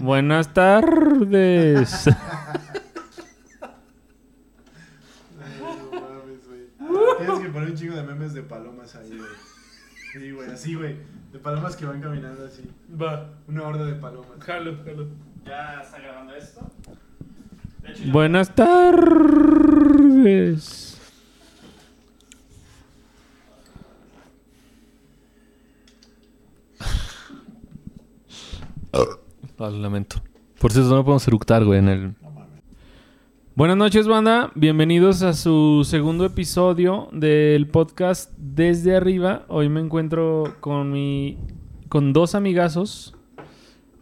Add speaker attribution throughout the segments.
Speaker 1: Buenas tardes.
Speaker 2: No mames, güey. Tienes que poner un chingo de memes de palomas ahí, güey. Sí, güey, así, güey. De palomas que van caminando así.
Speaker 3: Va,
Speaker 2: Una horda de palomas.
Speaker 3: jalo, jalo.
Speaker 4: ¿Ya está grabando esto? De hecho,
Speaker 1: Buenas tardes.
Speaker 3: Lo lamento. Por cierto, no podemos eructar, güey, en el...
Speaker 1: Buenas noches, banda. Bienvenidos a su segundo episodio del podcast Desde Arriba. Hoy me encuentro con mi con dos amigazos.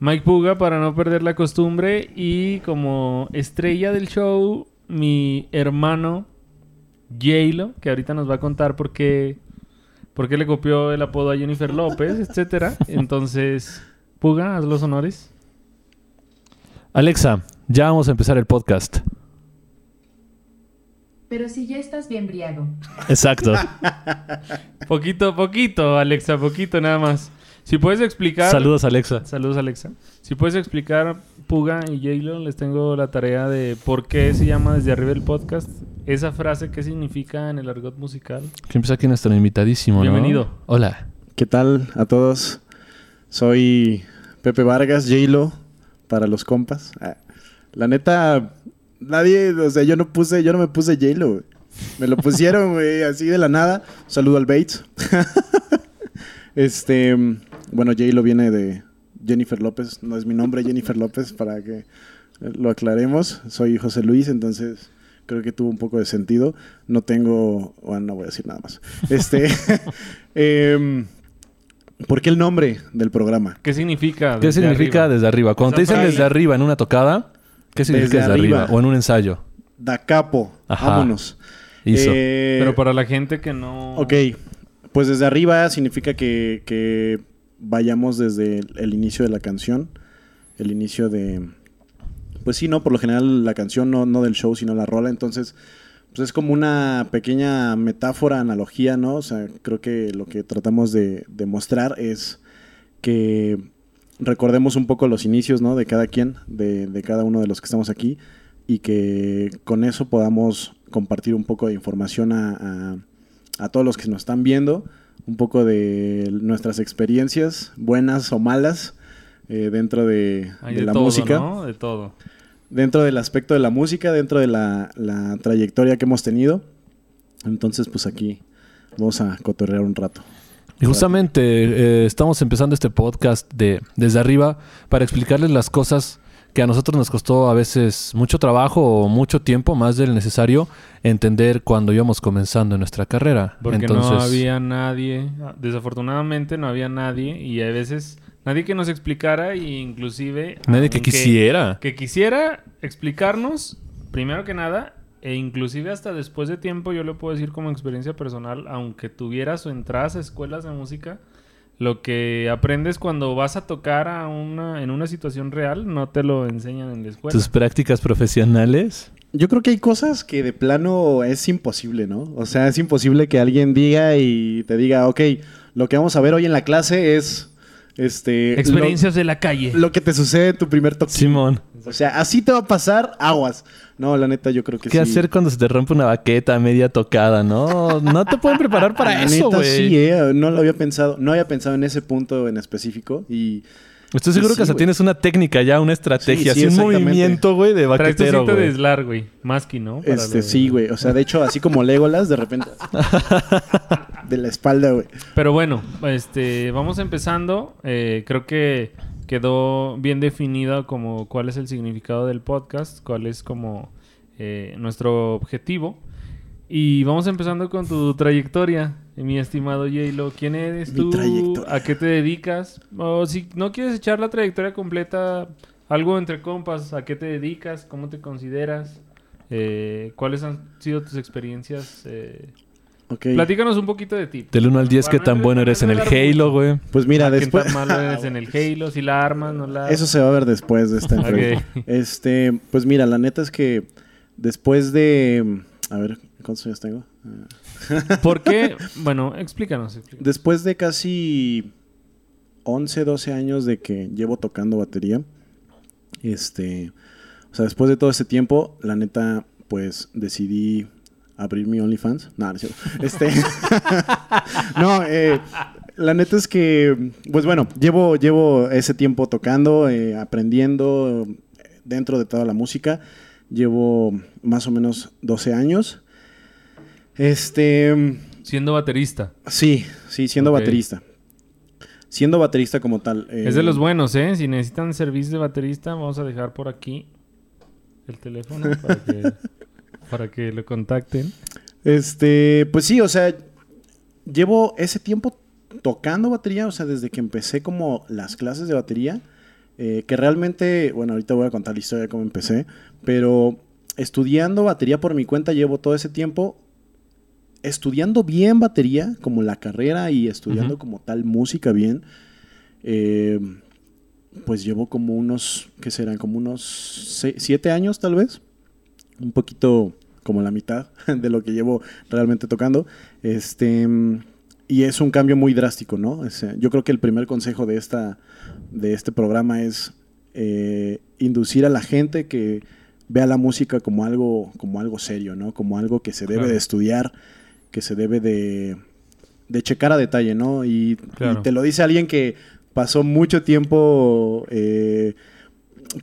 Speaker 1: Mike Puga para no perder la costumbre y como estrella del show mi hermano Jaylo, que ahorita nos va a contar por qué por qué le copió el apodo a Jennifer López, etcétera. Entonces, Puga, haz los honores.
Speaker 3: Alexa, ya vamos a empezar el podcast.
Speaker 5: Pero si ya estás bien briago.
Speaker 3: Exacto.
Speaker 1: Poquito a poquito, Alexa, poquito nada más. Si puedes explicar.
Speaker 3: Saludos, Alexa.
Speaker 1: Saludos, Alexa. Si puedes explicar, Puga y Jaylo, les tengo la tarea de por qué se llama desde arriba el podcast. Esa frase, ¿qué significa en el argot musical?
Speaker 3: Que empieza aquí nuestro invitadísimo, ¿no?
Speaker 1: Bienvenido.
Speaker 3: Hola.
Speaker 2: ¿Qué tal a todos? Soy Pepe Vargas, Jaylo, para los compas. Ah, La neta, nadie, o sea, yo no puse, yo no me puse Jaylo, güey. Me lo pusieron, güey, así de la nada. Saludo al Bates. este, bueno, Jaylo viene de Jennifer López, no es mi nombre, Jennifer López, para que lo aclaremos. Soy José Luis, entonces creo que tuvo un poco de sentido. No tengo, bueno, no voy a decir nada más. Este, em, ¿por qué el nombre del programa?
Speaker 1: ¿Qué significa?
Speaker 3: ¿Qué
Speaker 1: desde
Speaker 3: significa
Speaker 1: arriba?
Speaker 3: desde arriba? Cuando te
Speaker 1: Esa
Speaker 3: dicen
Speaker 1: frase.
Speaker 3: desde arriba en una tocada, ¿qué significa
Speaker 2: Desde
Speaker 3: desde, arriba?
Speaker 2: arriba.
Speaker 3: O en un ensayo.
Speaker 2: Da capo,
Speaker 3: Ajá.
Speaker 2: vámonos.
Speaker 3: Hizo.
Speaker 2: Eh,
Speaker 1: Pero para la gente que no.
Speaker 2: Ok, pues desde arriba significa que, que vayamos desde el, el inicio de la canción, el inicio de... Pues sí, ¿no? Por lo general la canción, no, no del show, sino la rola, entonces pues es como una pequeña metáfora, analogía, ¿no? O sea, creo que lo que tratamos de, de mostrar es que recordemos un poco los inicios, ¿no? De cada quien, de, de cada uno de los que estamos aquí, y que con eso podamos compartir un poco de información a, a- a todos los que nos están viendo, un poco de nuestras experiencias, buenas o malas, eh, dentro de,
Speaker 1: Hay
Speaker 2: de
Speaker 1: de,
Speaker 2: la
Speaker 1: todo,
Speaker 2: música
Speaker 1: ¿no? De todo.
Speaker 2: dentro del aspecto de la música, dentro de la, la trayectoria que hemos tenido. Entonces, pues aquí vamos a cotorrear un rato.
Speaker 3: Y justamente eh, estamos empezando este podcast de desde arriba para explicarles las cosas que a nosotros nos costó a veces mucho trabajo o mucho tiempo, más del necesario, entender cuando íbamos comenzando en nuestra carrera.
Speaker 1: Porque
Speaker 3: Entonces,
Speaker 1: no había nadie, desafortunadamente no había nadie y a veces nadie que nos explicara e inclusive...
Speaker 3: nadie que
Speaker 1: aunque-
Speaker 3: quisiera.
Speaker 1: Que quisiera explicarnos, primero que nada, e inclusive hasta después de tiempo, yo lo puedo decir como experiencia personal, aunque tuvieras o entras a escuelas de música, lo que aprendes cuando vas a tocar a una, en una situación real no te lo enseñan en la escuela.
Speaker 3: Tus prácticas profesionales.
Speaker 2: Yo creo que hay cosas que de plano es imposible, ¿no? O sea, es imposible que alguien diga y te diga, ok, lo que vamos a ver hoy en la clase es este lo-
Speaker 1: Experiencias de la calle.
Speaker 2: lo, que te sucede en tu primer toque.
Speaker 3: Simón,
Speaker 2: O sea, así te va a pasar aguas. No, la neta, yo creo que
Speaker 3: ¿qué
Speaker 2: sí.
Speaker 3: hacer cuando se te rompe una baqueta media tocada? No, no te pueden preparar para
Speaker 2: La
Speaker 3: eso,
Speaker 2: neta,
Speaker 3: güey.
Speaker 2: sí, eh, no lo había pensado, no había pensado en ese punto en específico y
Speaker 3: Estoy seguro
Speaker 2: Sí,
Speaker 3: que hasta
Speaker 2: güey.
Speaker 3: tienes una técnica ya, una estrategia,
Speaker 2: Sí, sí,
Speaker 3: así un
Speaker 2: exactamente.
Speaker 3: movimiento, güey, de
Speaker 1: Traes tu
Speaker 3: baquetero,
Speaker 1: cinta de
Speaker 3: güey.
Speaker 1: eslar, güey. Masky, ¿no? Para
Speaker 2: Este,
Speaker 1: lo-
Speaker 2: sí, güey. O sea, de hecho, así como Legolas, de repente. de la espalda, güey.
Speaker 1: Pero bueno, este, vamos empezando. Eh, creo que quedó bien definido como cuál es el significado del podcast, cuál es como eh, nuestro objetivo. Y vamos empezando con tu trayectoria, mi estimado Yalo. ¿Quién eres
Speaker 2: Mi
Speaker 1: tú?
Speaker 2: trayectoria.
Speaker 1: ¿A qué te dedicas? O si no quieres echar la trayectoria completa, algo entre compas, ¿a qué te dedicas? ¿Cómo te consideras? Eh, ¿Cuáles han sido tus experiencias? Eh,
Speaker 2: Ok.
Speaker 1: Platícanos un poquito de ti.
Speaker 3: Del 1 al 10,
Speaker 1: Para
Speaker 3: ¿qué
Speaker 1: no
Speaker 3: tan bueno eres en el
Speaker 1: entretener
Speaker 3: Halo,
Speaker 1: mucho.
Speaker 3: güey?
Speaker 2: Pues mira,
Speaker 1: Ah, ¿quién
Speaker 2: después.
Speaker 1: tan malo eres en el Halo? Si la armas, no la...
Speaker 2: Eso se va a ver después de esta entrevista.
Speaker 1: Ok.
Speaker 2: Este, pues mira, la neta es que después de. A ver, ¿cuántos años tengo? Ah,
Speaker 1: ¿Por qué? Bueno, explícanos. explícanos.
Speaker 2: Después de casi 11, 12 años de que llevo tocando batería, Este, o sea, después de todo ese tiempo, la neta, pues decidí abrir mi OnlyFans. No, no es cierto. Este, no, eh, la neta es que, pues bueno, llevo, llevo ese tiempo tocando, eh, aprendiendo eh, dentro de toda la música. Llevo más o menos 12 años. Este,
Speaker 1: Siendo baterista.
Speaker 2: sí, sí, siendo
Speaker 1: Ok.
Speaker 2: baterista. Siendo baterista como tal. eh,
Speaker 1: Es de los buenos, ¿eh? Si necesitan servicio de baterista, vamos a dejar por aquí el teléfono para que, para que lo contacten.
Speaker 2: Este, pues sí, o sea, llevo ese tiempo tocando batería, o sea, desde que empecé como las clases de batería, eh, que realmente, bueno, ahorita voy a contar la historia de cómo empecé, pero estudiando batería por mi cuenta llevo todo ese tiempo estudiando bien batería, como la carrera y estudiando
Speaker 1: Ujú.
Speaker 2: como tal música bien, eh, pues llevo como unos, ¿qué serán? Como unos se- siete años tal vez un poquito como la mitad de lo que llevo realmente tocando. Este, mm, y es un cambio muy drástico, ¿no? O sea, yo creo que el primer consejo de, esta, de este programa es eh, inducir a la gente que vea la música como algo, como algo serio, ¿no? Como algo que se debe
Speaker 1: Claro.
Speaker 2: de estudiar, que se debe de, de checar a detalle, ¿no? Y, y
Speaker 1: Claro.
Speaker 2: te lo dice alguien que pasó mucho tiempo... eh,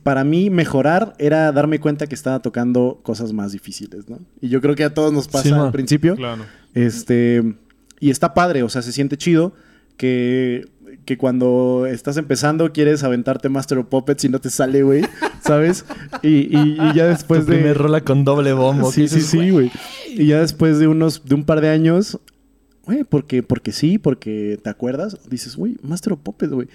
Speaker 2: para mí mejorar era darme cuenta que estaba tocando cosas más difíciles, ¿no? Y yo creo que a todos nos pasa
Speaker 3: Sí,
Speaker 2: al
Speaker 3: man.
Speaker 2: principio.
Speaker 1: Claro.
Speaker 2: Este, y está padre, o sea, se siente chido que, que cuando estás empezando quieres aventarte Master of Puppets y no te sale, güey, ¿sabes? Y, y- y ya después
Speaker 3: tu primer
Speaker 2: Pues de...
Speaker 3: rola con doble bombo.
Speaker 2: Sí,
Speaker 3: ¿qué
Speaker 2: sí,
Speaker 3: dices,
Speaker 2: sí, güey. Y ya después de unos, de un par de años, güey, porque, porque sí, porque te acuerdas, dices, güey, Master of Puppets, güey.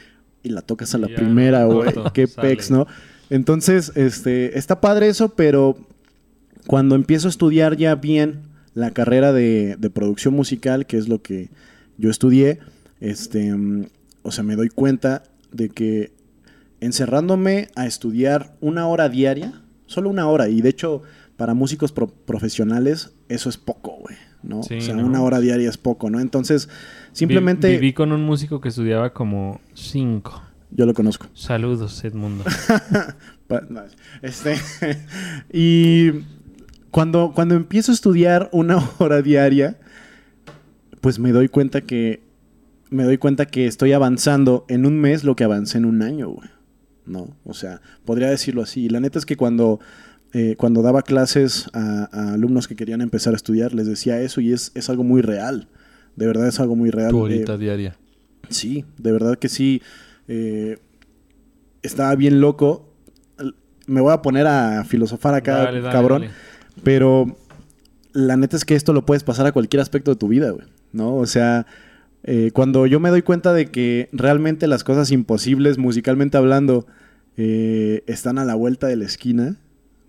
Speaker 2: Y la tocas a la
Speaker 1: Ya,
Speaker 2: primera, güey.
Speaker 1: corto,
Speaker 2: Qué
Speaker 1: sale.
Speaker 2: pex, ¿no? Entonces, este, está padre eso, pero cuando empiezo a estudiar ya bien la carrera de, de producción musical, que es lo que yo estudié, este, mm, o sea, me doy cuenta de que encerrándome a estudiar una hora diaria, solo una hora, y de hecho para músicos pro- profesionales eso es poco, güey, ¿no?
Speaker 1: Sí,
Speaker 2: o sea,
Speaker 1: ¿no?
Speaker 2: una hora diaria es poco, ¿no? Entonces, simplemente
Speaker 1: Vi- viví con un músico que estudiaba como cinco.
Speaker 2: yo lo conozco.
Speaker 1: Saludos, Edmundo.
Speaker 2: Pa- no, este, y cuando, cuando empiezo a estudiar una hora diaria, pues me doy cuenta que me doy cuenta que estoy avanzando en un mes lo que avancé en un año, güey. ¿No? O sea, podría decirlo así. Y La neta es que cuando, eh, cuando daba clases a, a alumnos que querían empezar a estudiar, les decía eso y es, es algo muy real. De verdad es algo muy real.
Speaker 3: Tu
Speaker 2: Eh,
Speaker 3: horita diaria.
Speaker 2: Sí, de verdad que sí. eh, estaba bien loco. L- Me voy a poner a filosofar acá,
Speaker 1: Dale, dale,
Speaker 2: cabrón.
Speaker 1: dale.
Speaker 2: Pero la neta es que esto lo puedes pasar a cualquier aspecto de tu vida, güey. ¿No? O sea, eh, cuando yo me doy cuenta de que realmente las cosas imposibles, musicalmente hablando, eh, están a la vuelta de la esquina,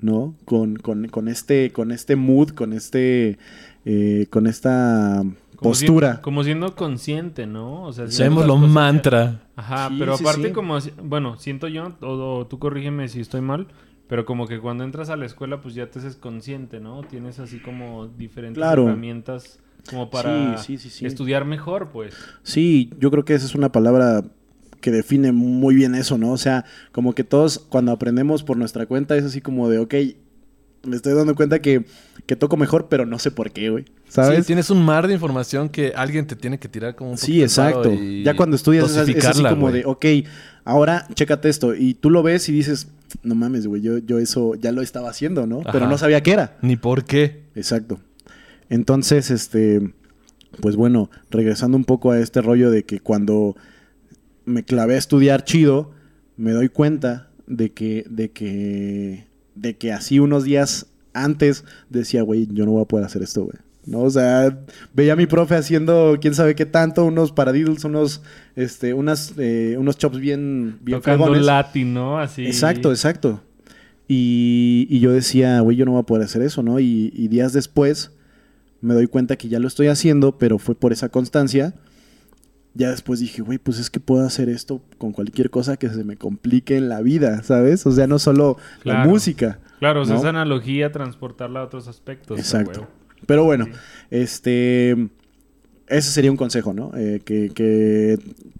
Speaker 2: ¿no? Con, con- con este, con este mood, con este. eh, con esta
Speaker 1: Como
Speaker 2: postura.
Speaker 1: siendo- como siendo consciente, ¿no? O sea, siendo
Speaker 3: Hacemos
Speaker 1: las
Speaker 3: lo
Speaker 1: cosas que-
Speaker 3: mantra.
Speaker 1: Ajá,
Speaker 2: Sí,
Speaker 1: pero
Speaker 2: sí,
Speaker 1: aparte
Speaker 2: sí.
Speaker 1: como... si- Bueno, siento yo, o, o tú corrígeme si estoy mal, pero como que cuando entras a la escuela pues ya te haces consciente, ¿no? Tienes así como diferentes
Speaker 2: Claro.
Speaker 1: herramientas como para
Speaker 2: Sí, sí, sí, sí.
Speaker 1: estudiar mejor, pues.
Speaker 2: Sí, yo creo que esa es una palabra que define muy bien eso, ¿no? O sea, como que todos cuando aprendemos por nuestra cuenta es así como de, ok, me estoy dando cuenta que, que toco mejor, pero no sé por qué, güey.
Speaker 3: ¿Sabes?
Speaker 2: ¿Sabes? Sí,
Speaker 3: tienes un mar de información que alguien te tiene que tirar como un poquito al
Speaker 2: exacto.
Speaker 3: paro y
Speaker 2: Ya cuando estudias es, es así
Speaker 3: dosificarla,
Speaker 2: como
Speaker 3: güey.
Speaker 2: de, ok, ahora chécate esto. Y tú lo ves y dices, no mames, güey, yo, yo eso ya lo estaba haciendo, ¿no? Pero
Speaker 3: Ajá.
Speaker 2: no sabía qué era.
Speaker 3: Ni por qué.
Speaker 2: Exacto. Entonces, este, pues bueno, regresando un poco a este rollo de que cuando me clavé a estudiar chido, me doy cuenta de que, de que, de que así unos días antes decía, güey, yo no voy a poder hacer esto, güey. No, o sea, veía a mi profe haciendo quién sabe qué tanto, unos paradiddles, unos, este, unas, eh, unos chops bien, bien
Speaker 1: Tocando
Speaker 2: fregones.
Speaker 1: latín, ¿no? Así.
Speaker 2: Exacto, exacto. Y, y yo decía, güey, yo no voy a poder hacer eso, ¿no? Y, y días después me doy cuenta que ya lo estoy haciendo, pero fue por esa constancia. Ya después dije, güey, pues es que puedo hacer esto con cualquier cosa que se me complique en la vida, ¿sabes? O sea, no solo la
Speaker 1: Claro.
Speaker 2: música.
Speaker 1: Claro, o sea,
Speaker 2: ¿no?
Speaker 1: esa analogía transportarla a otros aspectos. a
Speaker 2: Exacto.
Speaker 1: huevo.
Speaker 2: Pero bueno,
Speaker 1: Sí.
Speaker 2: este. Ese sería un consejo, ¿no? Eh, que, que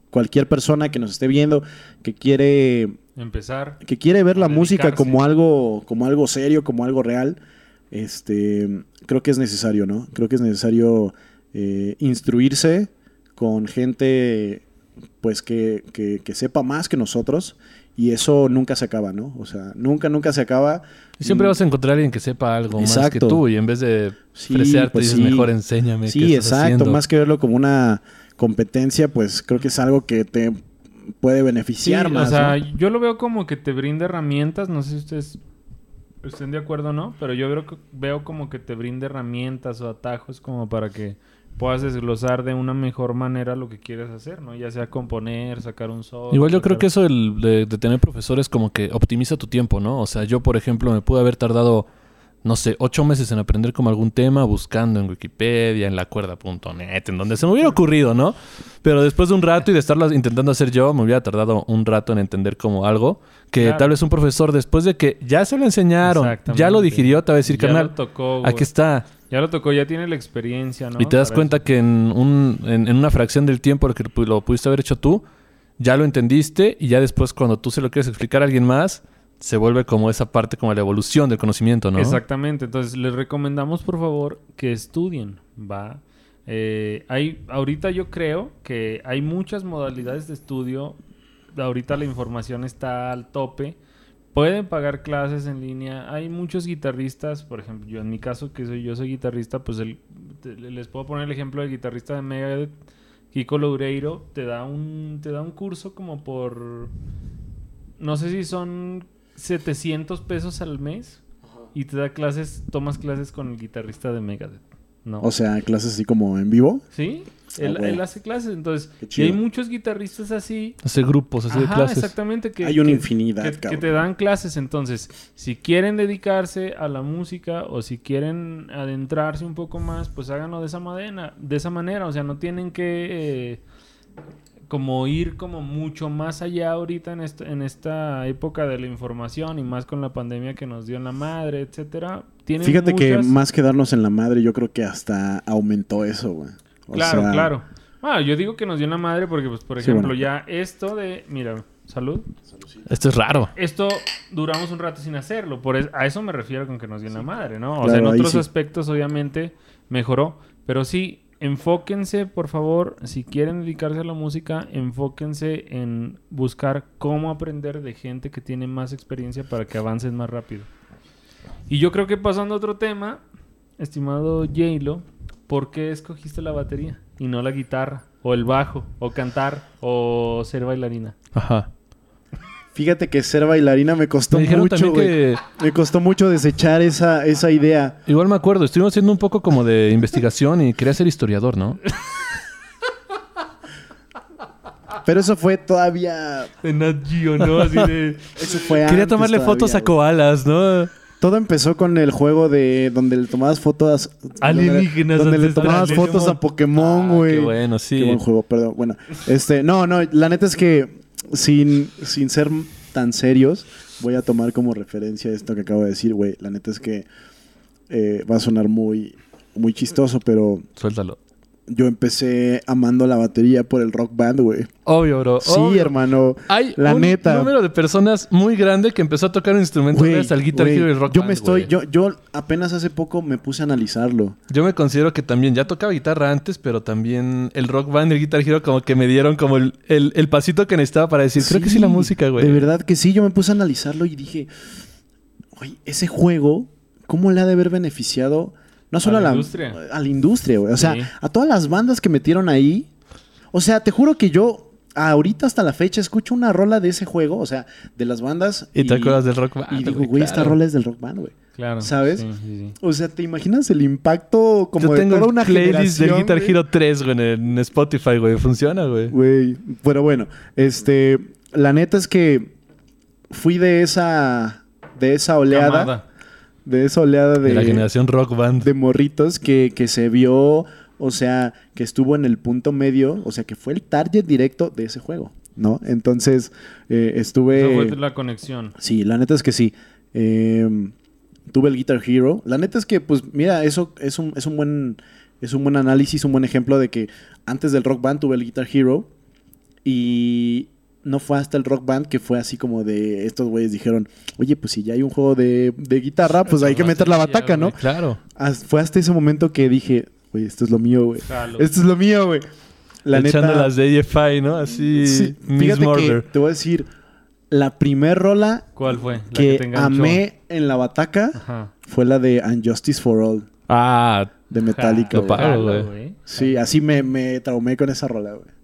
Speaker 2: cualquier persona que nos esté viendo, que quiere
Speaker 1: Empezar.
Speaker 2: que quiere ver la
Speaker 1: Dedicarse.
Speaker 2: música como algo, como algo serio, como algo real, este, creo que es necesario, ¿no? Creo que es necesario eh, instruirse con gente, pues que, que- que sepa más que nosotros y eso nunca se acaba, ¿no? O sea, nunca, nunca se acaba.
Speaker 3: Y siempre
Speaker 2: Mm,
Speaker 3: vas a encontrar a alguien que sepa algo más que
Speaker 2: Exacto.
Speaker 3: tú. Y en vez de
Speaker 2: Sí,
Speaker 3: fresearte,
Speaker 2: pues
Speaker 3: dices,
Speaker 2: sí.
Speaker 3: mejor enséñame.
Speaker 2: Sí,
Speaker 3: qué estás
Speaker 2: exacto.
Speaker 3: haciendo".
Speaker 2: Más que verlo como una competencia, pues creo que es algo que te puede
Speaker 1: Sí,
Speaker 2: beneficiar
Speaker 1: o
Speaker 2: más.
Speaker 1: sea,
Speaker 2: ¿no?
Speaker 1: yo lo veo como que te brinda herramientas. No sé si ustedes estén de acuerdo o no, pero yo veo, que- veo como que te brinda herramientas o atajos como para que puedas desglosar de una mejor manera lo que quieres hacer, ¿no? Ya sea componer, sacar un solo.
Speaker 3: Igual yo creo
Speaker 1: sacar-
Speaker 3: que eso del- de, de tener profesores como que optimiza tu tiempo, ¿no? O sea, yo, por ejemplo, me pude haber tardado, no sé, ocho meses en aprender como algún tema, buscando en Wikipedia, en lacuerda.net, en donde se me hubiera ocurrido, ¿no? Pero después de un rato y de estarlo intentando hacer yo, me hubiera tardado un rato en entender como algo que
Speaker 1: Claro.
Speaker 3: tal vez un profesor, después de que ya se lo enseñaron, ya lo
Speaker 1: Exactamente.
Speaker 3: digirió, te va a decir,
Speaker 1: Ya
Speaker 3: carnal,
Speaker 1: lo tocó, güey.
Speaker 3: aquí está.
Speaker 1: Ya lo tocó, ya tiene la experiencia, ¿no?
Speaker 3: Y te das
Speaker 1: Para
Speaker 3: cuenta que en, un, en, en una fracción del tiempo que pu- lo pudiste haber hecho tú, ya lo entendiste y ya después cuando tú se lo quieres explicar a alguien más, se vuelve como esa parte, como la evolución del conocimiento, ¿no?
Speaker 1: Exactamente. Entonces, les recomendamos, por favor, que estudien, ¿va? Eh, hay, ahorita yo creo que hay muchas modalidades de estudio. Ahorita la información está al tope. Pueden pagar clases en línea. Hay muchos guitarristas, por ejemplo, yo en mi caso, que soy, yo soy guitarrista, pues el- te- les puedo poner el ejemplo del guitarrista de Megadeth, Kiko Loureiro, te da un, te da un curso como por no sé si son 700 pesos al mes y te da clases, tomas clases con el guitarrista de Megadeth. No.
Speaker 2: O sea, clases así como en vivo.
Speaker 1: ¿Sí?
Speaker 2: Ah,
Speaker 1: Él,
Speaker 2: güey.
Speaker 1: él hace clases, entonces.
Speaker 2: Qué
Speaker 1: Y
Speaker 2: chido.
Speaker 1: hay muchos guitarristas así.
Speaker 3: Hacer grupos, hacer
Speaker 1: Ajá,
Speaker 3: clases.
Speaker 1: exactamente. Que,
Speaker 2: Hay una
Speaker 1: que-
Speaker 2: infinidad,
Speaker 1: que- que,
Speaker 2: cabrón.
Speaker 1: te dan clases. Entonces, si quieren dedicarse a la música o si quieren adentrarse un poco más, pues háganlo de esa, manera, de esa manera. O sea, no tienen que... eh, como ir como mucho más allá ahorita en, est- en esta época de la información y más con la pandemia que nos dio en la madre, etcétera. Tienen
Speaker 2: Fíjate que
Speaker 1: muchas-
Speaker 2: más que darnos en la madre, yo creo que hasta aumentó eso, güey. O
Speaker 1: Claro,
Speaker 2: sea,
Speaker 1: claro. Ah, yo digo que nos dio en la madre porque, pues, por
Speaker 2: Sí,
Speaker 1: ejemplo,
Speaker 2: bueno.
Speaker 1: ya esto de... Mira, salud.
Speaker 3: Esto es raro.
Speaker 1: esto duramos un rato sin hacerlo. Por es- a eso me refiero con que nos dio en la madre, ¿no? O
Speaker 2: Claro,
Speaker 1: sea, en
Speaker 2: ahí
Speaker 1: otros
Speaker 2: sí.
Speaker 1: aspectos obviamente mejoró. Pero sí, enfóquense, por favor, si quieren dedicarse a la música, enfóquense en buscar cómo aprender de gente que tiene más experiencia para que avancen más rápido. Y yo creo que pasando a otro tema, estimado Jaylo, ¿por qué escogiste la batería y no la guitarra? O el bajo, o cantar, o ser bailarina.
Speaker 3: Ajá.
Speaker 2: Fíjate que ser bailarina me costó
Speaker 3: Me dijeron
Speaker 2: mucho,
Speaker 3: también
Speaker 2: güey.
Speaker 3: que...
Speaker 2: Me costó mucho desechar esa, esa idea.
Speaker 3: Igual me acuerdo, estuvimos haciendo un poco como de investigación y quería ser historiador, ¿no?
Speaker 2: Pero eso fue todavía.
Speaker 1: De Nat Geo, ¿no? Así de...
Speaker 2: Eso fue
Speaker 3: Quería
Speaker 2: antes
Speaker 3: tomarle
Speaker 2: todavía,
Speaker 3: fotos a
Speaker 2: güey.
Speaker 3: koalas, ¿no?
Speaker 2: Todo empezó con el juego de donde le tomabas fotos. donde-
Speaker 3: Alienígenas
Speaker 2: Donde le
Speaker 3: ancestrales.
Speaker 2: tomabas fotos a Pokémon,
Speaker 3: Ah,
Speaker 2: güey.
Speaker 3: qué bueno, sí.
Speaker 2: Qué buen juego, perdón. Bueno, este, no, no, la neta es que sin, sin ser tan serios, voy a tomar como referencia esto que acabo de decir, güey. La neta es que eh, va a sonar muy, muy chistoso, pero
Speaker 3: Suéltalo.
Speaker 2: yo empecé amando la batería por el rock band, güey.
Speaker 3: Obvio, bro.
Speaker 2: Sí,
Speaker 3: obvio.
Speaker 2: hermano.
Speaker 3: Hay
Speaker 2: la
Speaker 3: un
Speaker 2: neta.
Speaker 3: número de personas muy grande que empezó a tocar un instrumento
Speaker 2: Güey,
Speaker 3: gracias al Guitar
Speaker 2: güey,
Speaker 3: Hero y Rock
Speaker 2: yo
Speaker 3: Band,
Speaker 2: me estoy,
Speaker 3: güey.
Speaker 2: yo, yo apenas hace poco me puse a analizarlo.
Speaker 3: Yo me considero que también ya tocaba guitarra antes, pero también el Rock Band y el Guitar Hero como que me dieron como el, el- el pasito que necesitaba para decir, creo que sí la música, güey.
Speaker 2: De verdad que sí, yo me puse a analizarlo y dije, oye, ese juego, ¿cómo le ha de haber beneficiado no solo a
Speaker 1: la
Speaker 2: la,
Speaker 1: industria.
Speaker 2: a la industria, güey? O sea,
Speaker 1: Sí.
Speaker 2: a todas las bandas que metieron ahí. O sea, te juro que yo ahorita hasta la fecha escucho una rola de ese juego, o sea, de las bandas.
Speaker 3: Y te acuerdas del Rock Band,
Speaker 2: Y digo,
Speaker 3: güey,
Speaker 2: güey, esta
Speaker 3: claro.
Speaker 2: rola es del rock band, güey.
Speaker 1: Claro.
Speaker 2: ¿Sabes?
Speaker 1: Sí, sí, sí.
Speaker 2: O sea, ¿te imaginas el impacto como
Speaker 3: Yo
Speaker 2: de
Speaker 3: tengo
Speaker 2: toda
Speaker 3: el
Speaker 2: una
Speaker 3: playlist del
Speaker 2: generación,
Speaker 3: Guitar
Speaker 2: güey?
Speaker 3: Hero 3, güey, en, en Spotify, güey. Funciona, güey.
Speaker 2: Güey, pero bueno, este, la neta es que fui de esa, de esa oleada,
Speaker 1: Camada.
Speaker 2: de esa oleada
Speaker 3: De la
Speaker 2: de,
Speaker 3: generación Rock Band.
Speaker 2: de morritos que, que se vio, o sea, que estuvo en el punto medio, o sea, que fue el target directo de ese juego, ¿no? Entonces, eh, estuve...
Speaker 1: Esa fue la conexión.
Speaker 2: Sí, la neta es que sí. Eh, tuve el Guitar Hero. La neta es que, pues, mira, eso es un, es un buen. Es un buen análisis, un buen ejemplo de que antes del rock band tuve el Guitar Hero. Y no fue hasta el rock band que fue así como de estos güeyes dijeron, oye, pues si ya hay un juego de, de guitarra, pues hay que meter la bataca, ¿no?
Speaker 3: Claro.
Speaker 2: As- fue hasta ese momento que dije, oye, esto es lo mío, güey.
Speaker 1: Jalo.
Speaker 2: Esto es lo mío, güey. La
Speaker 3: Echando
Speaker 2: neta.
Speaker 3: las de AFI, ¿no? Así.
Speaker 2: Sí,
Speaker 3: Miss
Speaker 2: fíjate
Speaker 3: Murder.
Speaker 2: que te voy a decir, la primer rola
Speaker 1: ¿Cuál fue? La
Speaker 2: que,
Speaker 1: te enganchó.
Speaker 2: amé en la bataca
Speaker 1: Ajá.
Speaker 2: fue la de Unjustice for All
Speaker 3: Ah,
Speaker 2: de Metallica.
Speaker 3: lo
Speaker 2: güey.
Speaker 3: pa-
Speaker 1: Jalo,
Speaker 3: güey.
Speaker 1: güey.
Speaker 2: Sí, así me, me traumé con esa rola, güey.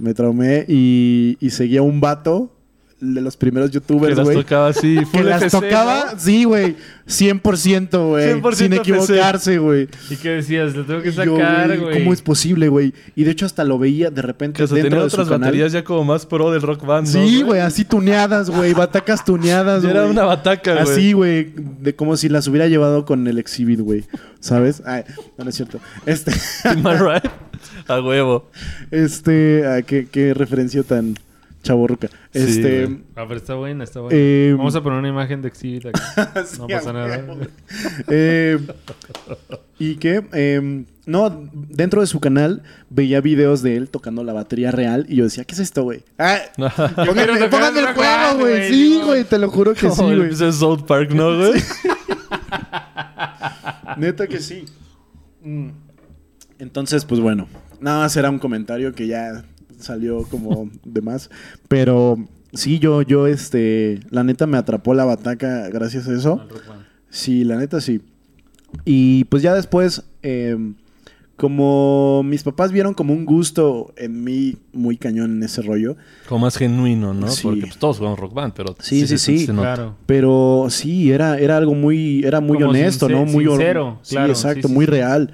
Speaker 2: Me traumé y, y seguía un vato de los primeros
Speaker 3: que
Speaker 2: youtubers,
Speaker 3: las
Speaker 2: pues, güey.
Speaker 3: tocaba así.
Speaker 2: Que
Speaker 3: full
Speaker 2: las
Speaker 3: FC,
Speaker 2: tocaba,
Speaker 3: ¿no?
Speaker 2: sí, güey. 100%, güey.
Speaker 3: 100%
Speaker 2: Sin equivocarse, güey.
Speaker 1: ¿Y qué decías? Lo tengo que
Speaker 2: Y yo,
Speaker 1: sacar,
Speaker 2: güey,
Speaker 1: güey.
Speaker 2: ¿Cómo es posible, güey? Y de hecho hasta lo veía de repente
Speaker 3: Que se
Speaker 2: dentro
Speaker 3: tenía
Speaker 2: de su
Speaker 3: otras
Speaker 2: canal.
Speaker 3: baterías ya como más pro del rock band. ¿no,
Speaker 2: Sí, güey, así tuneadas, güey, batacas tuneadas,
Speaker 3: Ya
Speaker 2: güey.
Speaker 3: Era una bataca, güey.
Speaker 2: Así, güey, de como si las hubiera llevado con el exhibit, güey. ¿Sabes? Ay, no, no es cierto. Este,
Speaker 3: Am I right? A huevo.
Speaker 2: este, ah, qué, qué referencia tan chaborruca.
Speaker 3: Sí,
Speaker 2: Este,
Speaker 3: güey.
Speaker 1: Ah, pero está buena, está buena.
Speaker 2: eh,
Speaker 1: Vamos a poner una imagen de Exhibit aquí.
Speaker 2: sí,
Speaker 1: No pasa
Speaker 2: a
Speaker 1: nada.
Speaker 2: huevo, güey. Eh, y que, eh, no, dentro de su canal veía videos de él tocando la batería real y yo decía, ¿qué es esto, güey? Ah,
Speaker 1: quiero
Speaker 2: Pónganle
Speaker 1: tocar
Speaker 2: pónganle
Speaker 1: el
Speaker 2: el
Speaker 1: rock
Speaker 2: juego,
Speaker 1: band,
Speaker 2: güey.
Speaker 1: güey,
Speaker 2: Sí,
Speaker 1: Simón.
Speaker 2: güey, te lo juro que sí,
Speaker 3: Como el
Speaker 2: güey.
Speaker 3: episodio de pues South Park, ¿no, güey?
Speaker 2: Neta que sí. Mm. Entonces, pues bueno, nada más era un comentario que ya salió como de más. Pero sí, yo, yo, este, la neta me atrapó la bataca gracias a eso.
Speaker 1: Al Rock Band.
Speaker 2: Sí, la neta sí. Y pues ya después, eh, como mis papás vieron como un gusto en mí muy cañón en ese rollo,
Speaker 3: Como más genuino, ¿no?
Speaker 2: Sí.
Speaker 3: Porque pues, todos jugamos rock band, pero.
Speaker 2: Sí, sí,
Speaker 3: se-
Speaker 2: sí.
Speaker 3: se nota.
Speaker 1: Claro.
Speaker 2: Pero sí, era, era algo muy, era muy
Speaker 1: Como
Speaker 2: honesto,
Speaker 1: sincer-
Speaker 2: ¿no? Muy hon-
Speaker 1: sincero,
Speaker 2: sí,
Speaker 1: claro,
Speaker 2: exacto,
Speaker 1: sí, sí,
Speaker 2: muy
Speaker 1: sí.
Speaker 2: real.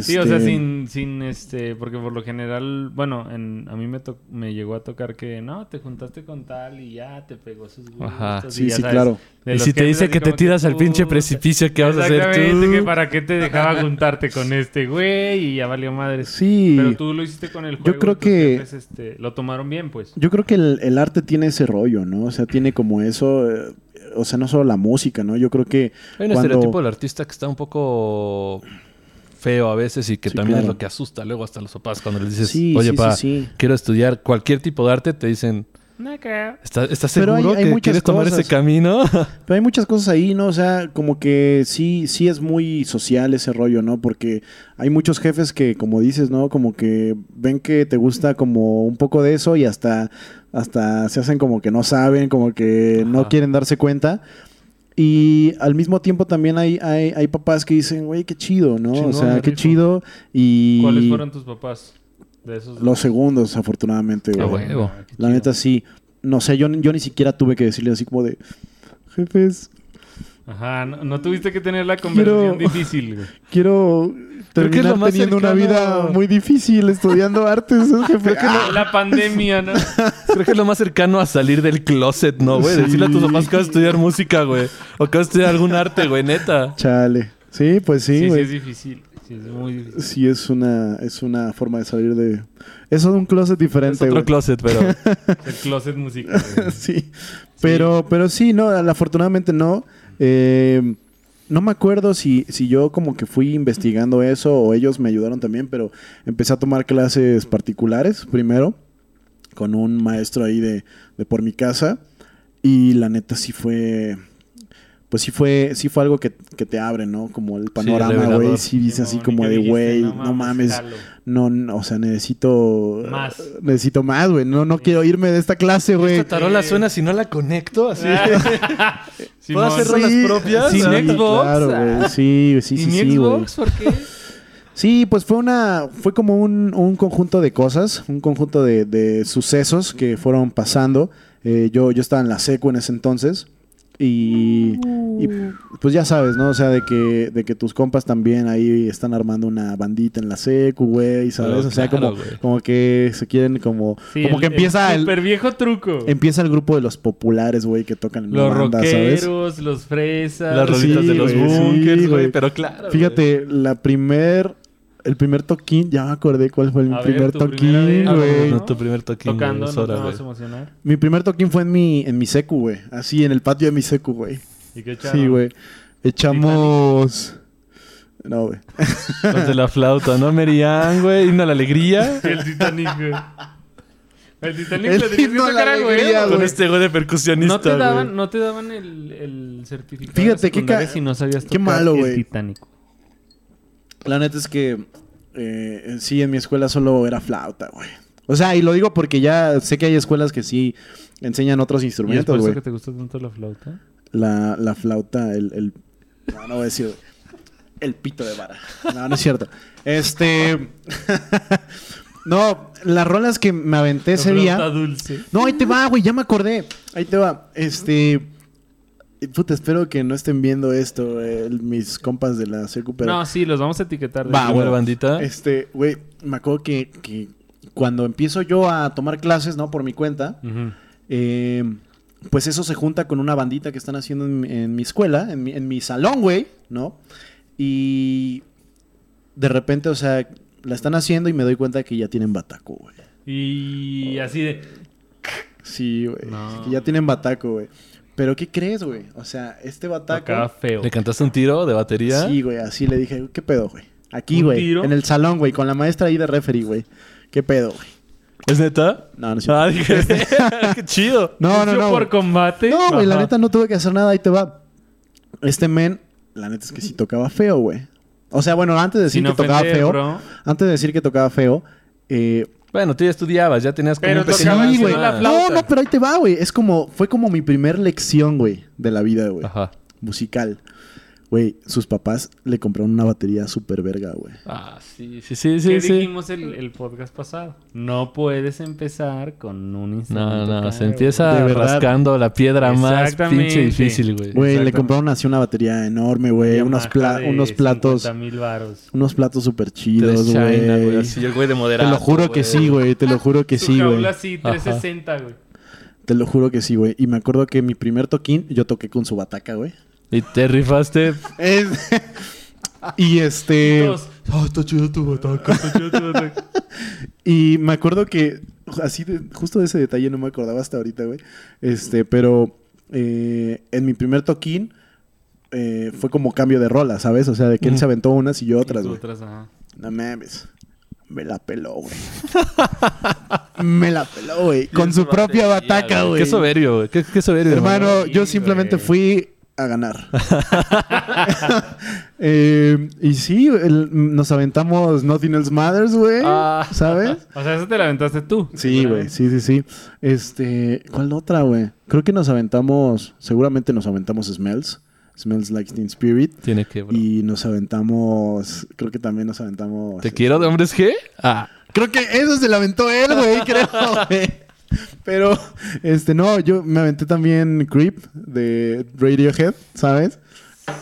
Speaker 1: Sí, o sea,
Speaker 2: Este,
Speaker 1: sin, sin este, porque por lo general, bueno, en, a mí me, to- me llegó a tocar que no, te juntaste con tal y ya te pegó sus gustos.
Speaker 3: Ajá.
Speaker 1: y
Speaker 2: Sí,
Speaker 1: ya
Speaker 2: sí, claro.
Speaker 1: de
Speaker 3: Y
Speaker 1: los
Speaker 3: si te
Speaker 1: jefes
Speaker 3: dice
Speaker 1: así
Speaker 3: que te
Speaker 1: como
Speaker 3: tiras al pinche
Speaker 1: puta,
Speaker 3: precipicio, ¿qué vas a hacer
Speaker 1: exactamente,
Speaker 3: tú?
Speaker 1: que para qué te dejaba juntarte con este güey y ya valió madres.
Speaker 2: Sí.
Speaker 1: Pero tú lo hiciste con el juego.
Speaker 2: creo
Speaker 1: y tus
Speaker 2: que-
Speaker 1: jefes, este, lo tomaron bien, pues.
Speaker 2: Yo creo que el, el arte tiene ese rollo, ¿no? O sea, tiene como eso, eh, o sea, no solo la música, ¿no? Yo creo que
Speaker 3: Hay un
Speaker 2: cuando-
Speaker 3: estereotipo del artista que está un poco feo a veces y que
Speaker 2: Sí,
Speaker 3: también es
Speaker 2: claro.
Speaker 3: lo que asusta luego hasta los papás cuando les dices,
Speaker 2: Sí,
Speaker 3: oye,
Speaker 2: sí,
Speaker 3: pa,
Speaker 2: sí, sí.
Speaker 3: quiero estudiar cualquier tipo de arte, te dicen, ¿estás, estás
Speaker 2: Pero
Speaker 3: seguro
Speaker 2: hay- hay
Speaker 3: que
Speaker 2: muchas
Speaker 3: quieres tomar
Speaker 2: cosas.
Speaker 3: ese camino?
Speaker 2: Pero hay muchas cosas ahí, ¿no? O sea, como que sí, sí es muy social ese rollo, ¿no? Porque hay muchos jefes que, como dices, ¿no? Como que ven que te gusta como un poco de eso y hasta, hasta se hacen como que no saben, como que no
Speaker 3: Ajá.
Speaker 2: quieren darse cuenta. Y al mismo tiempo también hay, hay, hay papás que dicen, güey, qué chido, ¿no? o
Speaker 3: Chingón,
Speaker 2: sea,
Speaker 3: me
Speaker 2: qué
Speaker 3: rifo".
Speaker 2: chido. Y
Speaker 1: ¿Cuáles fueron tus papás? De esos
Speaker 2: los segundos, afortunadamente,
Speaker 3: A
Speaker 2: güey.
Speaker 3: huevo.
Speaker 1: Ah, qué chido.
Speaker 2: La neta sí. No sé, yo, yo ni siquiera tuve que decirle así como de, jefes,
Speaker 1: Ajá, no, no tuviste que tener la conversación
Speaker 2: Quiero-
Speaker 1: difícil, güey.
Speaker 2: quiero
Speaker 3: Creo que es
Speaker 2: terminar
Speaker 3: lo más
Speaker 2: teniendo una
Speaker 3: cercano. Ah.
Speaker 2: vida muy difícil estudiando artes, jefe.
Speaker 1: La pandemia, ¿no?
Speaker 3: Creo que es lo más cercano a salir del closet, ¿no, güey?
Speaker 2: Sí.
Speaker 3: Decirle a tus papás que vas a estudiar música, güey. O que vas a estudiar algún arte, güey, neta.
Speaker 2: Chale. Sí, pues sí,
Speaker 1: Sí, sí,
Speaker 2: güey.
Speaker 1: es
Speaker 2: Sí,
Speaker 1: difícil. Sí, es muy difícil.
Speaker 2: es, una es una forma de salir de eso de un closet
Speaker 3: Es
Speaker 2: diferente,
Speaker 3: otro
Speaker 2: güey.
Speaker 3: closet, pero...
Speaker 1: El closet musical. güey.
Speaker 2: sí. Pero pero sí, no, al- afortunadamente no. Eh, no me acuerdo si, si yo como que fui investigando eso o ellos me ayudaron también, pero empecé a tomar clases particulares primero con un maestro ahí de, de por mi casa y la neta sí fue pues sí fue sí fue algo que, que te abre, ¿no? Como el panorama,
Speaker 3: revelador.
Speaker 2: güey, sí dices así
Speaker 1: No,
Speaker 2: como
Speaker 1: ni que
Speaker 2: de
Speaker 1: dijiste,
Speaker 2: güey, no mames,
Speaker 1: jalo.
Speaker 2: no, no, o sea, necesito
Speaker 1: Más.
Speaker 2: necesito más, güey, no no quiero irme de esta clase, güey.
Speaker 3: Esta tarola suena si no la conecto, así.
Speaker 2: Ah.
Speaker 1: Simón.
Speaker 3: hacer rolas propias?
Speaker 2: Sí,
Speaker 3: ¿Sin Xbox?
Speaker 2: Claro, güey. Sí, sí, sí,
Speaker 1: ¿Y mi
Speaker 2: sí, güey.
Speaker 1: Xbox? ¿Por qué?
Speaker 2: Sí, pues fue una, fue como un, un conjunto de cosas, un conjunto de, de sucesos que fueron pasando. Eh, yo, yo estaba en la secu en ese entonces. Y, y, pues ya sabes, ¿no? O sea, de que, de que tus compas también ahí están armando una bandita en la secu, güey, ¿sabes?
Speaker 3: Pero
Speaker 2: o sea,
Speaker 3: claro,
Speaker 2: como,
Speaker 3: güey.
Speaker 2: como que se quieren como...
Speaker 1: Sí,
Speaker 2: como
Speaker 1: el-
Speaker 2: que empieza
Speaker 1: el...
Speaker 2: el,
Speaker 1: Super viejo truco.
Speaker 2: empieza el grupo de los populares, güey, que tocan en la
Speaker 1: Los
Speaker 2: banda, ¿sabes?
Speaker 1: rockeros, los fresas.
Speaker 3: Las
Speaker 2: Sí,
Speaker 3: rolitas de los
Speaker 2: güey, sí,
Speaker 3: bunkers, güey.
Speaker 2: güey.
Speaker 3: Pero claro, güey.
Speaker 2: Fíjate, la primer... El primer toquín, ya me acordé cuál fue mi
Speaker 1: A ver,
Speaker 2: primer
Speaker 1: tu primera
Speaker 2: toquín,
Speaker 1: vez,
Speaker 3: Ah,
Speaker 2: güey.
Speaker 3: no, tu primer toquín, güey,
Speaker 1: Tocando,
Speaker 3: es
Speaker 1: no
Speaker 3: hora,
Speaker 1: te
Speaker 3: güey.
Speaker 1: vas a emocionar.
Speaker 2: Mi primer toquín fue en mi, en mi secu, güey. Así, en el patio de mi secu, güey.
Speaker 1: ¿Y qué chavo?
Speaker 2: Sí, güey. Echamos... No, güey.
Speaker 3: Los de la flauta, ¿no? Merian, güey. Himno a la alegría.
Speaker 1: El Titanic, güey. El Titanic
Speaker 2: El
Speaker 1: lo
Speaker 2: himno
Speaker 1: difícil
Speaker 2: a
Speaker 1: que
Speaker 2: la
Speaker 1: era, güey.
Speaker 2: alegría,
Speaker 1: Con
Speaker 2: güey.
Speaker 1: este-
Speaker 3: este güey de percusionista,
Speaker 1: No te daban,
Speaker 3: güey.
Speaker 1: no te daban el, el certificado.
Speaker 2: Fíjate
Speaker 1: de
Speaker 2: qué
Speaker 1: secundaria
Speaker 2: ca-
Speaker 1: si no sabías
Speaker 2: qué
Speaker 1: tocar
Speaker 2: malo,
Speaker 1: el
Speaker 2: güey.
Speaker 1: Titanic.
Speaker 2: La neta es que eh, sí, en mi escuela solo era flauta, güey. O sea, y lo digo porque ya sé que hay escuelas que sí enseñan otros
Speaker 1: ¿Y es por
Speaker 2: instrumentos,
Speaker 1: eso
Speaker 2: güey.
Speaker 1: que te gusta tanto la flauta?
Speaker 2: La, la flauta, el, el... No, no voy a decir... El pito de vara. No, no es cierto. Este... no, las rolas que me aventé ese día...
Speaker 1: flauta dulce.
Speaker 2: No, ahí te va, güey, ya me acordé. Ahí te va. Este. Puta, espero que no estén viendo esto, eh, mis compas de la secu, pero.
Speaker 1: No, sí, los vamos a etiquetar.
Speaker 2: Va,
Speaker 1: Va,
Speaker 3: Bueno,
Speaker 2: güey.
Speaker 3: bandita.
Speaker 2: Este, güey, me acuerdo que, que cuando empiezo yo a tomar clases, ¿no? Por mi cuenta, eh, pues eso se junta con una bandita que están haciendo en, en mi escuela, en mi, en mi salón, güey, ¿no? Y de repente, o sea, la están haciendo y me doy cuenta que ya tienen bataco, güey.
Speaker 1: Y así de...
Speaker 2: Sí, güey.
Speaker 1: No.
Speaker 2: Que ya tienen bataco, güey. Pero ¿qué crees, güey? O sea, este
Speaker 1: Tocaba
Speaker 2: bataco.
Speaker 1: feo.
Speaker 3: ¿Le cantaste un tiro de batería?
Speaker 2: Sí, güey, así le dije, ¿qué pedo, güey? Aquí,
Speaker 1: ¿Un
Speaker 2: güey.
Speaker 1: tiro?
Speaker 2: En el salón, güey, con la maestra ahí de referee, güey. ¿Qué pedo, güey?
Speaker 3: ¿Es neta?
Speaker 2: No, no es cierto.
Speaker 3: Ah, dije, qué chido.
Speaker 2: No, no,
Speaker 1: Juicio
Speaker 2: no.
Speaker 1: por
Speaker 2: güey.
Speaker 1: combate.
Speaker 2: No, güey, la
Speaker 1: Ajá.
Speaker 2: neta no tuve que hacer nada, ahí te va. Este men, la neta es que sí tocaba feo, güey. O sea, bueno, antes de decir
Speaker 1: Sin
Speaker 2: que tocaba
Speaker 1: ofender,
Speaker 2: feo,
Speaker 1: bro.
Speaker 2: antes de decir que tocaba feo, eh,
Speaker 3: Bueno, tú ya estudiabas, ya tenías como
Speaker 1: Pero
Speaker 3: un pequeño...
Speaker 1: tocabas
Speaker 2: Sí, güey.
Speaker 1: haciendo la
Speaker 2: No,
Speaker 1: flauta.
Speaker 2: no, pero ahí te va, güey. Es como, fue como mi primer lección, güey, de la vida, güey.
Speaker 3: Ajá.
Speaker 2: musical. Güey, sus papás le compraron una batería super verga, güey.
Speaker 3: Ah, sí, sí, sí,
Speaker 1: ¿Qué
Speaker 3: sí. sí.
Speaker 1: dijimos el, el podcast pasado? No puedes empezar con un
Speaker 3: No,
Speaker 1: instrumento.
Speaker 3: no,
Speaker 1: caro,
Speaker 3: se empieza
Speaker 2: De verdad.
Speaker 3: rascando la piedra más
Speaker 1: Exactamente.
Speaker 3: pinche difícil, güey.
Speaker 2: Güey, le
Speaker 1: Exactamente.
Speaker 2: compraron así una batería enorme, güey.
Speaker 1: Yamaha
Speaker 2: Unos, pla-
Speaker 1: de
Speaker 2: unos platos.
Speaker 1: 50,000 varos.
Speaker 2: Unos platos super
Speaker 3: Tres
Speaker 2: chidos,
Speaker 3: China, güey.
Speaker 2: güey.
Speaker 3: Así el güey de
Speaker 2: Te
Speaker 3: moderado.
Speaker 2: lo juro que sí, güey. Te lo juro que
Speaker 1: Su
Speaker 2: sí, güey.
Speaker 1: jaula sí, 360, güey.
Speaker 2: Te lo juro que sí, güey. Y me acuerdo que mi primer toquín yo toqué con su bataca, güey.
Speaker 3: Y te rifaste.
Speaker 2: Es- y este.
Speaker 1: Todos, "Ah, está chido tu bataca, está chido tu bataca".
Speaker 2: Y me acuerdo que, así de- justo de ese detalle no me acordaba hasta ahorita, güey. Este, pero eh, en mi primer toquín eh, fue como cambio de rola, ¿sabes? O sea, de que él se aventó unas y yo otras,
Speaker 1: Y tú
Speaker 2: güey.
Speaker 1: otras, ajá.
Speaker 2: No mames. Me la peló, güey. me la peló, güey. Con su propia bataca, güey.
Speaker 3: Qué soberbio, güey. Qué, qué soberbio.
Speaker 2: Hermano,
Speaker 1: Sí,
Speaker 2: yo
Speaker 3: eh,
Speaker 2: simplemente
Speaker 1: güey.
Speaker 2: fui a ganar. Eh, y sí, el- nos aventamos Nothing Else Matters, güey.
Speaker 3: Ah.
Speaker 2: ¿Sabes?
Speaker 1: O sea, eso te la aventaste tú.
Speaker 2: Sí, güey, sí, sí, sí. Este, ¿cuál otra, güey? Creo que nos aventamos, seguramente nos aventamos Smells, Smells Like Teen Spirit,
Speaker 3: Tiene que, bro.
Speaker 2: y nos aventamos, creo que también nos aventamos.
Speaker 3: ¿Te quiero de hombres G? Ah.
Speaker 2: Creo que eso se lo aventó él, güey, creo, güey. Pero, este, no, yo me aventé también Creep de Radiohead, ¿sabes?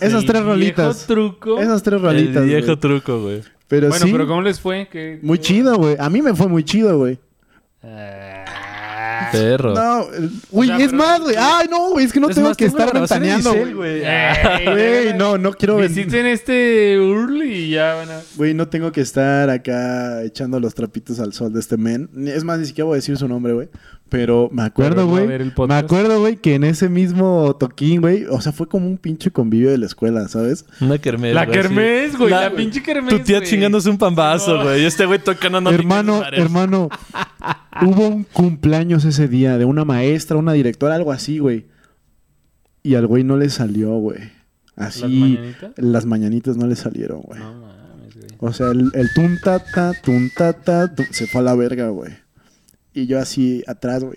Speaker 2: Esas
Speaker 1: El
Speaker 2: tres
Speaker 1: viejo
Speaker 2: rolitas.
Speaker 1: truco.
Speaker 2: Esas tres
Speaker 3: El
Speaker 2: rolitas.
Speaker 3: viejo
Speaker 2: güey.
Speaker 3: truco, güey.
Speaker 2: Pero
Speaker 1: bueno,
Speaker 2: sí,
Speaker 1: pero ¿cómo les fue? ¿Qué-
Speaker 2: muy chido, güey. A mí me fue muy chido, güey.
Speaker 1: Ah.
Speaker 3: Perro.
Speaker 2: No, el- güey,
Speaker 1: sea,
Speaker 2: es
Speaker 1: pero-
Speaker 2: más, güey. Ay, no, güey, es que no
Speaker 3: Es
Speaker 2: tengo
Speaker 3: más,
Speaker 2: que
Speaker 3: tengo la
Speaker 2: estar
Speaker 3: grabación en
Speaker 2: ventaneando,
Speaker 3: Isel,
Speaker 2: güey. Ah.
Speaker 1: Ey,
Speaker 2: Güey, no, no quiero ven-
Speaker 1: Visiten este Urli y ya van a...
Speaker 2: Güey, no tengo que estar acá echando los trapitos al sol de este men. Ni- Es más, ni siquiera voy a decir su nombre, güey. Pero me
Speaker 1: Pero
Speaker 2: acuerdo,
Speaker 1: no
Speaker 2: güey.
Speaker 1: ver el
Speaker 2: me
Speaker 1: podcast.
Speaker 2: acuerdo, güey, que en ese mismo toquín, güey. O sea, fue como un pinche convivio de la escuela, ¿sabes?
Speaker 3: Una kermés.
Speaker 1: La
Speaker 3: güey, así.
Speaker 1: kermés, güey. La pinche kermés,
Speaker 3: Tu tía
Speaker 1: güey.
Speaker 3: chingándose un pambazo,
Speaker 1: No.
Speaker 3: güey. Y este güey tocando no
Speaker 2: hermano, hermano. hubo un cumpleaños ese día de una maestra, una directora, algo así, güey. Y al güey no le salió, güey. Así.
Speaker 1: ¿Las mañanitas?
Speaker 2: las mañanitas no le salieron, güey.
Speaker 1: No mames, güey.
Speaker 2: O sea, el, el tum tata, tum tata, tum- se fue a la verga, güey. Y yo así atrás, güey.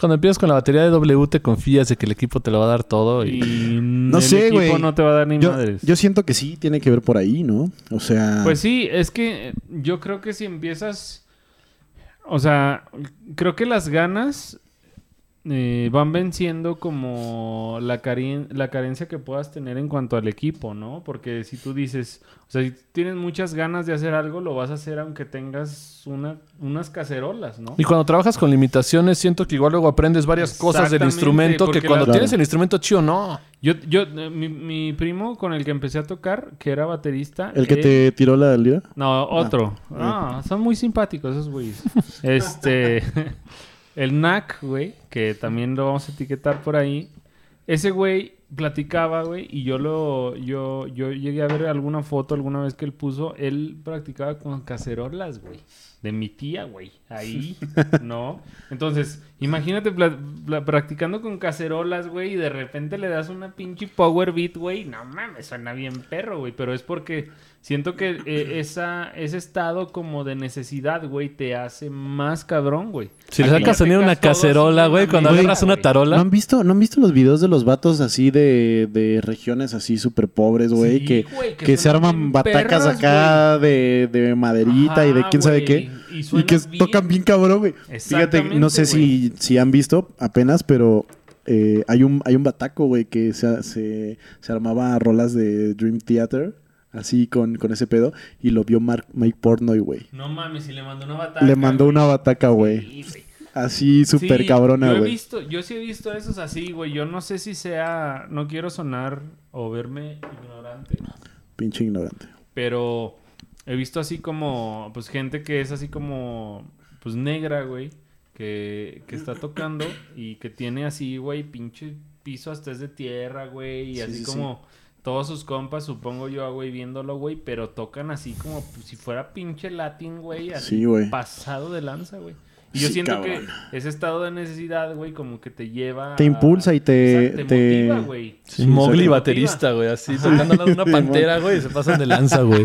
Speaker 3: Cuando empiezas con la batería de W te confías de que el equipo te lo va a dar todo y...
Speaker 1: Y
Speaker 2: No
Speaker 1: el
Speaker 2: sé,
Speaker 1: equipo
Speaker 2: güey.
Speaker 1: no te va a dar ni
Speaker 2: Yo,
Speaker 1: madres.
Speaker 2: yo siento que sí tiene que ver por ahí, ¿no? O sea,
Speaker 1: Pues sí, es que eh, yo creo que si empiezas... O sea, creo que las ganas eh, van venciendo como la, caren- la carencia que puedas tener en cuanto al equipo, ¿no? Porque si tú dices, o sea, si tienes muchas ganas de hacer algo, lo vas a hacer aunque tengas una, unas cacerolas, ¿no?
Speaker 3: Y cuando trabajas con limitaciones, siento que igual luego aprendes varias cosas del
Speaker 1: Exactamente,
Speaker 3: instrumento que
Speaker 1: porque
Speaker 3: cuando
Speaker 1: la-
Speaker 3: tienes
Speaker 2: Claro.
Speaker 3: el instrumento chido, no.
Speaker 1: Yo, yo, eh, mi, mi primo con el que empecé a tocar, que era baterista.
Speaker 2: el que
Speaker 1: él-
Speaker 2: te tiró la lira.
Speaker 1: No, otro. Ah, son muy simpáticos esos güeyes. este. El NAC, güey, que también lo vamos a etiquetar por ahí. Ese güey platicaba, güey, y yo lo yo yo llegué a ver alguna foto alguna vez que él puso, él practicaba con cacerolas, güey, de mi tía, güey, ahí, ¿no? Entonces, imagínate pla- pla- practicando con cacerolas, güey, y de repente le das una pinche power beat, güey, no mames, suena bien perro, güey, pero es porque siento que eh, esa ese estado como de necesidad, güey, te hace más cabrón, güey.
Speaker 3: Si le
Speaker 1: A que
Speaker 3: sacas
Speaker 1: ya
Speaker 3: sonido a una
Speaker 1: tengas todo así
Speaker 3: cacerola,
Speaker 1: en
Speaker 3: güey,
Speaker 1: la
Speaker 3: cuando
Speaker 1: mesa,
Speaker 3: agarras una
Speaker 1: güey.
Speaker 2: ¿No
Speaker 3: tarola.
Speaker 2: han, visto, ¿No han visto los videos de los vatos así de, de regiones así súper pobres, güey?
Speaker 1: Sí,
Speaker 2: que,
Speaker 1: güey, que
Speaker 2: que se
Speaker 1: suenan
Speaker 2: arman
Speaker 1: bien
Speaker 2: batacas
Speaker 1: perras,
Speaker 2: acá de, de maderita y de
Speaker 1: Ajá,
Speaker 2: quién sabe
Speaker 1: güey,
Speaker 2: qué.
Speaker 1: y
Speaker 2: Y,
Speaker 1: suenan
Speaker 2: que
Speaker 1: bien.
Speaker 2: tocan bien cabrón, güey. Fíjate, no sé si, si han visto apenas, pero eh, hay, un, hay un bataco, güey, que se, se, se armaba a rolas de Dream Theater. Así con, con ese pedo. Y lo vio Mark, Mike Portnoy, güey.
Speaker 1: No mames, si le mandó una batalla.
Speaker 2: Le mandó una bataca, güey. Así súper cabrona,
Speaker 1: yo he
Speaker 2: güey.
Speaker 1: visto, yo sí he visto esos así, güey. Yo no sé si sea, no quiero sonar o verme ignorante,
Speaker 2: Pinche ignorante.
Speaker 1: pero he visto así como, pues gente que es así como, pues negra, güey, que, que está tocando y que tiene así, güey, pinche piso hasta es de tierra, güey, y
Speaker 2: Sí,
Speaker 1: así
Speaker 2: sí, sí.
Speaker 1: como... Todos sus compas, supongo yo, güey, viéndolo, güey, pero tocan así como pues, si fuera pinche latín, güey, así
Speaker 2: Sí, güey.
Speaker 1: pasado de lanza, güey. Y yo
Speaker 2: Sí,
Speaker 1: siento
Speaker 2: cabrón.
Speaker 1: que ese estado de necesidad, güey, como que te lleva.
Speaker 2: Te
Speaker 1: a-
Speaker 2: impulsa y te-
Speaker 1: Exacto,
Speaker 2: te-
Speaker 1: motiva, güey.
Speaker 2: Sí,
Speaker 3: Mowgli
Speaker 2: exacto.
Speaker 3: baterista, güey, así tocando al lado de una pantera, güey, y se pasan de lanza, güey.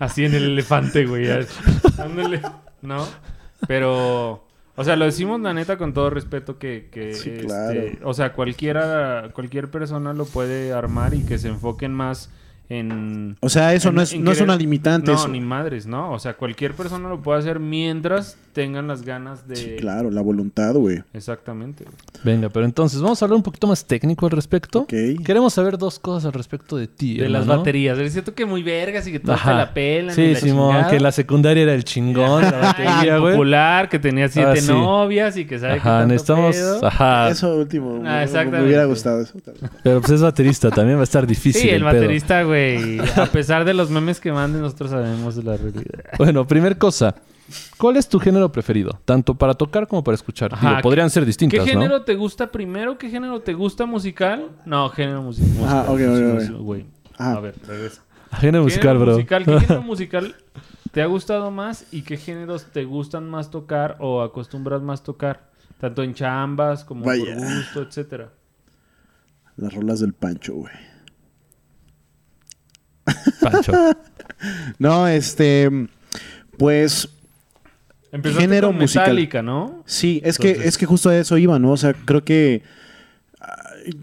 Speaker 1: Así en el elefante, güey. así. Ándale. ¿No? Pero. O sea, lo decimos la neta con todo respeto que, que
Speaker 2: Sí,
Speaker 1: este,
Speaker 2: claro.
Speaker 1: o sea, cualquiera, cualquier persona lo puede armar y que se enfoquen más en
Speaker 2: O sea, eso
Speaker 1: en-
Speaker 2: no es,
Speaker 1: en
Speaker 2: no es
Speaker 1: querer-
Speaker 2: una limitante.
Speaker 1: No,
Speaker 2: eso.
Speaker 1: ni madres, ¿no? O sea, cualquier persona lo puede hacer mientras tengan las ganas de.
Speaker 2: Sí, claro, la voluntad, güey.
Speaker 1: Exactamente. güey.
Speaker 3: Venga, pero entonces vamos a hablar un poquito más técnico al respecto.
Speaker 2: Ok.
Speaker 3: Queremos saber dos cosas al respecto de ti.
Speaker 1: De las
Speaker 3: hermano.
Speaker 1: baterías. Es cierto que muy vergas y que todo te
Speaker 3: Ajá.
Speaker 1: la pelan. y
Speaker 3: Sí,
Speaker 1: la
Speaker 3: Simón,
Speaker 1: chingada.
Speaker 3: que la secundaria era el chingón, la
Speaker 1: Ay,
Speaker 3: batería,
Speaker 1: el
Speaker 3: güey. Ah,
Speaker 1: popular, que tenía siete
Speaker 3: sí.
Speaker 1: novias y que sabe que
Speaker 3: Ajá,
Speaker 1: tanto
Speaker 3: necesitamos.
Speaker 1: pedo.
Speaker 3: Ajá.
Speaker 2: Eso último. me- me,
Speaker 1: Ah, exactamente.
Speaker 2: hubiera gustado eso.
Speaker 3: Pero pues es baterista, también va a estar difícil.
Speaker 1: Sí, el
Speaker 3: pedo.
Speaker 1: baterista, güey. A pesar de los memes que manden, nosotros sabemos la realidad.
Speaker 3: Bueno, primer cosa. ¿Cuál es tu género preferido? Tanto para tocar como para escuchar.
Speaker 1: Ajá,
Speaker 3: Digo,
Speaker 1: ¿qué-
Speaker 3: podrían ser
Speaker 1: ¿Qué
Speaker 3: distintas, ¿no?
Speaker 1: género te gusta primero? ¿Qué género te gusta musical? No, género music- musical.
Speaker 2: Ajá, Ah, ok, ok, Ah.
Speaker 1: música,
Speaker 2: ok.
Speaker 1: güey.
Speaker 2: Ajá.
Speaker 1: A ver, regresa.
Speaker 3: Género musical,
Speaker 1: Género
Speaker 3: bro.
Speaker 1: musical, ¿Qué género musical te ha gustado más y qué géneros te gustan más tocar o acostumbras más tocar? Tanto en chambas como
Speaker 2: Vaya.
Speaker 1: por gusto, etcétera.
Speaker 2: Las rolas del Pancho, güey.
Speaker 3: Pancho.
Speaker 2: No, este. Pues
Speaker 1: Empezaste
Speaker 2: Género
Speaker 1: con
Speaker 2: musical.
Speaker 1: Metallica, ¿no?
Speaker 2: sí, es
Speaker 1: Entonces-
Speaker 2: que es que justo a eso iba, ¿no? O sea, creo que ah,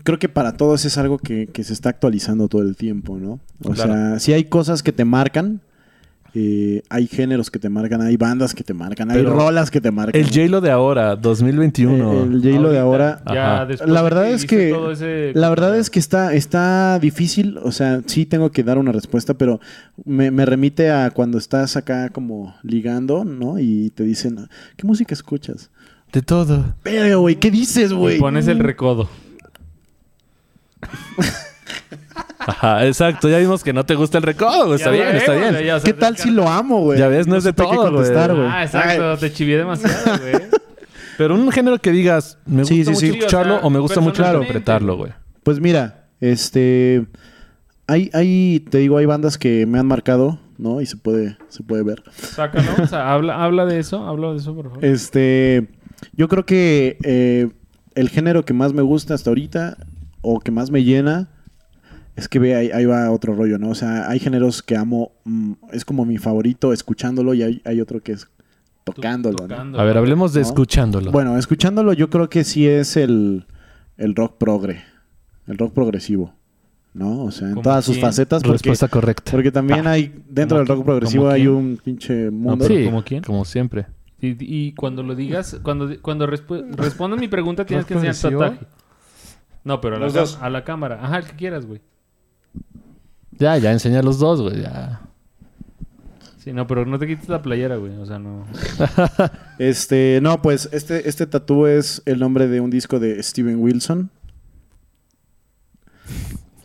Speaker 2: creo que para todos es algo que, que se está actualizando todo el tiempo, ¿no? O
Speaker 3: Claro.
Speaker 2: sea, sí hay cosas que te marcan, eh, hay géneros que te marcan, hay bandas que te marcan, hay
Speaker 3: Pero
Speaker 2: rolas que te marcan.
Speaker 3: El J-Lo de ahora, 2021.
Speaker 2: Eh, el J-Lo de ahora.
Speaker 1: Ya
Speaker 3: Ajá.
Speaker 1: después
Speaker 2: La
Speaker 1: de
Speaker 2: verdad es
Speaker 1: viste
Speaker 2: que-
Speaker 1: todo ese-
Speaker 2: La verdad es que está, está difícil, o sea, sí tengo que dar una respuesta, pero me, me remite a cuando estás acá como ligando, ¿no? Y te dicen, ¿qué música escuchas?
Speaker 3: De todo.
Speaker 2: Pero, güey, ¿qué dices,
Speaker 1: Y
Speaker 2: güey?
Speaker 1: pones el recodo.
Speaker 3: Ajá, exacto. Ya vimos que no te gusta el recodo. güey. Pues Está
Speaker 1: Ya
Speaker 3: bien,
Speaker 1: vemos,
Speaker 3: está
Speaker 1: ya,
Speaker 3: bien.
Speaker 1: ya, o sea,
Speaker 2: ¿Qué tal si lo amo, güey?
Speaker 3: Ya ves, no es de
Speaker 2: supe qué
Speaker 3: todo, güey.
Speaker 2: contestar, güey.
Speaker 1: Ah, exacto. Te chivié demasiado, güey.
Speaker 3: Pero un género que digas, me gusta
Speaker 2: Sí, sí,
Speaker 3: mucho
Speaker 2: sí.
Speaker 3: escucharlo
Speaker 1: Sí, o sea,
Speaker 3: o me gusta mucho
Speaker 1: personalmente.
Speaker 3: interpretarlo, güey.
Speaker 2: Ay, Pues mira, este... Hay, hay, te digo, hay bandas que me han marcado, ¿no? Y se puede, se puede ver.
Speaker 1: Sácalo. O sea, habla, habla de eso. Habla de eso, por favor.
Speaker 2: Este, yo creo que eh, el género que más me gusta hasta ahorita o que más me llena es que ve ahí, ahí va otro rollo, ¿no? O sea, hay géneros que amo, mm, es como mi favorito escuchándolo y hay, hay otro que es tocándolo, ¿no?
Speaker 1: Tocando.
Speaker 3: A ver, hablemos de
Speaker 2: No.
Speaker 3: escuchándolo.
Speaker 2: Bueno, escuchándolo yo creo que sí es el, el rock progre, el rock progresivo, ¿no? O sea, en
Speaker 1: ¿Como
Speaker 2: todas sus
Speaker 1: quién?
Speaker 2: facetas. Porque,
Speaker 3: Respuesta correcta.
Speaker 2: porque también hay,
Speaker 1: ¿Como
Speaker 2: dentro del rock
Speaker 1: Ah, quién?
Speaker 2: progresivo
Speaker 1: ¿Como
Speaker 2: hay
Speaker 1: quién?
Speaker 2: un pinche
Speaker 3: No,
Speaker 2: mundo.
Speaker 1: pero
Speaker 3: sí,
Speaker 1: ¿como quién?
Speaker 3: Como siempre.
Speaker 1: Y, y cuando lo digas, cuando, cuando respu- respondas mi pregunta, tienes
Speaker 3: ¿No
Speaker 1: que enseñar tu
Speaker 3: progresivo?
Speaker 1: tatuaje. No, pero a la,
Speaker 2: Los
Speaker 1: ca-
Speaker 2: dos.
Speaker 1: a la cámara. Ajá, el que quieras, güey.
Speaker 3: Ya, ya enseña los dos, güey. Ya.
Speaker 1: Sí, no, pero no te quites la playera, güey. O sea, no.
Speaker 2: Este, no, pues este, este tatú es el nombre de un disco de Steven Wilson.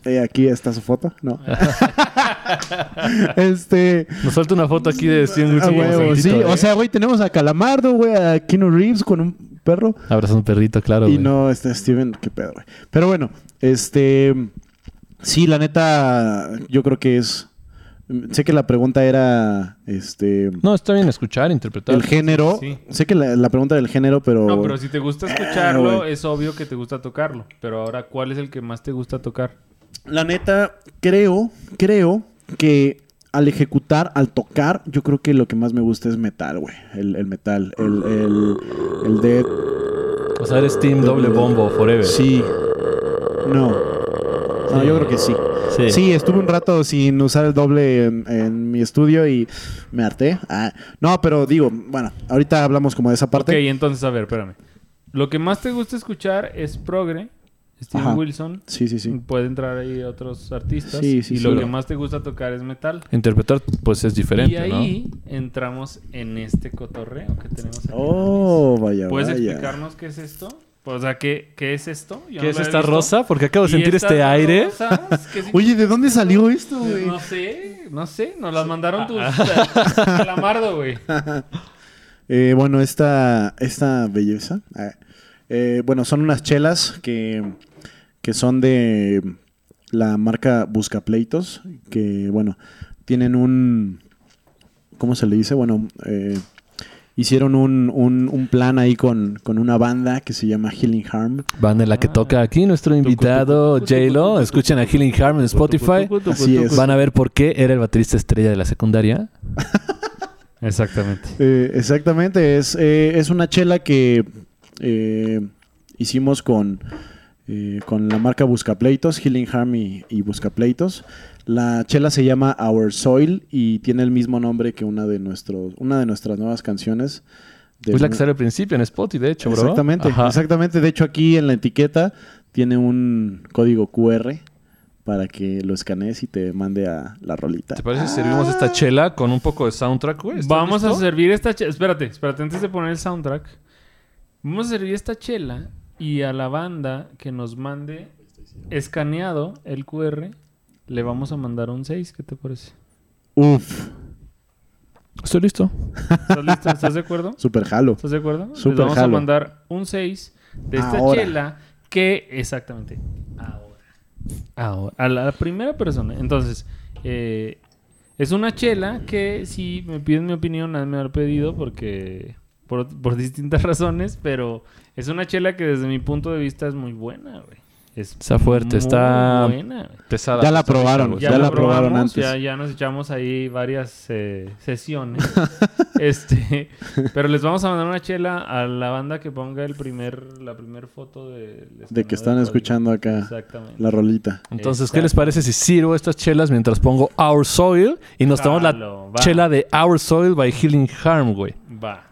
Speaker 2: Eh, aquí está su foto, ¿no? este.
Speaker 3: Nos falta una foto aquí de Steven
Speaker 2: a
Speaker 3: Wilson. con
Speaker 2: Ah, huevo,
Speaker 3: aceitito,
Speaker 2: sí,
Speaker 3: ¿eh?
Speaker 2: o sea, güey, tenemos a Calamardo, güey, a Keanu Reeves con un perro.
Speaker 3: Abrazas a un perrito, claro.
Speaker 2: Y
Speaker 3: güey.
Speaker 2: no, este Steven, qué pedo, güey. Pero bueno, este. Sí, la neta, yo creo que es. Sé que la pregunta era. Este.
Speaker 3: No, está bien escuchar, interpretar.
Speaker 2: el género.
Speaker 1: Sí.
Speaker 2: Sé que la, la pregunta del género, pero.
Speaker 1: No, pero si te gusta escucharlo,
Speaker 2: Ah, güey.
Speaker 1: es obvio que te gusta tocarlo. Pero ahora, ¿cuál es el que más te gusta tocar?
Speaker 2: La neta, creo, creo que al ejecutar, al tocar, yo creo que lo que más me gusta es metal, güey. El, el metal. El, el, el dead.
Speaker 3: O sea, eres team doble bombo forever.
Speaker 2: Sí. No. No, yo creo que sí.
Speaker 3: Sí.
Speaker 2: sí. estuve un rato sin usar el doble en, en mi estudio y me harté. Ah, no, pero digo, bueno, ahorita hablamos como de esa parte.
Speaker 1: Ok, entonces, a ver, espérame. Lo que más te gusta escuchar es Progre, Steven
Speaker 2: Ajá.
Speaker 1: Wilson.
Speaker 2: Sí, sí, sí.
Speaker 1: Puede entrar ahí otros artistas.
Speaker 2: Sí, sí,
Speaker 1: y
Speaker 2: sí,
Speaker 1: lo
Speaker 2: claro.
Speaker 1: que más te gusta tocar es metal.
Speaker 3: Interpretar, pues es diferente,
Speaker 1: y ahí entramos en este cotorreo que tenemos aquí.
Speaker 2: Oh, vaya,
Speaker 1: ¿Puedes
Speaker 2: vaya.
Speaker 1: explicarnos qué es esto? O sea, ¿qué, qué es esto? Yo
Speaker 3: ¿no?
Speaker 1: no
Speaker 3: ¿Qué es
Speaker 1: lo he
Speaker 3: esta
Speaker 1: visto.
Speaker 3: rosa? Porque acabo de
Speaker 1: ¿Y
Speaker 3: sentir
Speaker 1: estas
Speaker 3: este aire.
Speaker 1: rosas? ¿Qué
Speaker 2: Oye, ¿de dónde salió esto,
Speaker 1: significa?
Speaker 2: güey?
Speaker 1: No sé, no sé. Nos las mandaron tus... Ah. Calamardo, güey.
Speaker 2: Eh, bueno, esta, esta belleza. ah, eh, bueno, son unas chelas que, que son de la marca Buscapleitos. Que, bueno, tienen un. ¿Cómo se le dice? Bueno, eh, hicieron un, un- un plan ahí con, con una banda que se llama Healing Harm.
Speaker 3: Van en la que toca aquí nuestro invitado J-Lo. Escuchen a Healing Harm en Spotify.
Speaker 2: Así es.
Speaker 3: Van a ver por qué era el baterista estrella de la secundaria.
Speaker 1: Exactamente.
Speaker 2: Eh, exactamente, es, eh, es una chela que eh, hicimos con, eh, con la marca Buscapleitos, Healing Harm y, y Buscapleitos. La chela se llama Our Soil y tiene el mismo nombre que una de, nuestros, una de nuestras nuevas canciones. de
Speaker 3: es Pues la
Speaker 2: una-
Speaker 3: que sale al principio en Spotify, de hecho, bro.
Speaker 2: Exactamente,
Speaker 3: Ajá.
Speaker 2: exactamente. De hecho, aquí en la etiqueta tiene un código QR para que lo escanees y te mande a la rolita.
Speaker 3: ¿Te parece si servimos esta chela con un poco de soundtrack, güey? ¿Estás
Speaker 1: Vamos
Speaker 3: listo?
Speaker 1: a servir esta chela. Espérate, espérate, antes de poner el soundtrack. Vamos a servir esta chela y a la banda que nos mande escaneado el QR, le vamos a mandar un 6. ¿Qué te parece?
Speaker 2: Uf,
Speaker 3: Estoy listo.
Speaker 1: ¿Estás listo? ¿Estás de acuerdo?
Speaker 2: super jalo.
Speaker 1: ¿Estás de acuerdo? Les
Speaker 2: Súper
Speaker 1: vamos a
Speaker 2: jalo.
Speaker 1: mandar un 6 de esta
Speaker 2: Ahora.
Speaker 1: chela que exactamente ahora. Ahora. A la primera persona. Entonces, eh, es una chela que si me piden mi opinión, nadie me lo ha pedido porque por, por distintas razones, pero es una chela que desde mi punto de vista es muy buena, güey. Es
Speaker 3: Está
Speaker 1: muy
Speaker 3: fuerte, está-
Speaker 1: buena, güey.
Speaker 3: Pesada.
Speaker 2: Ya la
Speaker 3: Está
Speaker 2: probaron,
Speaker 3: rica,
Speaker 1: Ya,
Speaker 2: Pues ya
Speaker 1: la
Speaker 2: la probaron
Speaker 1: probamos,
Speaker 2: antes.
Speaker 1: Ya, ya nos echamos ahí varias eh, sesiones. este, pero les vamos a mandar una chela a la banda que ponga el primer, la primer foto de,
Speaker 2: De que están escuchando acá
Speaker 1: Exactamente.
Speaker 2: la rolita.
Speaker 3: Entonces,
Speaker 1: Exacto.
Speaker 3: ¿qué les parece si sirvo estas chelas mientras pongo Our Soil y nos tomamos la
Speaker 1: Jalo, va.
Speaker 3: chela de Our Soil by Healing Harm, güey?
Speaker 1: Va.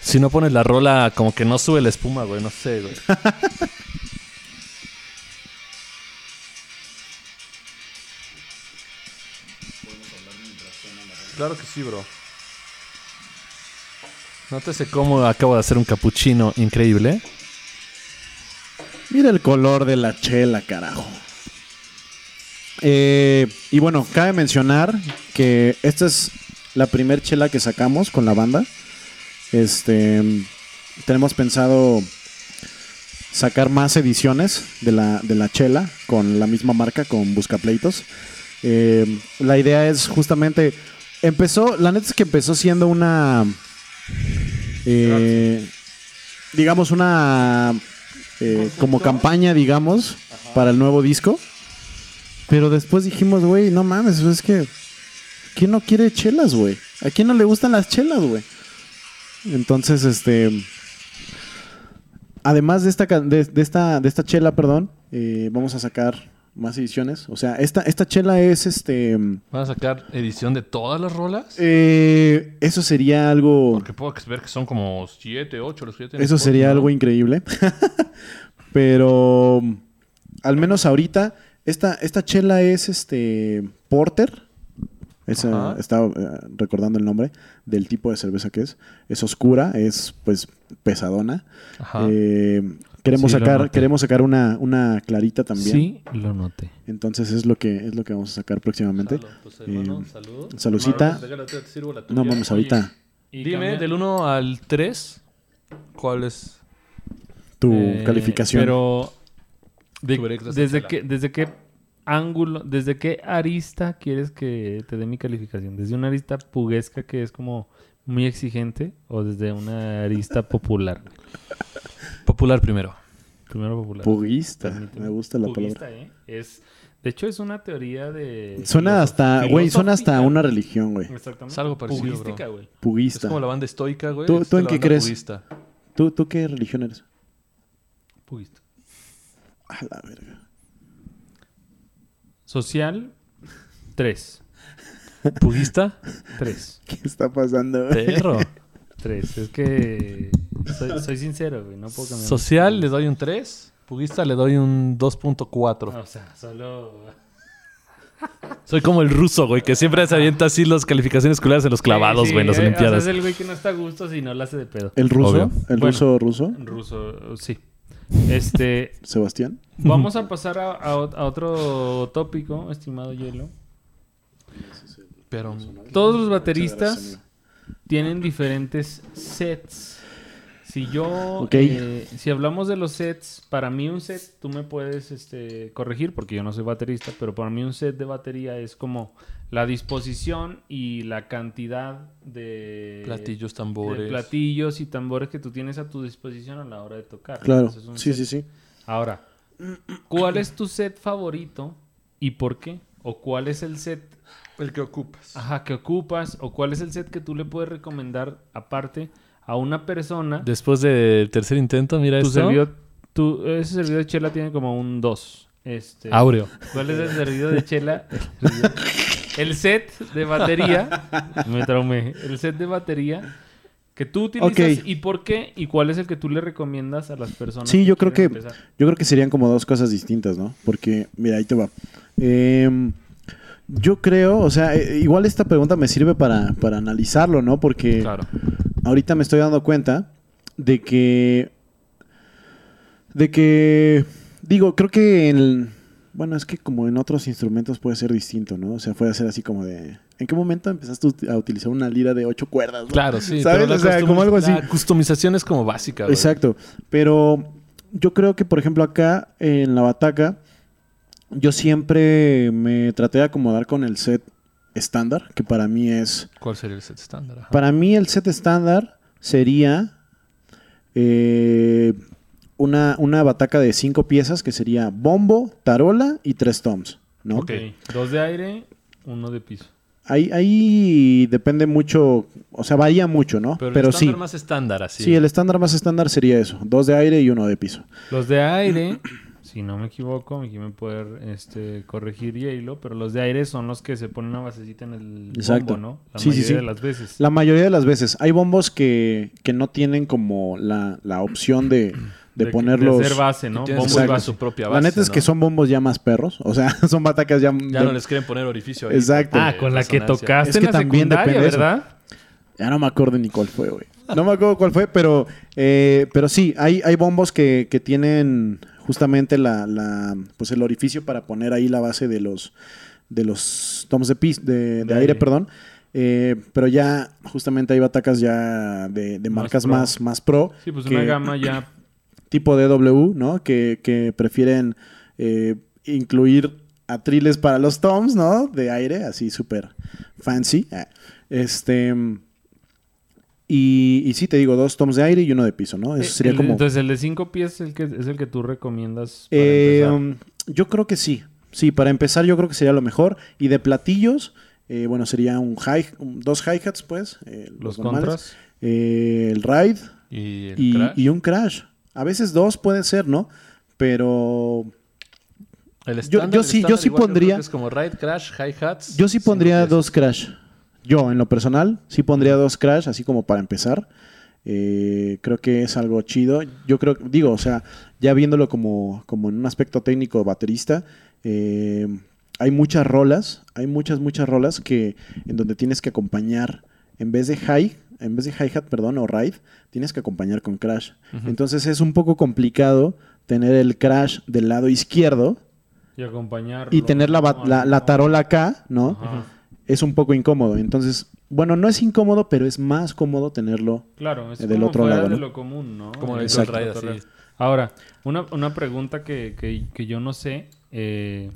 Speaker 3: Si no pones la rola, como que no sube la espuma, güey. No sé, güey. claro que sí, bro. Nótese cómo acabo de hacer un capuchino increíble.
Speaker 2: Mira el color de la chela, carajo. Eh, y bueno, cabe mencionar que esta es la primer chela que sacamos con la banda. Este, tenemos pensado sacar más ediciones de la, de la chela con la misma marca, con Buscapleitos. Eh, la idea es justamente, empezó, la neta es que empezó siendo una, eh, digamos, una eh, como campaña, digamos, para el nuevo disco. Pero después dijimos, güey, no mames, es que. ¿Quién no quiere chelas, güey? ¿A quién no le gustan las chelas, güey? Entonces, este. Además de esta, ca- de, de esta, de esta chela, perdón, eh, vamos a sacar más ediciones. O sea, esta, esta chela es este.
Speaker 3: ¿Van a sacar edición de todas las rolas?
Speaker 2: eh, eso sería algo.
Speaker 3: Porque puedo ver que son como 7, 8 los que ya tienen
Speaker 2: Eso
Speaker 3: Spotify,
Speaker 2: sería
Speaker 3: ¿no?
Speaker 2: algo increíble. Pero mm, al menos ahorita, esta, esta chela es este Porter. Esa,
Speaker 3: Ajá.
Speaker 2: estaba eh, recordando el nombre del tipo de cerveza que es. Es oscura, es pues pesadona.
Speaker 3: Ajá.
Speaker 2: Eh, Queremos
Speaker 3: Sí, lo
Speaker 2: sacar,
Speaker 3: noté.
Speaker 2: queremos sacar una, una clarita también.
Speaker 1: Sí, lo noté.
Speaker 2: Entonces es lo que es lo que vamos a sacar próximamente.
Speaker 3: Salud, pues,
Speaker 2: Eh,
Speaker 3: hermano, salud.
Speaker 2: salucita.
Speaker 3: Hermano, déjala, te sirvo la tuya.
Speaker 2: No mames, ahorita.
Speaker 3: Dime del 1 al 3, ¿cuál es?
Speaker 2: Tu
Speaker 1: Eh,
Speaker 2: calificación.
Speaker 1: Pero de-
Speaker 3: Tu erecta
Speaker 1: desde
Speaker 3: sexual.
Speaker 1: qué desde qué ángulo, desde qué arista quieres que te dé mi calificación? ¿Desde una arista puguesca que es como muy exigente o desde una arista popular?
Speaker 3: Popular primero.
Speaker 1: Primero popular.
Speaker 2: Puguista.
Speaker 1: Permíteme.
Speaker 2: Me gusta la
Speaker 1: Puguista,
Speaker 2: palabra.
Speaker 1: ¿eh? Es de hecho es una teoría de
Speaker 2: Suena hasta, güey, suena hasta
Speaker 1: filosófica.
Speaker 2: una religión, güey.
Speaker 1: Exactamente.
Speaker 3: Es algo parecido,
Speaker 1: Puguística,
Speaker 3: bro.
Speaker 1: güey.
Speaker 2: Puguista.
Speaker 3: Es como la banda estoica, güey.
Speaker 2: ¿Tú-
Speaker 3: es
Speaker 2: tú
Speaker 3: de
Speaker 2: en
Speaker 3: la
Speaker 2: qué
Speaker 3: banda
Speaker 2: crees?
Speaker 3: budista.
Speaker 2: ¿Tú, ¿Tú qué religión eres?
Speaker 1: Puguista.
Speaker 2: A la verga.
Speaker 1: Social 3.
Speaker 3: ¿Budista?
Speaker 1: 3.
Speaker 2: ¿Qué está pasando? güey?
Speaker 3: Perro.
Speaker 1: 3. Es que soy, soy sincero, güey, no puedo cambiar.
Speaker 3: Social le doy un 3. Pugista le doy un 2.4.
Speaker 1: O sea, solo.
Speaker 3: Soy como el ruso, güey, que siempre se avienta así las calificaciones escolares en los clavados,
Speaker 1: Sí,
Speaker 3: güey, en las
Speaker 1: eh, O
Speaker 3: olimpiadas.
Speaker 1: sea, es el güey que no está a gusto si no la hace de pedo.
Speaker 2: ¿El ruso?
Speaker 3: Obvio.
Speaker 2: ¿El
Speaker 1: Bueno.
Speaker 2: ruso ruso?
Speaker 1: En ruso, sí. Este.
Speaker 2: ¿Sebastián?
Speaker 1: vamos a pasar a, a ot- a otro tópico, estimado Hielo.
Speaker 3: Pero
Speaker 1: Todos los
Speaker 2: Muchas gracias,
Speaker 1: bateristas tienen diferentes sets. Si yo.
Speaker 2: Ok.
Speaker 1: eh, si hablamos de los sets, para mí un set, tú me puedes este, corregir porque yo no soy baterista, pero para mí un set de batería es como la disposición y la cantidad de.
Speaker 3: platillos,
Speaker 1: de
Speaker 3: tambores.
Speaker 1: platillos y tambores que tú tienes a tu disposición a la hora de tocar.
Speaker 2: Claro.
Speaker 1: Entonces, es un
Speaker 2: Sí,
Speaker 1: set.
Speaker 2: sí, sí.
Speaker 1: Ahora, ¿cuál es tu set favorito y por qué? ¿O cuál es el set
Speaker 3: El que ocupas.
Speaker 1: ajá, que ocupas? ¿O cuál es el set que tú le puedes recomendar aparte a una persona?
Speaker 3: Después del tercer intento, mira
Speaker 1: tu
Speaker 3: esto.
Speaker 1: servidor, tu- ese servidor de chela tiene como un 2. Este,
Speaker 3: Áureo.
Speaker 1: ¿Cuál es el servidor de chela? El servidor- El set de batería. Me traumé. El set de batería que tú utilizas
Speaker 2: Ok.
Speaker 1: y por qué y cuál es el que tú le recomiendas a las personas.
Speaker 2: Sí, yo creo que,
Speaker 1: quieren
Speaker 2: yo
Speaker 1: empezar.
Speaker 2: creo que serían como dos cosas distintas, ¿no? Porque, mira, ahí te va. Em, yo creo, o sea, eh, igual esta pregunta me sirve para, para analizarlo, ¿no? Porque
Speaker 3: Claro.
Speaker 2: ahorita me estoy dando cuenta de que. De que. Digo, creo que el. Bueno, es que como en otros instrumentos puede ser distinto, ¿no? O sea, puede ser así como de. ¿En qué momento empezaste a ut- a utilizar una lira de ocho cuerdas? no?
Speaker 3: Claro, sí.
Speaker 2: ¿Sabes?
Speaker 3: pero la
Speaker 2: O sea,
Speaker 3: customiz-
Speaker 2: como algo así.
Speaker 3: La customización es como básica, güey.
Speaker 2: Exacto. Pero yo creo que, por ejemplo, acá en la bataca, yo siempre me traté de acomodar con el set estándar, que para mí es.
Speaker 3: ¿Cuál sería el set estándar? Ajá.
Speaker 2: Para mí, el set estándar sería eh, una, una bataca de cinco piezas, que sería bombo, tarola y tres toms, ¿no?
Speaker 3: Ok.
Speaker 1: Ok, Dos de aire, uno de piso.
Speaker 2: Ahí, ahí depende mucho, o sea, varía mucho, ¿no?
Speaker 3: Pero,
Speaker 2: Pero,
Speaker 3: el
Speaker 2: sí.
Speaker 3: estándar más estándar, así.
Speaker 2: Sí, el estándar más estándar sería eso, dos de aire y uno de piso.
Speaker 1: Los de aire, si no me equivoco, aquí me puede este, corregir Yalo, pero los de aire son los que se ponen una basecita en el
Speaker 2: Exacto.
Speaker 1: bombo, ¿no? La
Speaker 2: Sí,
Speaker 1: mayoría
Speaker 2: sí, sí.
Speaker 1: de las veces.
Speaker 2: La mayoría de las veces. Hay bombos que, que no tienen como la, la opción de, de,
Speaker 1: que-
Speaker 2: ponerlos.
Speaker 1: De hacer base, ¿no?
Speaker 3: Tienes
Speaker 1: Bombo y
Speaker 2: Exacto.
Speaker 3: que sacar
Speaker 1: base.
Speaker 3: su propia base.
Speaker 2: la neta es que
Speaker 3: ¿no?
Speaker 2: son bombos ya más perros. O sea, son batacas ya.
Speaker 3: Ya no les quieren poner orificio ahí.
Speaker 2: Exacto.
Speaker 1: Ah, con la que
Speaker 3: Resonancia.
Speaker 1: tocaste
Speaker 2: Es que
Speaker 1: en la
Speaker 2: también
Speaker 1: secundaria,
Speaker 2: depende de eso.
Speaker 1: ¿verdad?
Speaker 2: Ya no me acuerdo ni cuál fue, güey. No me acuerdo cuál fue, pero, eh, pero sí, hay, hay bombos que, que tienen justamente la, la, pues el orificio para poner ahí la base de los, de los toms de, pis, de, de
Speaker 1: De
Speaker 2: aire,
Speaker 1: aire.
Speaker 2: perdón. Eh, pero ya, justamente hay batacas ya de, de
Speaker 1: Más
Speaker 2: marcas
Speaker 1: pro.
Speaker 2: más, más pro.
Speaker 1: Sí, pues
Speaker 2: que-
Speaker 1: una gama ya...
Speaker 2: tipo DW, ¿no? Que, que prefieren eh, incluir atriles para los toms, ¿no? De aire, así súper fancy. Ah, Este. Y, y sí, te digo, dos toms de aire y uno de piso, ¿no? Eso pues sería
Speaker 1: Eh, el-
Speaker 2: como.
Speaker 1: Entonces, el de cinco pies es el que, es el que tú recomiendas para
Speaker 2: Eh,
Speaker 1: empezar.
Speaker 2: um, yo creo que sí. Sí, para empezar, yo creo que sería lo mejor. Y de platillos, eh, bueno, sería un hi un- dos hi-hats, pues. eh,
Speaker 1: Los
Speaker 2: normales.
Speaker 1: contras.
Speaker 2: Eh, el ride,
Speaker 3: Y el
Speaker 2: y,
Speaker 3: crash.
Speaker 2: y un crash. A veces dos puede ser, ¿no? Pero
Speaker 3: El
Speaker 2: yo
Speaker 3: el
Speaker 2: sí- yo sí
Speaker 3: igual creo
Speaker 2: pondría-
Speaker 3: que Es como ride, crash, hi-hats.
Speaker 2: yo sí
Speaker 3: cinco
Speaker 2: pondría
Speaker 3: piezas.
Speaker 2: dos crash. Yo, en lo personal, sí pondría dos crash, así como para empezar. Eh, creo que es algo chido. Yo creo, digo, o sea, ya viéndolo como, como en un aspecto técnico baterista, eh, hay muchas rolas, hay muchas, muchas rolas que en donde tienes que acompañar en vez de high, en vez de hi-hat, perdón, o ride, tienes que acompañar con crash. Entonces es un poco complicado tener el crash del lado izquierdo
Speaker 1: Y acompañarlo.
Speaker 2: y tener la, ba- la- la tarola acá, ¿no?
Speaker 1: Ajá.
Speaker 2: Es un poco incómodo. Entonces, bueno, no es incómodo, pero es más cómodo tenerlo.
Speaker 1: Claro, es
Speaker 2: Eh, del
Speaker 1: como
Speaker 2: otro
Speaker 1: fuera
Speaker 2: lado,
Speaker 1: de
Speaker 2: ¿no?
Speaker 1: lo común, ¿no?
Speaker 3: Como
Speaker 1: Eh,
Speaker 3: de
Speaker 2: Exacto.
Speaker 3: Conrad, así.
Speaker 1: Ahora, una, una pregunta que, que- que yo no sé, eh,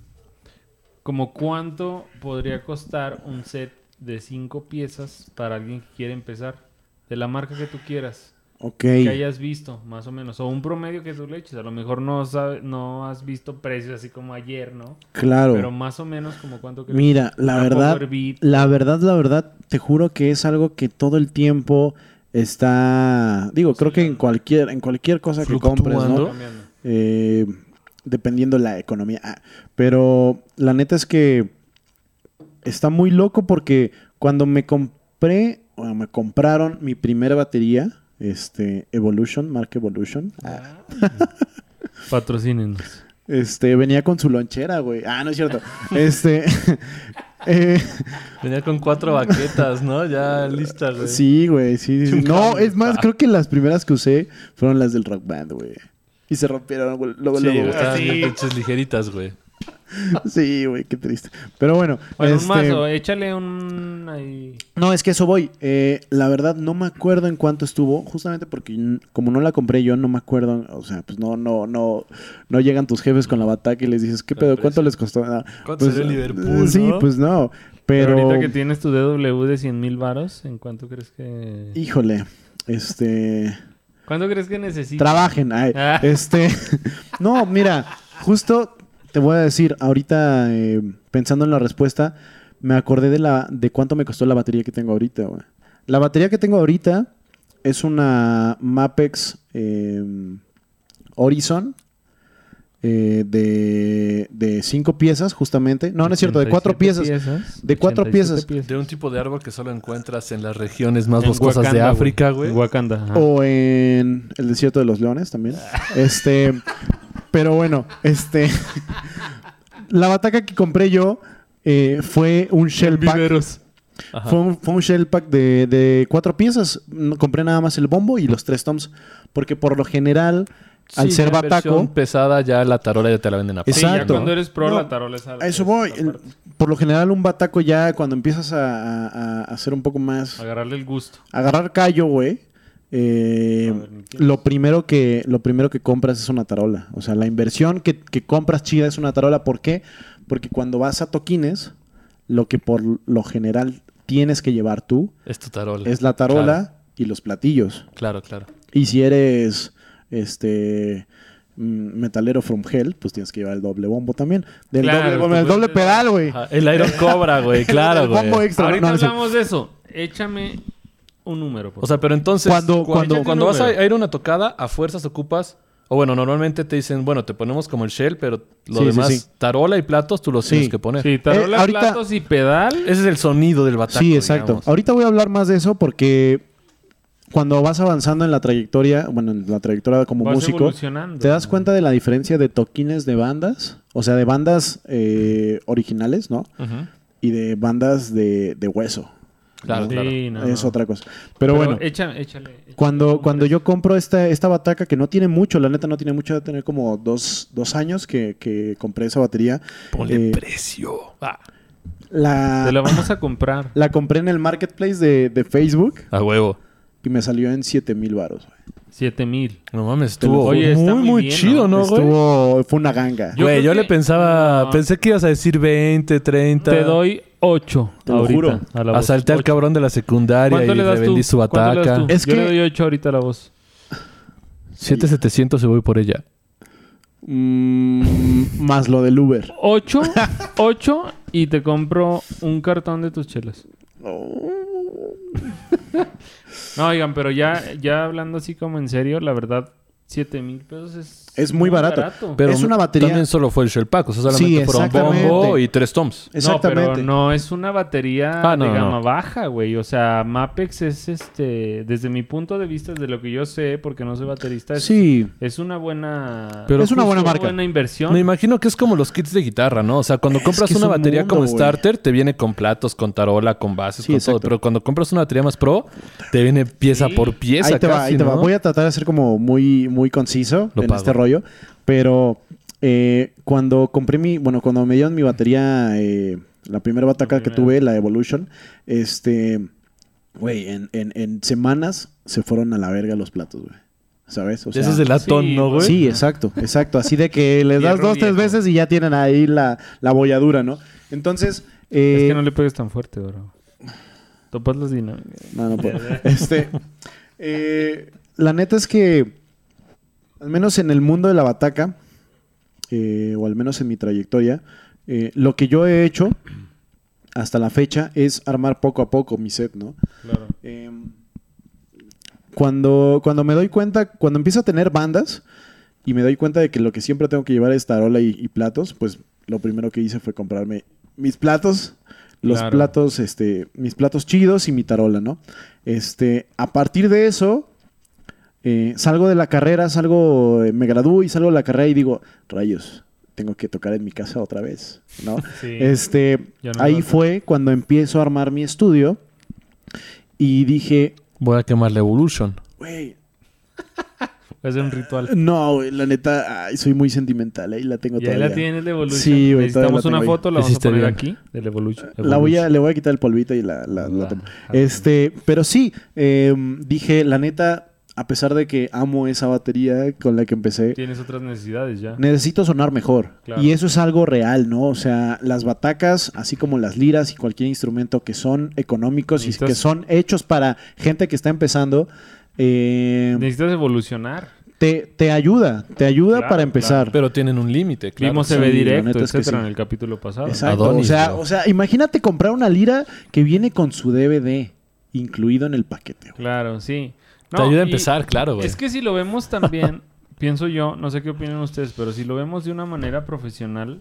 Speaker 1: como cuánto podría costar un set de cinco piezas para alguien que quiere empezar, de la marca que tú quieras,
Speaker 2: Ok.
Speaker 1: que hayas visto, más o menos, o un promedio que tú le eches, a lo mejor no, sabe- no has visto precios así como ayer, ¿no?
Speaker 2: Claro.
Speaker 1: Pero más o menos como cuánto... crees.
Speaker 2: Mira, la
Speaker 1: Una
Speaker 2: verdad,
Speaker 1: Power Beat.
Speaker 2: la verdad, la verdad, te juro que es algo que todo el tiempo está, digo, creo que en cualquier, en cualquier cosa que compres, ¿no?
Speaker 3: Fluctuando.
Speaker 1: Cambiando.
Speaker 2: Eh, dependiendo la economía. Ah, pero la neta es que está muy loco porque cuando me compré, o me compraron mi primera batería, este, Evolution, marca Evolution,
Speaker 1: Patrocínenos.
Speaker 2: este, venía con su lonchera, güey. Ah, no es cierto. Este, eh,
Speaker 3: Venía con cuatro baquetas, ¿no? Ya listas, güey.
Speaker 2: Sí, güey, sí, sí, sí.
Speaker 3: Un
Speaker 2: No,
Speaker 3: cambio.
Speaker 2: es más, creo que las primeras que usé fueron las del rock band, güey. Y se rompieron, güey. Luego,
Speaker 3: Sí,
Speaker 2: luego,
Speaker 3: güey,
Speaker 2: güey.
Speaker 3: estaban
Speaker 1: sí.
Speaker 3: bien pinches ligeritas, güey.
Speaker 2: Sí, güey, qué triste. Pero bueno,
Speaker 1: Bueno,
Speaker 2: este,
Speaker 1: un mazo, eh. échale un... ahí-
Speaker 2: no, es que eso voy. Eh, la verdad, no me acuerdo en cuánto estuvo, justamente porque n- como no la compré yo, no me acuerdo. O sea, pues no, no, no, no llegan tus jefes con la bataca y les dices, ¿qué
Speaker 3: La
Speaker 2: pedo?
Speaker 3: empresa.
Speaker 2: ¿Cuánto les costó? Ah,
Speaker 3: ¿Cuánto
Speaker 2: pues,
Speaker 3: salió el
Speaker 2: eh,
Speaker 3: Liverpool,
Speaker 2: Sí,
Speaker 3: no?
Speaker 2: pues no.
Speaker 1: Pero...
Speaker 2: Pero,
Speaker 1: ahorita que tienes tu DW de 100 mil varos, ¿en cuánto crees que...?
Speaker 2: híjole, este...
Speaker 1: ¿Cuánto crees que necesitas?
Speaker 2: Trabajen. ay,
Speaker 1: Ah.
Speaker 2: Este. no, mira, justo te voy a decir, ahorita eh, pensando en la respuesta, me acordé de la de cuánto me costó la batería que tengo ahorita, güey. La batería que tengo ahorita es una Mapex eh, Horizon. eh, de, de cinco piezas, justamente. No, no es cierto, de cuatro
Speaker 1: 87
Speaker 2: piezas. De cuatro
Speaker 1: 87
Speaker 2: piezas.
Speaker 3: De un tipo de árbol que solo encuentras en las regiones más
Speaker 1: En
Speaker 3: boscosas de
Speaker 1: Wakanda,
Speaker 3: África, güey.
Speaker 1: En Wakanda. ajá.
Speaker 2: O en el desierto de los leones también. Este. Pero bueno, este. La bataca que compré yo eh, fue un shell pack.
Speaker 3: Ajá.
Speaker 2: Fue un, fue un shell pack de, de cuatro piezas. No, Compré nada más el bombo y los tres toms. Porque por lo general, al
Speaker 3: Sí,
Speaker 2: ser
Speaker 3: ya en versión
Speaker 2: bataco.
Speaker 3: pesada ya la tarola ya te la venden a
Speaker 1: Sí, ya
Speaker 2: Exacto.
Speaker 1: cuando eres pro,
Speaker 2: No,
Speaker 1: la tarola es
Speaker 2: A eso voy.
Speaker 1: es aparte.
Speaker 2: Por lo general, un bataco ya cuando empiezas a, a- a hacer un poco más.
Speaker 1: Agarrarle el gusto.
Speaker 2: Agarrar callo, güey. eh,
Speaker 1: A ver, ¿me entiendes?
Speaker 2: lo primero que lo primero que compras es una tarola. O sea, la inversión que, que compras chida es una tarola. ¿Por qué? Porque cuando vas a toquines, lo que por lo general tienes que llevar tú
Speaker 3: Es tu tarola.
Speaker 2: es la tarola y los platillos.
Speaker 3: Claro, claro. claro.
Speaker 2: Y si eres este mm, metalero from hell, pues tienes que llevar el doble bombo también. Del
Speaker 1: Claro,
Speaker 2: doble,
Speaker 1: tú
Speaker 2: bombo, el
Speaker 1: puedes-
Speaker 2: doble pedal, güey.
Speaker 3: Ajá, Ah, El Iron Cobra, güey. Claro,
Speaker 2: El bombo
Speaker 3: güey.
Speaker 2: extra.
Speaker 1: Ahorita
Speaker 2: No, no es cierto.
Speaker 1: hablamos de eso. Échame un número, por
Speaker 3: O sea, pero entonces...
Speaker 2: Cuando-
Speaker 3: cu-
Speaker 2: cuando-
Speaker 3: cuando, vas
Speaker 1: número.
Speaker 3: a, a ir a una tocada, a fuerzas ocupas... O bueno, normalmente te dicen, bueno, te ponemos como el shell, pero lo
Speaker 2: Sí, sí,
Speaker 3: demás,
Speaker 2: sí.
Speaker 3: tarola y platos, tú los
Speaker 2: Sí.
Speaker 3: tienes que poner.
Speaker 1: favor. Sí, tarola,
Speaker 2: Eh, ahorita-
Speaker 1: platos y pedal.
Speaker 3: Ese es el sonido del bataco,
Speaker 2: Sí, exacto.
Speaker 3: digamos.
Speaker 2: Ahorita voy a hablar más de eso porque cuando vas avanzando en la trayectoria, bueno, en la trayectoria como
Speaker 1: Vas
Speaker 2: músico,
Speaker 1: evolucionando.
Speaker 2: te das cuenta de la diferencia de toquines de bandas, o sea, de bandas eh, originales, ¿no?
Speaker 3: Ujú.
Speaker 2: Y de bandas de, de hueso.
Speaker 3: Claro,
Speaker 1: Sí,
Speaker 3: claro.
Speaker 1: no,
Speaker 2: es
Speaker 1: no.
Speaker 2: otra cosa. Pero, bueno,
Speaker 1: Échame, échale. échale
Speaker 2: cuando,
Speaker 1: números.
Speaker 2: cuando yo compro esta, esta bataca, que no tiene mucho, la neta no tiene mucho, debe tener como dos, dos años que, que compré esa batería.
Speaker 3: Ponle
Speaker 2: Eh,
Speaker 3: precio. Ah,
Speaker 2: la,
Speaker 1: Te la vamos a comprar.
Speaker 2: la compré en el marketplace de, de Facebook
Speaker 3: a huevo.
Speaker 2: y me salió en 7 mil baros.
Speaker 1: 7 mil.
Speaker 3: No mames, estuvo
Speaker 1: Oye,
Speaker 3: muy,
Speaker 1: está muy
Speaker 3: muy
Speaker 1: bien,
Speaker 3: chido,
Speaker 1: ¿no?
Speaker 3: ¿no, güey?
Speaker 2: Estuvo, fue una ganga.
Speaker 1: Yo
Speaker 3: Güey,
Speaker 1: creo
Speaker 3: yo,
Speaker 1: que-
Speaker 3: le pensaba...
Speaker 1: No.
Speaker 3: Pensé que ibas a decir 20, 30.
Speaker 1: Te doy 8.
Speaker 2: Te lo juro.
Speaker 1: A la voz.
Speaker 3: Asalté al
Speaker 1: Ocho.
Speaker 3: cabrón de la secundaria y
Speaker 1: ¿Cuánto le
Speaker 3: le
Speaker 1: das tú?
Speaker 3: vendí su
Speaker 1: ¿Cuánto le das
Speaker 3: bataca.
Speaker 1: tú?
Speaker 2: Es
Speaker 1: Yo
Speaker 2: que-
Speaker 1: le doy 8 ahorita a la voz.
Speaker 3: 7700 se voy por ella.
Speaker 2: Mm, más lo del Uber.
Speaker 1: 8, 8 y te compro un cartón de tus chelas. No, oigan, pero ya, ya hablando así como en serio, la verdad, 7 mil pesos es...
Speaker 2: Es
Speaker 1: Muy
Speaker 2: muy, barato.
Speaker 1: barato.
Speaker 3: Pero
Speaker 2: es una batería.
Speaker 3: También solo fue el Shell Pack. O sea, solamente
Speaker 2: Sí,
Speaker 3: fueron
Speaker 2: exactamente.
Speaker 3: bombo y tres toms.
Speaker 2: Exactamente.
Speaker 1: No, pero no es una batería
Speaker 3: Ah, no,
Speaker 1: de
Speaker 3: no.
Speaker 1: gama baja, güey. O sea, Mapex es este. Desde mi punto de vista, desde lo que yo sé, porque no soy baterista, es,
Speaker 2: Sí.
Speaker 1: es una buena.
Speaker 3: Pero
Speaker 2: Es una buena marca.
Speaker 1: buena inversión.
Speaker 3: Me imagino que es como los kits de guitarra, ¿no? O sea, cuando
Speaker 2: Es
Speaker 3: compras
Speaker 2: que es
Speaker 3: una
Speaker 2: un
Speaker 3: batería
Speaker 2: mundo,
Speaker 3: como
Speaker 2: güey.
Speaker 3: starter, te viene con platos, con tarola, con bases,
Speaker 2: Sí,
Speaker 3: con todo.
Speaker 2: exacto.
Speaker 3: Pero cuando compras una batería más pro, te viene pieza
Speaker 1: Sí.
Speaker 3: por pieza.
Speaker 2: Ahí te va,
Speaker 3: casi,
Speaker 2: ahí te va.
Speaker 3: ¿no?
Speaker 2: Voy a tratar de ser como muy, muy conciso
Speaker 3: Lo
Speaker 2: en
Speaker 3: pago.
Speaker 2: este rollo. Pero eh, cuando compré mi. Bueno, cuando me dieron mi batería. eh, la primera bataca que tuve, la Evolution. Este. Güey, en, en- en semanas se fueron a la verga los platos, güey. ¿Sabes? O
Speaker 3: De Esas de latón,
Speaker 1: sí,
Speaker 3: ¿no, güey?
Speaker 2: Sí, exacto, exacto. Así de que les das
Speaker 1: Fierro
Speaker 2: dos, tres
Speaker 1: viejo.
Speaker 2: veces y ya tienen ahí la, la bolladura, ¿no? Entonces. eh,
Speaker 1: Es que no le pegues tan fuerte, bro. Topas las dinámicas.
Speaker 2: no, no puedo. Este, eh, la neta es que, al menos en el mundo de la bataca, eh, o al menos en mi trayectoria, eh, lo que yo he hecho hasta la fecha es armar poco a poco mi set, ¿no?
Speaker 1: Claro.
Speaker 2: Eh, cuando, cuando me doy cuenta, cuando empiezo a tener bandas y me doy cuenta de que lo que siempre tengo que llevar es tarola y, y platos, pues lo primero que hice fue comprarme mis platos, los
Speaker 1: Claro.
Speaker 2: platos, este, mis platos chidos y mi tarola, ¿no? Este, a partir de eso, eh, salgo de la carrera, salgo, eh, me gradúo y salgo de la carrera y digo, rayos, tengo que tocar en mi casa otra vez, ¿no?
Speaker 1: Sí.
Speaker 2: Este,
Speaker 1: Ya no
Speaker 2: ahí
Speaker 1: vas a-
Speaker 2: fue cuando empiezo a armar mi estudio y dije,
Speaker 3: Voy a quemar la Evolution.
Speaker 2: güey,
Speaker 1: Es un ritual.
Speaker 2: no, güey, la neta, ay, soy muy sentimental, ahí la tengo
Speaker 1: Y ahí
Speaker 2: todavía.
Speaker 1: la tienes de Evolution.
Speaker 2: Sí, güey, todavía
Speaker 1: Necesitamos
Speaker 2: la
Speaker 1: una
Speaker 2: tengo ahí.
Speaker 1: foto, la vamos a
Speaker 3: Hiciste
Speaker 1: poner
Speaker 3: bien.
Speaker 1: aquí. Del Evolution.
Speaker 2: La voy a, le voy a quitar el polvito y la, la- la
Speaker 1: Ah,
Speaker 2: tomo.
Speaker 1: ah,
Speaker 2: Este, pero sí, eh, dije, la neta, a pesar de que amo esa batería con la que empecé,
Speaker 1: Tienes otras necesidades ya.
Speaker 2: Necesito sonar mejor.
Speaker 1: Claro.
Speaker 2: Y eso es algo real, ¿no? O sea, las batacas, así como las liras y cualquier instrumento que son económicos y
Speaker 1: Necesitas-
Speaker 2: que son hechos para gente que está empezando, eh,
Speaker 1: Necesitas evolucionar.
Speaker 2: te, te ayuda, te ayuda
Speaker 1: Claro,
Speaker 2: para empezar.
Speaker 3: Pero tienen un límite, claro.
Speaker 1: Vimos
Speaker 2: sí,
Speaker 1: CB
Speaker 2: la
Speaker 1: directo,
Speaker 2: neta es que
Speaker 1: etcétera,
Speaker 2: sí.
Speaker 1: en el capítulo pasado.
Speaker 2: Exacto.
Speaker 3: Adonis,
Speaker 2: o, sea,
Speaker 3: bro.
Speaker 2: o sea, imagínate comprar una lira que viene con su DVD incluido en el paquete. güey.
Speaker 1: Claro, sí.
Speaker 3: te ayuda a
Speaker 1: y
Speaker 3: empezar, claro, güey.
Speaker 1: Es que si lo vemos también, pienso yo, no sé qué opinan ustedes, pero si lo vemos de una manera profesional,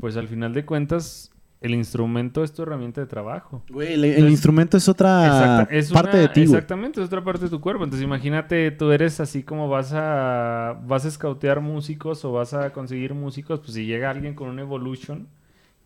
Speaker 1: pues al final de cuentas, el instrumento es tu herramienta de trabajo.
Speaker 2: Güey, el, el
Speaker 1: Entonces,
Speaker 2: instrumento es otra
Speaker 1: Exacta- es
Speaker 2: parte
Speaker 1: una-
Speaker 2: de ti, güey.
Speaker 1: Exactamente, es otra parte de tu cuerpo. Entonces imagínate, tú eres así como vas a vas a escautear músicos o vas a conseguir músicos, pues si llega alguien con un Evolution,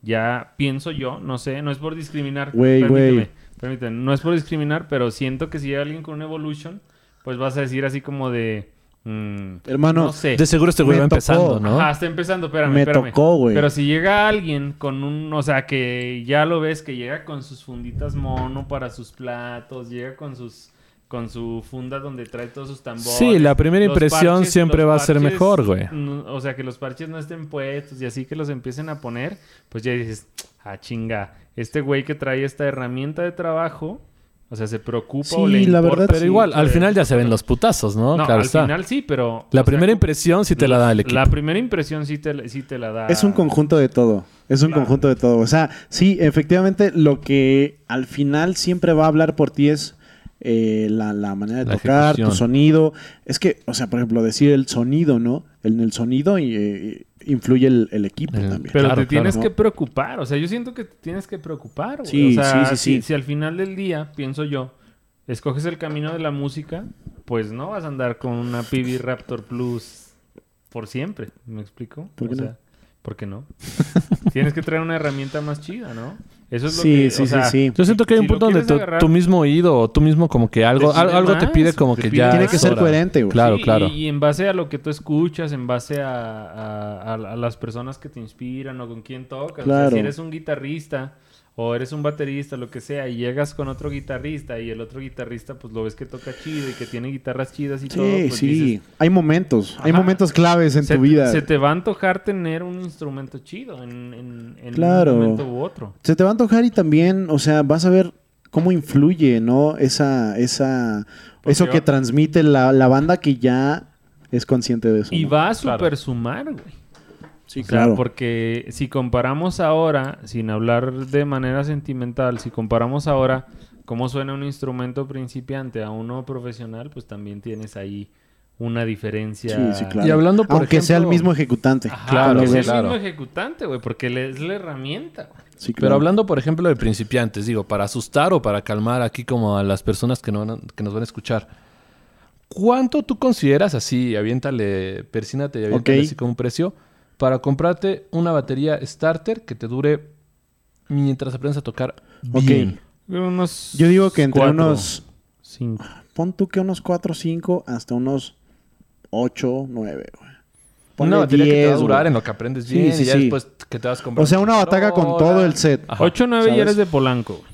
Speaker 1: ya pienso yo, no sé, no es por discriminar,
Speaker 2: Güey,
Speaker 1: permíteme,
Speaker 2: güey.
Speaker 1: permíteme, no es por discriminar, pero siento que si llega alguien con un Evolution, pues vas a decir así como de mm,
Speaker 2: Hermano,
Speaker 1: no sé.
Speaker 3: De seguro este güey
Speaker 2: Me
Speaker 3: va
Speaker 2: tocó.
Speaker 3: empezando, ¿no?
Speaker 1: Ajá, está empezando, espérame,
Speaker 2: Me
Speaker 1: espérame.
Speaker 2: tocó, güey.
Speaker 1: Pero si llega alguien con un, o sea, que ya lo ves, que llega con sus funditas mono para sus platos, llega con sus, con su funda donde trae todos sus tambores.
Speaker 3: Sí, la primera
Speaker 1: los
Speaker 3: impresión
Speaker 1: parches-
Speaker 3: siempre
Speaker 1: los
Speaker 3: va a ser
Speaker 1: parches,
Speaker 3: mejor, güey.
Speaker 1: mm, O sea, que los parches no estén puestos y así que los empiecen a poner, pues ya dices, ah, chinga, este güey que trae esta herramienta de trabajo, o sea, se preocupa o
Speaker 2: Sí,
Speaker 1: le
Speaker 2: la
Speaker 1: importa.
Speaker 2: verdad,
Speaker 3: Pero
Speaker 2: sí,
Speaker 3: igual, al
Speaker 1: güey.
Speaker 3: final ya se ven los putazos, ¿no?
Speaker 1: No,
Speaker 3: claro
Speaker 1: al
Speaker 3: está.
Speaker 1: final sí, pero...
Speaker 3: la
Speaker 1: o sea,
Speaker 3: primera impresión sí te la da el equipo.
Speaker 1: la primera impresión sí te, sí te la da.
Speaker 2: Es un conjunto de todo. Es un
Speaker 1: Claro.
Speaker 2: conjunto de todo. O sea, sí, efectivamente, lo que al final siempre va a hablar por ti es eh, la, la manera de
Speaker 3: La
Speaker 2: tocar,
Speaker 3: ejecución.
Speaker 2: tu sonido. Es que, o sea, por ejemplo, decir el sonido, ¿no? En el sonido y, eh, influye el, el equipo
Speaker 3: El-
Speaker 2: también.
Speaker 1: Pero
Speaker 3: Claro,
Speaker 1: te
Speaker 3: claro,
Speaker 1: tienes
Speaker 2: ¿no?
Speaker 1: que preocupar. O sea, yo siento que te tienes que preocupar. güey.
Speaker 2: Sí,
Speaker 1: o sea,
Speaker 2: sí, sí,
Speaker 1: si,
Speaker 2: sí.
Speaker 1: si al final del día, pienso yo, escoges el camino de la música, pues no vas a andar con una PB Raptor Plus por siempre. ¿Me explico?
Speaker 2: ¿Por qué
Speaker 1: o
Speaker 2: no?
Speaker 1: sea, ¿por qué no? tienes que traer una herramienta más chida, ¿no? Eso es lo
Speaker 2: Sí,
Speaker 1: que... o
Speaker 2: sí, sí,
Speaker 1: sea,
Speaker 2: sí.
Speaker 3: Yo siento que hay
Speaker 1: Si
Speaker 3: un
Speaker 1: lo
Speaker 3: punto donde
Speaker 1: quieres
Speaker 3: tu,
Speaker 1: agarrar-
Speaker 3: tu mismo oído o tú mismo como que algo,
Speaker 1: Te
Speaker 3: al-
Speaker 1: pide
Speaker 3: algo te
Speaker 1: más,
Speaker 3: pide como
Speaker 1: te
Speaker 3: que
Speaker 1: pide
Speaker 3: ya...
Speaker 1: más.
Speaker 2: Tiene
Speaker 3: es
Speaker 2: que ser
Speaker 3: hora.
Speaker 2: coherente, güey.
Speaker 3: Claro,
Speaker 1: Pues Sí,
Speaker 3: claro.
Speaker 1: Y, y en base a lo que tú escuchas, en base a, a- a- a las personas que te inspiran o con quién tocas. O sea,
Speaker 2: Claro.
Speaker 1: si eres un guitarrista o eres un baterista, lo que sea, y llegas con otro guitarrista y el otro guitarrista pues lo ves que toca chido y que tiene guitarras chidas y
Speaker 2: Sí,
Speaker 1: todo, pues
Speaker 2: sí.
Speaker 1: dices,
Speaker 2: hay momentos. Hay
Speaker 1: Ajá.
Speaker 2: momentos claves en
Speaker 1: se,
Speaker 2: tu vida.
Speaker 1: se te va a antojar tener un instrumento chido en, en- en
Speaker 2: Claro.
Speaker 1: un momento u otro.
Speaker 2: Se te va a antojar y también, o sea, vas a ver cómo influye, ¿no? Esa, esa,
Speaker 1: Porque
Speaker 2: eso que
Speaker 1: va-
Speaker 2: transmite la, la banda que ya es consciente de eso.
Speaker 1: Y
Speaker 2: ¿no?
Speaker 1: va a super sumar, güey.
Speaker 2: sí,
Speaker 1: O sea, porque si comparamos ahora, sin hablar de manera sentimental, si comparamos ahora cómo suena un instrumento principiante a uno profesional, pues también tienes ahí una diferencia.
Speaker 2: Sí, sí, claro.
Speaker 3: Y hablando, por
Speaker 2: Aunque sea el
Speaker 3: ejemplo-
Speaker 2: mismo ejecutante.
Speaker 1: Ajá,
Speaker 3: Claro,
Speaker 1: que es el
Speaker 3: claro.
Speaker 1: mismo ejecutante, güey, porque le- es la herramienta. güey.
Speaker 2: Sí,
Speaker 3: Pero
Speaker 2: claro.
Speaker 3: hablando, por ejemplo, de principiantes, digo, para asustar o para calmar aquí como a las personas que, no van a- que nos van a escuchar, ¿cuánto tú consideras así, aviéntale, persínate y aviéntale
Speaker 2: Ok.
Speaker 3: así como un precio, para comprarte una batería starter que te dure mientras aprendes a tocar
Speaker 2: Ok.
Speaker 3: bien?
Speaker 1: Unos
Speaker 2: Yo digo que entre
Speaker 1: cuatro,
Speaker 2: unos.
Speaker 1: cinco.
Speaker 2: Pon tú que unos 4, 5 hasta unos 8, 9, güey. Ponle
Speaker 3: Una batería que te va a
Speaker 2: 10,
Speaker 3: durar
Speaker 2: güey.
Speaker 3: en lo que aprendes
Speaker 2: Sí,
Speaker 3: bien
Speaker 2: sí,
Speaker 3: y ya
Speaker 2: sí.
Speaker 3: después que te vas a comprar.
Speaker 6: O sea, una bataca con todo el set.
Speaker 3: Ajá.
Speaker 1: Ocho, nueve y
Speaker 2: ¿Sabes?
Speaker 1: eres de Polanco. güey.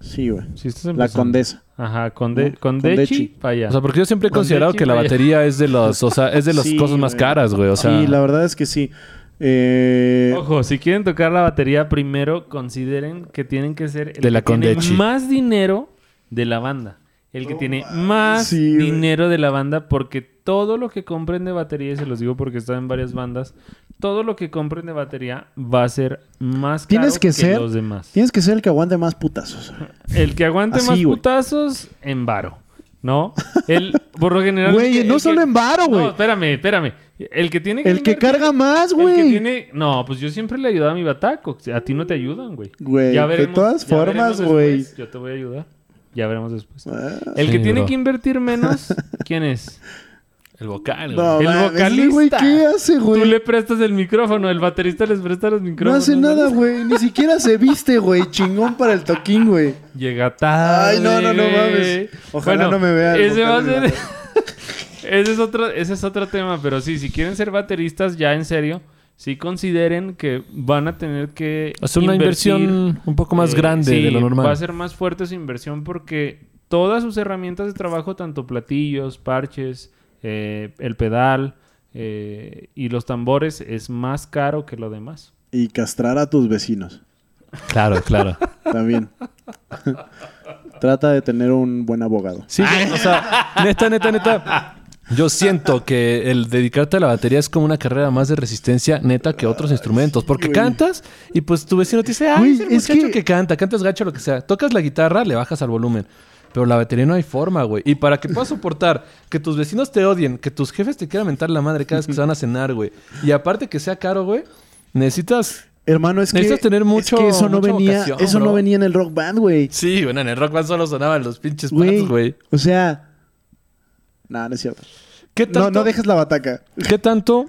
Speaker 2: Sí, güey.
Speaker 1: Si estás
Speaker 2: La
Speaker 1: empezando.
Speaker 2: condesa.
Speaker 1: Ajá, Conde,
Speaker 2: ¿No?
Speaker 1: Condechi,
Speaker 2: Condechi.
Speaker 1: para allá.
Speaker 3: O sea, porque yo siempre he
Speaker 1: Con
Speaker 3: considerado
Speaker 1: Dechi,
Speaker 3: que la
Speaker 1: güey.
Speaker 3: batería es de las, o sea, es de las
Speaker 2: Sí,
Speaker 3: cosas más
Speaker 2: güey.
Speaker 3: caras, güey. O sea,
Speaker 2: sí, la verdad es que sí. Eh,
Speaker 1: Ojo, si quieren tocar la batería primero, consideren que tienen que ser el
Speaker 3: De la
Speaker 1: que tiene
Speaker 3: Condechi.
Speaker 1: más dinero de la banda. El que tiene más
Speaker 2: Sí, güey.
Speaker 1: dinero de la banda, porque todo lo que compren de batería, y se los digo porque están en varias bandas, todo lo que compren de batería va a ser más caro
Speaker 2: Tienes que ser-
Speaker 1: los demás.
Speaker 2: Tienes que ser el que aguante más putazos.
Speaker 1: El que aguante
Speaker 2: Así,
Speaker 1: más
Speaker 2: güey.
Speaker 1: putazos, en varo. ¿no? El, por lo general.
Speaker 6: Güey,
Speaker 1: el que-
Speaker 6: no
Speaker 1: el
Speaker 6: solo
Speaker 1: que-
Speaker 6: en varo, güey.
Speaker 1: No, espérame, espérame. El que tiene
Speaker 6: el que
Speaker 1: invertir-
Speaker 6: carga más,
Speaker 1: el que
Speaker 6: güey.
Speaker 1: tiene... No, pues yo siempre le ayudaba a mi bataco. A ti no te ayudan, güey.
Speaker 2: Güey,
Speaker 1: Ya
Speaker 2: de
Speaker 1: veremos-
Speaker 2: todas
Speaker 1: ya veremos
Speaker 2: formas,
Speaker 1: después.
Speaker 2: güey.
Speaker 1: Yo te voy a ayudar. Ya veremos después.
Speaker 2: Ah,
Speaker 1: El que
Speaker 3: Sí,
Speaker 1: tiene
Speaker 3: bro.
Speaker 1: que invertir menos, ¿quién es?
Speaker 3: el vocal, güey.
Speaker 2: No,
Speaker 1: El
Speaker 2: mames, ese güey,
Speaker 1: vocalista.
Speaker 2: ¿Qué hace,
Speaker 1: Tú
Speaker 2: güey?
Speaker 1: le prestas el micrófono, el baterista les presta los
Speaker 2: No
Speaker 1: micrófonos.
Speaker 2: hace nada, güey. Ni siquiera se viste, güey. Chingón para el toquín, güey.
Speaker 1: Llega tarde.
Speaker 2: Ay, no, no, no
Speaker 1: güey.
Speaker 2: mames. Ojalá no me vea el
Speaker 1: Ese va a
Speaker 2: vocal
Speaker 1: ser.
Speaker 2: del
Speaker 1: ese, es otro, ese es otro tema, pero sí, si quieren ser bateristas, ya en serio, sí consideren que van a tener que.
Speaker 3: Hacer una
Speaker 1: invertir,
Speaker 3: inversión un poco más
Speaker 1: eh,
Speaker 3: grande
Speaker 1: sí,
Speaker 3: de lo normal.
Speaker 1: Va a ser más fuerte su inversión porque todas sus herramientas de trabajo, tanto platillos, parches, eh, el pedal eh, y los tambores, es más caro que lo demás.
Speaker 2: Y castrar a tus vecinos.
Speaker 3: Claro, claro.
Speaker 2: También. Trata de tener un buen abogado.
Speaker 3: Sí, o sea, neta, neta, neta. Yo siento que el dedicarte a la batería es como una carrera más de resistencia neta que otros instrumentos. Porque
Speaker 2: güey.
Speaker 3: cantas y pues tu vecino te dice, ay,
Speaker 6: Güey,
Speaker 3: es el
Speaker 6: es
Speaker 3: muchacho que...
Speaker 6: que-
Speaker 3: canta, cantas gacho, lo que sea. Tocas la guitarra, le bajas al volumen. Pero la batería no hay forma, güey. Y para que puedas soportar que tus vecinos te odien, que tus jefes te quieran mentar la madre cada vez que se van a cenar, güey. Y aparte que sea caro, güey, necesitas...
Speaker 2: Hermano, es que,
Speaker 3: Necesitas tener
Speaker 2: es
Speaker 3: mucho-
Speaker 2: que eso no
Speaker 3: mucha
Speaker 2: venía,
Speaker 3: vocación,
Speaker 2: eso
Speaker 3: bro.
Speaker 2: no venía en el rock band, güey.
Speaker 3: Sí, bueno, en el rock band solo sonaban los pinches
Speaker 2: Güey,
Speaker 3: patos, güey.
Speaker 2: O sea, nada, no es cierto.
Speaker 3: ¿Qué
Speaker 2: No,
Speaker 3: tanto-
Speaker 2: no dejes la bataca.
Speaker 3: ¿Qué tanto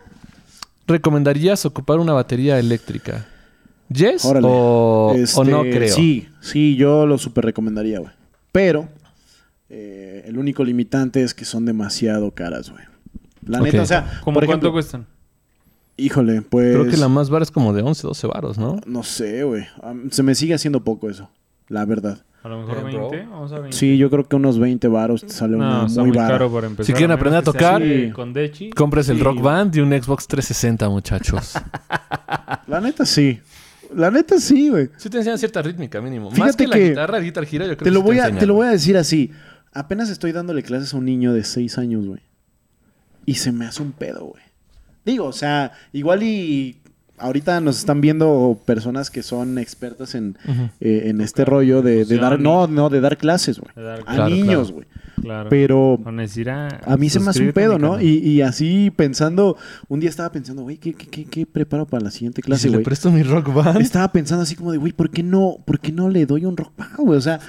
Speaker 3: recomendarías ocupar una batería eléctrica? ¿Yes
Speaker 2: Órale.
Speaker 3: o,
Speaker 2: Este,
Speaker 3: o no creo?
Speaker 2: Sí, sí, yo lo super recomendaría, güey. Pero eh, el único limitante es que son demasiado caras, güey. La
Speaker 3: Ok.
Speaker 2: neta, o sea,
Speaker 1: ¿Cómo
Speaker 2: por
Speaker 1: cuánto
Speaker 2: ejemplo,
Speaker 1: cuestan?
Speaker 2: híjole, pues
Speaker 3: Creo que la más vara es como de 11, 12 varos, ¿no?
Speaker 2: no sé, güey. Am, Se me sigue haciendo poco eso, la verdad.
Speaker 1: A lo mejor
Speaker 3: Eh, bro.
Speaker 1: 20, vamos a 20.
Speaker 2: Sí, yo creo que unos 20 varos te sale
Speaker 1: No,
Speaker 2: una
Speaker 1: está
Speaker 2: muy,
Speaker 1: muy,
Speaker 2: vara.
Speaker 1: caro para empezar.
Speaker 3: Si quieren
Speaker 1: a menos
Speaker 3: aprender a
Speaker 1: que se
Speaker 3: tocar,
Speaker 1: hagan
Speaker 2: Sí.
Speaker 1: con Dechi.
Speaker 3: Compres el
Speaker 2: Sí.
Speaker 3: Rock Band y un Xbox 360, muchachos.
Speaker 2: La neta sí. La neta sí, güey.
Speaker 3: sí te enseñan cierta rítmica mínimo. Más
Speaker 2: Fíjate
Speaker 3: que la
Speaker 2: que-
Speaker 3: guitarra, el guitar gira, yo creo
Speaker 2: Te
Speaker 3: que
Speaker 2: lo
Speaker 3: sí
Speaker 2: voy a
Speaker 3: enseñan.
Speaker 2: te lo voy a decir así. Apenas estoy dándole clases a un niño de 6 años, güey. Y se me hace un pedo, güey. Digo, o sea, igual y ahorita nos están viendo personas que son expertas en,
Speaker 3: Ujú.
Speaker 2: eh, en este rollo de, de dar no, no, de dar clases, güey.
Speaker 1: De dar
Speaker 2: A
Speaker 1: clases.
Speaker 2: niños, güey.
Speaker 1: Claro.
Speaker 2: Pero
Speaker 1: Con decir, ah,
Speaker 2: a mí se me hace un
Speaker 1: suscríbete a
Speaker 2: pedo,
Speaker 1: mi
Speaker 2: ¿no?
Speaker 1: canal.
Speaker 2: Y, y así pensando, un día estaba pensando, güey, ¿qué, qué, qué, qué preparo para la siguiente
Speaker 3: ¿Y si
Speaker 2: clase,
Speaker 3: le
Speaker 2: güey?
Speaker 3: presto mi Rock Band?
Speaker 2: Estaba pensando así como de, güey, ¿por qué no, por qué no le doy un rock band, güey? O sea,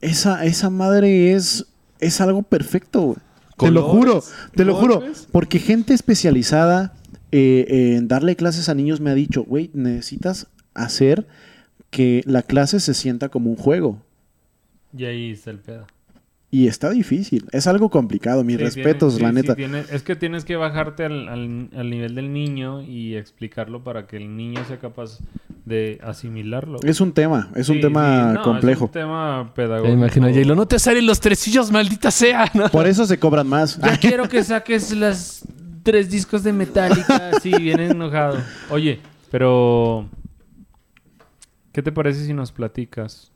Speaker 2: esa, esa madre es, es algo perfecto, güey. Te lo
Speaker 3: Colores,
Speaker 2: juro, te lo juro.
Speaker 3: golpes.
Speaker 2: Porque gente especializada eh, eh, en darle clases a niños me ha dicho, güey, necesitas hacer que la clase se sienta como un juego.
Speaker 1: Y ahí está el pedo.
Speaker 2: Y está difícil, es algo complicado, mis
Speaker 1: Sí,
Speaker 2: respetos,
Speaker 1: tiene-
Speaker 2: la
Speaker 1: sí,
Speaker 2: neta.
Speaker 1: sí, tiene- es que tienes que bajarte al, al- al nivel del niño y explicarlo para que el niño sea capaz de asimilarlo.
Speaker 2: Es un tema, es un
Speaker 1: Sí,
Speaker 2: tema
Speaker 1: sí, no,
Speaker 2: complejo.
Speaker 1: Es un tema
Speaker 3: Ya
Speaker 1: pedagógico.
Speaker 3: imagino a J-Lo, no te salen los tresillos, maldita sea. ¿no?
Speaker 2: Por eso se cobran más.
Speaker 1: Ya quiero que saques las tres discos de Metallica. Sí, bien enojado. Oye, pero. ¿Qué te parece si nos platicas?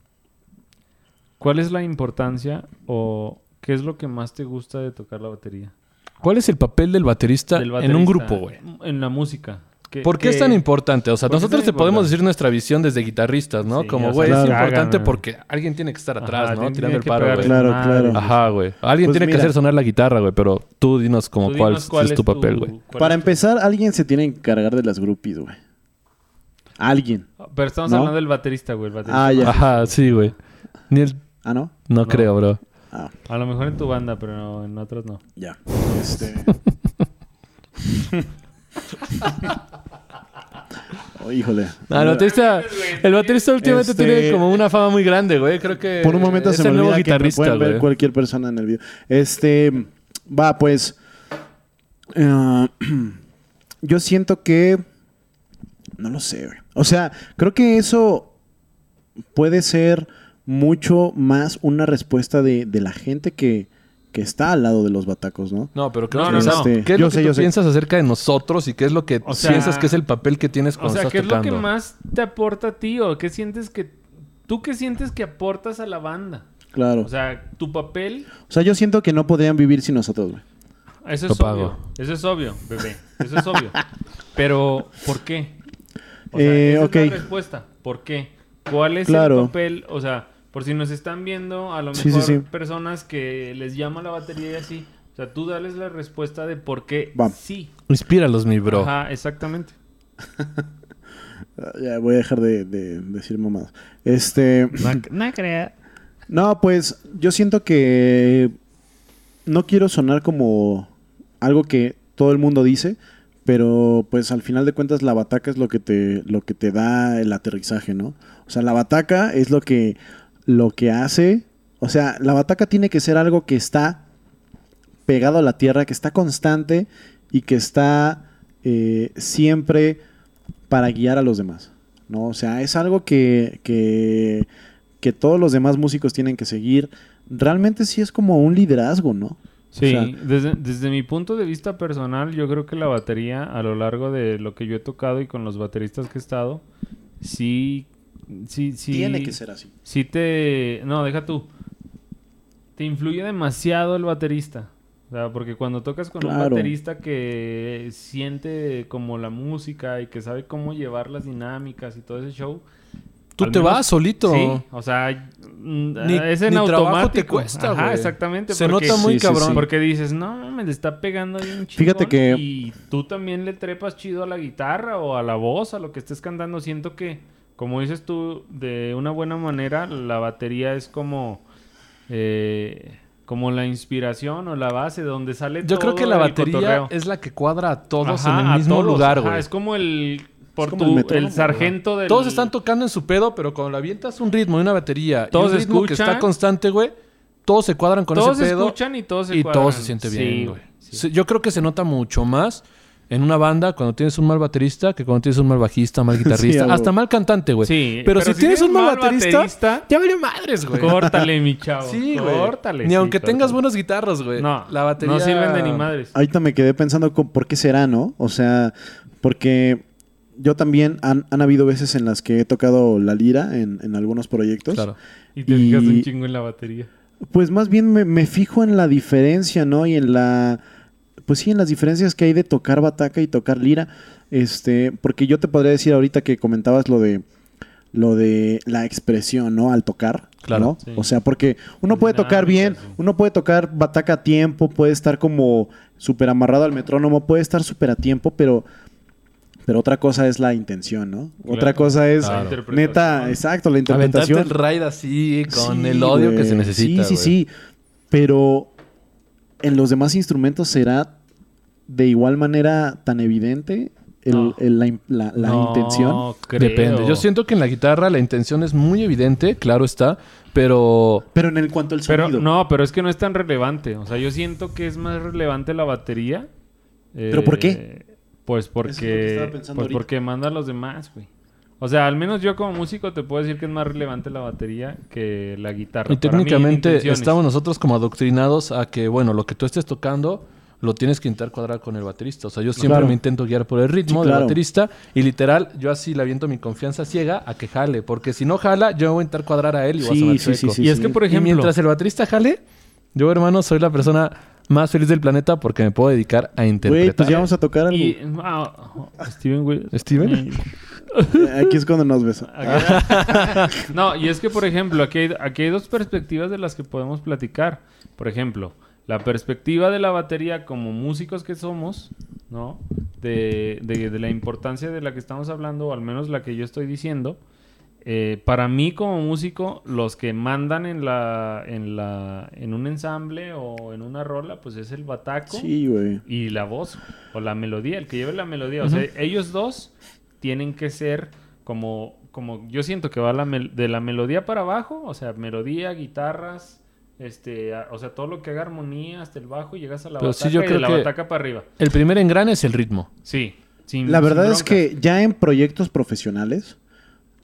Speaker 1: ¿Cuál es la importancia o qué es lo que más te gusta de tocar la batería?
Speaker 3: ¿Cuál es el papel del baterista,
Speaker 1: Del
Speaker 3: en un
Speaker 1: baterista,
Speaker 3: grupo, güey?
Speaker 1: En la música.
Speaker 3: ¿Por qué es tan importante? O sea,
Speaker 1: ¿Por qué es
Speaker 3: nosotros
Speaker 1: tan
Speaker 3: te podemos
Speaker 1: importante?
Speaker 3: decir nuestra visión desde guitarristas, ¿no?
Speaker 1: Sí, o
Speaker 3: Como,
Speaker 1: sea,
Speaker 3: güey, es
Speaker 2: claro.
Speaker 3: importante
Speaker 1: Háganme.
Speaker 3: porque alguien tiene que estar atrás,
Speaker 1: Ajá,
Speaker 3: ¿no?
Speaker 1: tiene-
Speaker 3: Tirando
Speaker 1: tiene
Speaker 3: el
Speaker 1: que
Speaker 3: paro,
Speaker 1: pegarle
Speaker 3: güey.
Speaker 2: Claro,
Speaker 1: madre.
Speaker 2: claro.
Speaker 3: Ajá, güey. Alguien
Speaker 2: Pues
Speaker 3: tiene que
Speaker 2: mira.
Speaker 3: hacer sonar la guitarra, güey, pero tú dinos como
Speaker 1: Tú
Speaker 3: cuál,
Speaker 1: dinos cuál
Speaker 3: es tu papel, güey.
Speaker 1: cuál
Speaker 2: Para
Speaker 1: es tu-
Speaker 2: empezar, alguien se tiene que encargar de las groupies, güey. Alguien.
Speaker 1: Pero estamos
Speaker 2: em- ¿No?
Speaker 1: hablando del baterista, güey. el baterista.
Speaker 2: Ah, ya.
Speaker 3: Ajá, sí, güey. Ni el...
Speaker 2: Ah, ¿no?
Speaker 3: No, creo, bro.
Speaker 2: Ah,
Speaker 1: A lo mejor en tu banda, pero no, en otras no.
Speaker 2: ya. Este... Oh, híjole.
Speaker 3: Ah, el baterista, el baterista últimamente
Speaker 2: Este-
Speaker 3: tiene como una fama muy grande, güey. Creo que
Speaker 2: Por un momento
Speaker 3: es
Speaker 2: se me
Speaker 3: el nuevo
Speaker 2: olvida que me
Speaker 3: guitarrista,
Speaker 2: pueden ver
Speaker 3: güey.
Speaker 2: cualquier persona en el video. Este, va, pues, eh, yo siento que, no lo sé, güey. o sea, creo que eso puede ser mucho más una respuesta de, de la gente que, que está al lado de los batacos, ¿no?
Speaker 3: No, pero creo
Speaker 1: No,
Speaker 3: que
Speaker 1: no,
Speaker 3: es- este,
Speaker 1: no.
Speaker 3: ¿Qué es
Speaker 2: Yo
Speaker 3: lo que
Speaker 2: sé,
Speaker 3: tú
Speaker 2: yo sé.
Speaker 3: piensas acerca de nosotros y qué es lo que
Speaker 1: O sea-
Speaker 3: piensas que es el papel que tienes
Speaker 1: O
Speaker 3: cuando
Speaker 1: sea,
Speaker 3: estás
Speaker 1: ¿qué es lo
Speaker 3: tocando?
Speaker 1: que más te aporta a ti o qué sientes que... ¿Tú qué sientes que aportas a la banda?
Speaker 2: Claro.
Speaker 1: O sea, tu papel...
Speaker 2: O sea, yo siento que no podrían vivir sin nosotros, güey.
Speaker 1: Eso
Speaker 3: Lo
Speaker 1: es
Speaker 3: pago.
Speaker 1: obvio. Eso es obvio, bebé. Eso es obvio. Pero, ¿por qué? O sea,
Speaker 2: Eh,
Speaker 1: esa
Speaker 2: ok.
Speaker 1: es la respuesta. ¿Por qué? ¿Cuál es el
Speaker 2: Claro.
Speaker 1: papel? O sea, por si nos están viendo, a lo mejor
Speaker 2: Sí, sí, sí.
Speaker 1: personas que les llama la batería y así. O sea, tú dales la respuesta de por qué
Speaker 2: Va.
Speaker 1: sí.
Speaker 3: Inspíralos, mi bro.
Speaker 1: Ajá, exactamente.
Speaker 2: Ah, Ya voy a dejar de, de decir mamadas. Este... No, pues yo siento que no quiero sonar como algo que todo el mundo dice, pero pues al final de cuentas la bataca es lo que te lo que te da el aterrizaje, ¿no? O sea, la bataca es lo que lo que hace, o sea, la bataca tiene que ser algo que está pegado a la tierra, que está constante y que está eh, siempre para guiar a los demás, ¿no? O sea, es algo que, que, que todos los demás músicos tienen que seguir. Realmente sí es como un liderazgo, ¿no?
Speaker 1: Sí,
Speaker 2: sea-
Speaker 1: desde, desde mi punto de vista personal, yo creo que la batería, a lo largo de lo que yo he tocado y con los bateristas que he estado, sí, sí, sí.
Speaker 2: Tiene que ser así.
Speaker 1: Sí te... No, deja tú. Te influye demasiado el baterista. O sea, porque cuando tocas con un
Speaker 2: Claro.
Speaker 1: baterista que siente como la música y que sabe cómo llevar las dinámicas y todo ese show...
Speaker 3: Tú
Speaker 1: al
Speaker 3: te
Speaker 1: menos-
Speaker 3: vas solito.
Speaker 1: Sí, o sea, mm,
Speaker 3: Ni-
Speaker 1: es en
Speaker 3: ni trabajo te
Speaker 1: automático.
Speaker 3: cuesta,
Speaker 1: Ajá,
Speaker 3: güey.
Speaker 1: exactamente.
Speaker 3: Se
Speaker 1: porque-
Speaker 3: nota muy
Speaker 2: Sí, sí,
Speaker 3: cabrón.
Speaker 2: sí.
Speaker 1: Porque dices, no, me le está pegando bien chingón.
Speaker 2: Fíjate que-
Speaker 1: Y tú también le trepas chido a la guitarra o a la voz, a lo que estés cantando. Siento que, como dices tú, de una buena manera, la batería es como... eh, como la inspiración o la base de donde sale
Speaker 3: Yo creo
Speaker 1: todo
Speaker 3: que la
Speaker 1: el
Speaker 3: batería
Speaker 1: cotorreo.
Speaker 3: es la que cuadra a todos
Speaker 1: Ajá,
Speaker 3: en
Speaker 1: a
Speaker 3: el mismo
Speaker 1: todos,
Speaker 3: lugar,
Speaker 1: ajá,
Speaker 3: güey.
Speaker 1: Es como el... Por tu-
Speaker 2: como el
Speaker 1: el,
Speaker 2: metrónomo, ajá.
Speaker 1: sargento del...
Speaker 3: Todos están tocando en su pedo, pero cuando le avientas un ritmo y una batería
Speaker 1: Todos
Speaker 3: y un ritmo que
Speaker 1: escuchan.
Speaker 3: está constante, güey, todos se cuadran con
Speaker 1: todos
Speaker 3: ese pedo.
Speaker 1: escuchan y todos se
Speaker 3: y todo
Speaker 1: cuadran.
Speaker 3: se siente
Speaker 1: Sí,
Speaker 3: bien, güey.
Speaker 1: sí.
Speaker 3: Se- Yo creo que se nota mucho más en una banda cuando tienes un mal baterista que cuando tienes un mal bajista, mal guitarrista,
Speaker 2: algo.
Speaker 3: hasta mal cantante, güey.
Speaker 1: Sí,
Speaker 3: pero, si, tienes
Speaker 1: eres
Speaker 3: un mal baterista, ya valió madres, güey.
Speaker 1: córtale, mi chavo.
Speaker 3: Sí, güey.
Speaker 1: Córtale.
Speaker 3: Ni
Speaker 1: sí,
Speaker 3: aunque
Speaker 1: córtale.
Speaker 3: tengas buenos guitarros, güey.
Speaker 1: No,
Speaker 3: la batería
Speaker 1: no sirven de ni madres.
Speaker 2: Ahorita me quedé pensando con por qué será, ¿no? O sea, porque yo también han, han habido veces en las que he tocado la lira en, en algunos proyectos.
Speaker 3: Claro.
Speaker 1: Y te
Speaker 2: y-
Speaker 1: fijas un chingo en la batería.
Speaker 2: Pues más bien me, me fijo en la diferencia, ¿no? Y en la. Pues sí, en las diferencias que hay de tocar bataca y tocar lira. Este. Porque yo te podría decir ahorita que comentabas lo de. Lo de la expresión, ¿no? Al tocar.
Speaker 3: Claro,
Speaker 2: ¿no?
Speaker 1: sí.
Speaker 2: O sea, porque uno puede tocar bien,
Speaker 1: Dinámica, sí.
Speaker 2: uno puede tocar bataca a tiempo, puede estar como súper amarrado al metrónomo, puede estar súper a tiempo, pero. Pero otra cosa es la intención, ¿no? Otra
Speaker 1: Claro.
Speaker 2: cosa es.
Speaker 1: La
Speaker 3: Claro.
Speaker 1: interpretación.
Speaker 2: Neta, exacto, la
Speaker 3: Aventarte
Speaker 2: interpretación.
Speaker 3: el raid así, con
Speaker 2: Sí,
Speaker 3: el odio que
Speaker 2: güey.
Speaker 3: se necesita.
Speaker 2: Sí, sí,
Speaker 3: güey.
Speaker 2: sí. Pero en los demás instrumentos será de igual manera tan evidente el-
Speaker 1: No.
Speaker 2: el- la, in- la- la
Speaker 1: No,
Speaker 2: intención.
Speaker 1: creo.
Speaker 3: Depende. Yo siento que en la guitarra la intención es muy evidente, claro está, pero
Speaker 2: Pero en el cuanto al
Speaker 1: Pero
Speaker 2: sonido.
Speaker 1: no, pero es que no es tan relevante. O sea, yo siento que es más relevante la batería.
Speaker 2: ¿Pero por qué?
Speaker 1: Pues
Speaker 2: Eso es lo que
Speaker 1: porque.
Speaker 2: estaba pensando
Speaker 1: pues
Speaker 2: ahorita.
Speaker 1: porque manda a los demás, güey. O sea, al menos yo como músico te puedo decir que es más relevante la batería que la guitarra.
Speaker 3: Y
Speaker 1: Para mí, en
Speaker 3: técnicamente
Speaker 1: intenciones.
Speaker 3: estamos nosotros como adoctrinados a que, bueno, lo que tú estés tocando lo tienes que intentar cuadrar con el baterista. O sea, yo siempre
Speaker 2: Claro.
Speaker 3: me intento guiar por el ritmo
Speaker 2: Sí,
Speaker 3: del
Speaker 2: claro.
Speaker 3: baterista y literal yo así le aviento mi confianza ciega a que jale. Porque si no jala, yo voy a intentar cuadrar a él y voy a
Speaker 2: Sí,
Speaker 3: sonar
Speaker 2: sí, sí,
Speaker 3: chueco.
Speaker 2: sí,
Speaker 1: Y es que, por
Speaker 3: Y
Speaker 1: ejemplo.
Speaker 3: mientras el baterista jale, yo, hermano, soy la persona más feliz del planeta porque me puedo dedicar a interpretar.
Speaker 2: Güey, pues ya vamos a tocar algo.
Speaker 1: Y, ah, Steven, güey.
Speaker 3: ¿Steven?
Speaker 1: Eh,
Speaker 2: Aquí es cuando nos besa.
Speaker 1: Aquí- no, y es que, por ejemplo, aquí hay, aquí hay dos perspectivas de las que podemos platicar. Por ejemplo, la perspectiva de la batería como músicos que somos, ¿no? De, de- de la importancia de la que estamos hablando, o al menos la que yo estoy diciendo. Eh, para mí como músico, los que mandan en la, en la, en un ensamble o en una rola, pues es el bataco
Speaker 2: Ah, Sí, güey.
Speaker 1: y la voz o la melodía, el que lleve la melodía. O sea, ellos dos tienen que ser como, como yo siento que va la mel- de la melodía para abajo, o sea, melodía, guitarras, este, a- o sea, todo lo que haga armonía hasta el bajo y llegas a la
Speaker 3: Pero sí,
Speaker 1: bataca
Speaker 3: yo
Speaker 1: y
Speaker 3: creo
Speaker 1: de la
Speaker 3: que-
Speaker 1: bataca para arriba.
Speaker 3: El primer engrane es el ritmo.
Speaker 1: Sí. sin-
Speaker 2: La
Speaker 1: sin
Speaker 2: verdad es
Speaker 1: broncas.
Speaker 2: que ya en proyectos profesionales,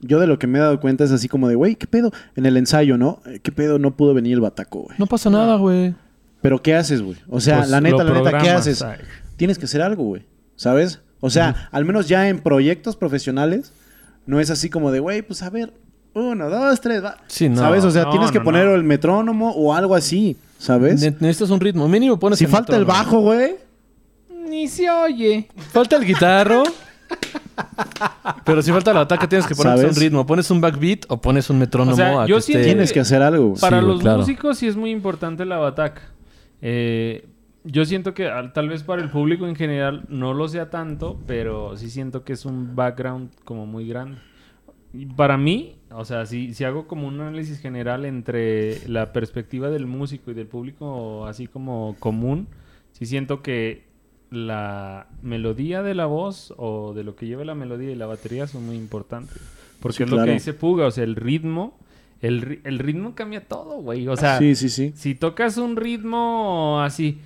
Speaker 2: yo de lo que me he dado cuenta es así como de, güey, ¿qué pedo? En el ensayo, ¿no? Eh, ¿Qué pedo? No pudo venir el bataco, güey.
Speaker 3: No pasa nada, güey.
Speaker 2: Pero ¿qué haces, güey? O sea,
Speaker 1: Pues,
Speaker 2: la neta,
Speaker 1: lo
Speaker 2: la neta, ¿qué
Speaker 1: programas,
Speaker 2: haces?
Speaker 1: ay.
Speaker 2: Tienes que hacer algo, güey. ¿Sabes? O sea, al menos ya en proyectos profesionales, no es así como de, güey, pues a ver, uno, dos, tres, va.
Speaker 3: Sí, no.
Speaker 2: ¿Sabes? O sea,
Speaker 1: No,
Speaker 2: tienes que
Speaker 1: no,
Speaker 2: poner
Speaker 1: no.
Speaker 2: el metrónomo o algo así, ¿sabes?
Speaker 3: Ne- necesitas un ritmo. Mínimo pones
Speaker 2: si falta el
Speaker 3: metrónomo.
Speaker 2: bajo, güey.
Speaker 1: Ni se oye.
Speaker 3: Falta el guitarro. pero si falta la bataca tienes que poner
Speaker 2: ¿Sabes?
Speaker 3: un ritmo. Pones un backbeat o pones un metrónomo.
Speaker 1: O sea,
Speaker 3: a
Speaker 1: yo
Speaker 3: que
Speaker 1: sí
Speaker 3: esté-
Speaker 1: entiendo
Speaker 2: Tienes que hacer algo, güey.
Speaker 1: Para
Speaker 3: Sí, güey,
Speaker 1: los
Speaker 3: claro.
Speaker 1: músicos sí es muy importante la bataca. Eh, yo siento que al- tal vez para el público en general no lo sea tanto, pero sí siento que es un background como muy grande. Y Para mí, o sea, si, si hago como un análisis general entre la perspectiva del músico y del público así como común, sí siento que la melodía de la voz o de lo que lleva la melodía y la batería son muy importantes. Porque
Speaker 2: Sí,
Speaker 1: es lo
Speaker 2: claro.
Speaker 1: que dice Puga, o sea, el ritmo, el, ri- el ritmo cambia todo, güey. O sea,
Speaker 2: sí, sí, sí.
Speaker 1: si tocas un ritmo así,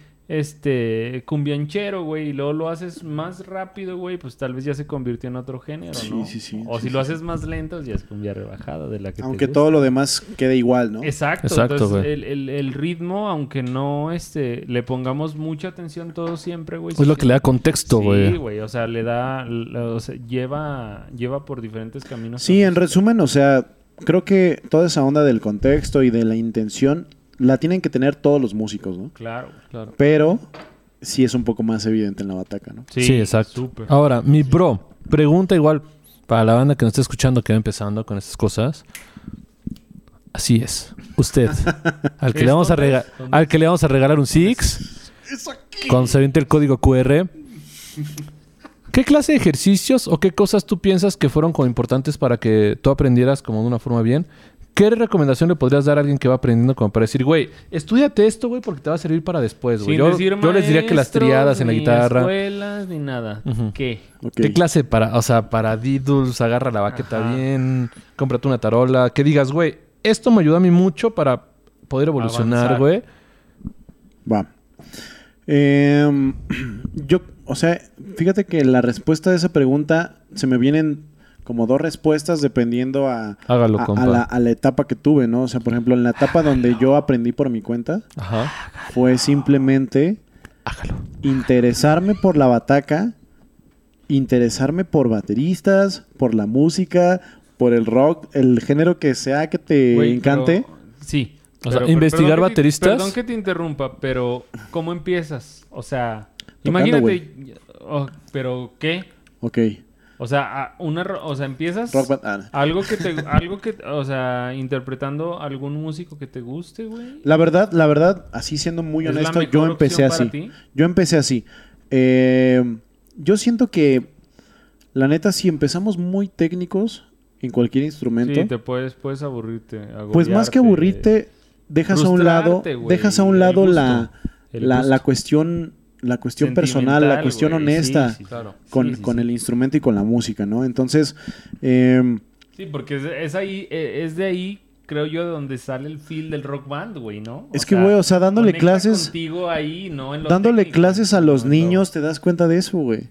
Speaker 1: este, cumbianchero, güey, y luego lo haces más rápido, güey, pues tal vez ya se convirtió en otro género,
Speaker 2: Sí,
Speaker 1: ¿no?
Speaker 2: sí, sí,
Speaker 1: O
Speaker 2: sí,
Speaker 1: si lo haces más lento, ya es cumbia rebajada de la que te
Speaker 2: Aunque
Speaker 1: gusta.
Speaker 2: todo lo demás quede igual, ¿no?
Speaker 1: Exacto,
Speaker 3: Exacto,
Speaker 1: entonces,
Speaker 3: güey.
Speaker 1: el, el- el ritmo, aunque no este, le pongamos mucha atención todos siempre, güey.
Speaker 3: Es lo que le da contexto, güey.
Speaker 1: Sí, güey, o sea, le da, o sea, lleva, lleva por diferentes caminos.
Speaker 2: Sí, en resumen, o sea, creo que toda esa onda del contexto y de la intención la tienen que tener todos los músicos, ¿no?
Speaker 1: Claro, güey, claro.
Speaker 2: Pero sí es un poco más evidente en la bataca, ¿no?
Speaker 1: Sí,
Speaker 3: exacto.
Speaker 1: súper.
Speaker 3: Ahora, mi bro, pregunta igual para la banda que nos está escuchando que va empezando con estas cosas. Así es. Usted, al que, le
Speaker 1: ¿Es
Speaker 3: vamos a
Speaker 1: dónde
Speaker 3: rega-
Speaker 1: es? ¿Dónde
Speaker 3: al que le vamos a regalar un Six, cuando se aviente el código QR, ¿qué clase de ejercicios o qué cosas tú piensas que fueron como importantes para que tú aprendieras como de una forma bien? ¿Qué recomendación le podrías dar a alguien que va aprendiendo como para decir, güey, estudiate esto, güey, porque te va a servir para después, Pues, güey?
Speaker 1: Sin
Speaker 3: Yo,
Speaker 1: decir
Speaker 3: yo les diría que las
Speaker 1: maestros,
Speaker 3: triadas en la
Speaker 1: ni
Speaker 3: guitarra.
Speaker 1: escuelas, ni nada. ¿Qué?
Speaker 2: Ok.
Speaker 3: ¿Qué clase para, o sea, para Diddles, agarra la baqueta
Speaker 1: Ajá.
Speaker 3: bien, cómprate una tarola, que digas, güey, esto me ayudó a mí mucho para poder evolucionar,
Speaker 1: Avanzar.
Speaker 3: güey.
Speaker 2: Va. Em, yo, o sea, fíjate que la respuesta de esa pregunta se me vienen como dos respuestas dependiendo a,
Speaker 3: Hágalo,
Speaker 2: a- a
Speaker 3: compa.
Speaker 2: la, a la etapa que tuve, ¿no? O sea, por ejemplo, en la etapa donde yo aprendí por mi cuenta,
Speaker 1: Ah,
Speaker 3: Ajá.
Speaker 2: fue simplemente interesarme por la bataca, interesarme por bateristas, por la música, por el rock, el género que sea que te
Speaker 1: Güey,
Speaker 2: encante.
Speaker 1: pero- sí.
Speaker 3: O sea, investigar
Speaker 1: perdón que te-
Speaker 3: bateristas.
Speaker 1: perdón que te interrumpa, pero ¿cómo empiezas? O sea,
Speaker 2: Tocando,
Speaker 1: imagínate.
Speaker 2: güey.
Speaker 1: oh, pero ¿qué?
Speaker 2: Ok.
Speaker 1: O sea, a- una, ro- o sea, empiezas
Speaker 2: Rock band. ah, no.
Speaker 1: algo que te, algo que, o sea, interpretando algún músico que te guste, güey.
Speaker 2: La verdad, la verdad, así siendo muy
Speaker 1: ¿Es la
Speaker 2: honesto,
Speaker 1: mejor
Speaker 2: yo empecé
Speaker 1: opción para
Speaker 2: así.
Speaker 1: ti?
Speaker 2: Yo empecé así. Eh, yo siento que, la neta, si empezamos muy técnicos en cualquier instrumento,
Speaker 1: Sí, te puedes, puedes aburrirte.
Speaker 2: Pues más que
Speaker 1: agobiarte.
Speaker 2: aburrirte, dejas a un lado,
Speaker 1: Frustrarte, güey.
Speaker 2: dejas a un
Speaker 1: El
Speaker 2: lado
Speaker 1: gusto.
Speaker 2: la,
Speaker 1: El
Speaker 2: la,
Speaker 1: gusto.
Speaker 2: la cuestión, la cuestión personal, la
Speaker 1: Sentimental,
Speaker 2: cuestión
Speaker 1: güey. Sí,
Speaker 2: honesta
Speaker 1: sí, claro.
Speaker 2: con,
Speaker 1: Sí, sí,
Speaker 2: con
Speaker 1: sí.
Speaker 2: el instrumento y con la música, ¿no? Entonces, eh,
Speaker 1: Sí, porque es, es ahí, eh, es de ahí, creo yo, de donde sale el feel del rock band, güey, ¿no?
Speaker 2: Es que, güey, o sea, dándole
Speaker 1: conecta
Speaker 2: clases-
Speaker 1: contigo ahí, ¿no? En lo
Speaker 2: dándole
Speaker 1: técnico.
Speaker 2: clases a los
Speaker 1: No, no.
Speaker 2: niños, te das cuenta de eso, güey.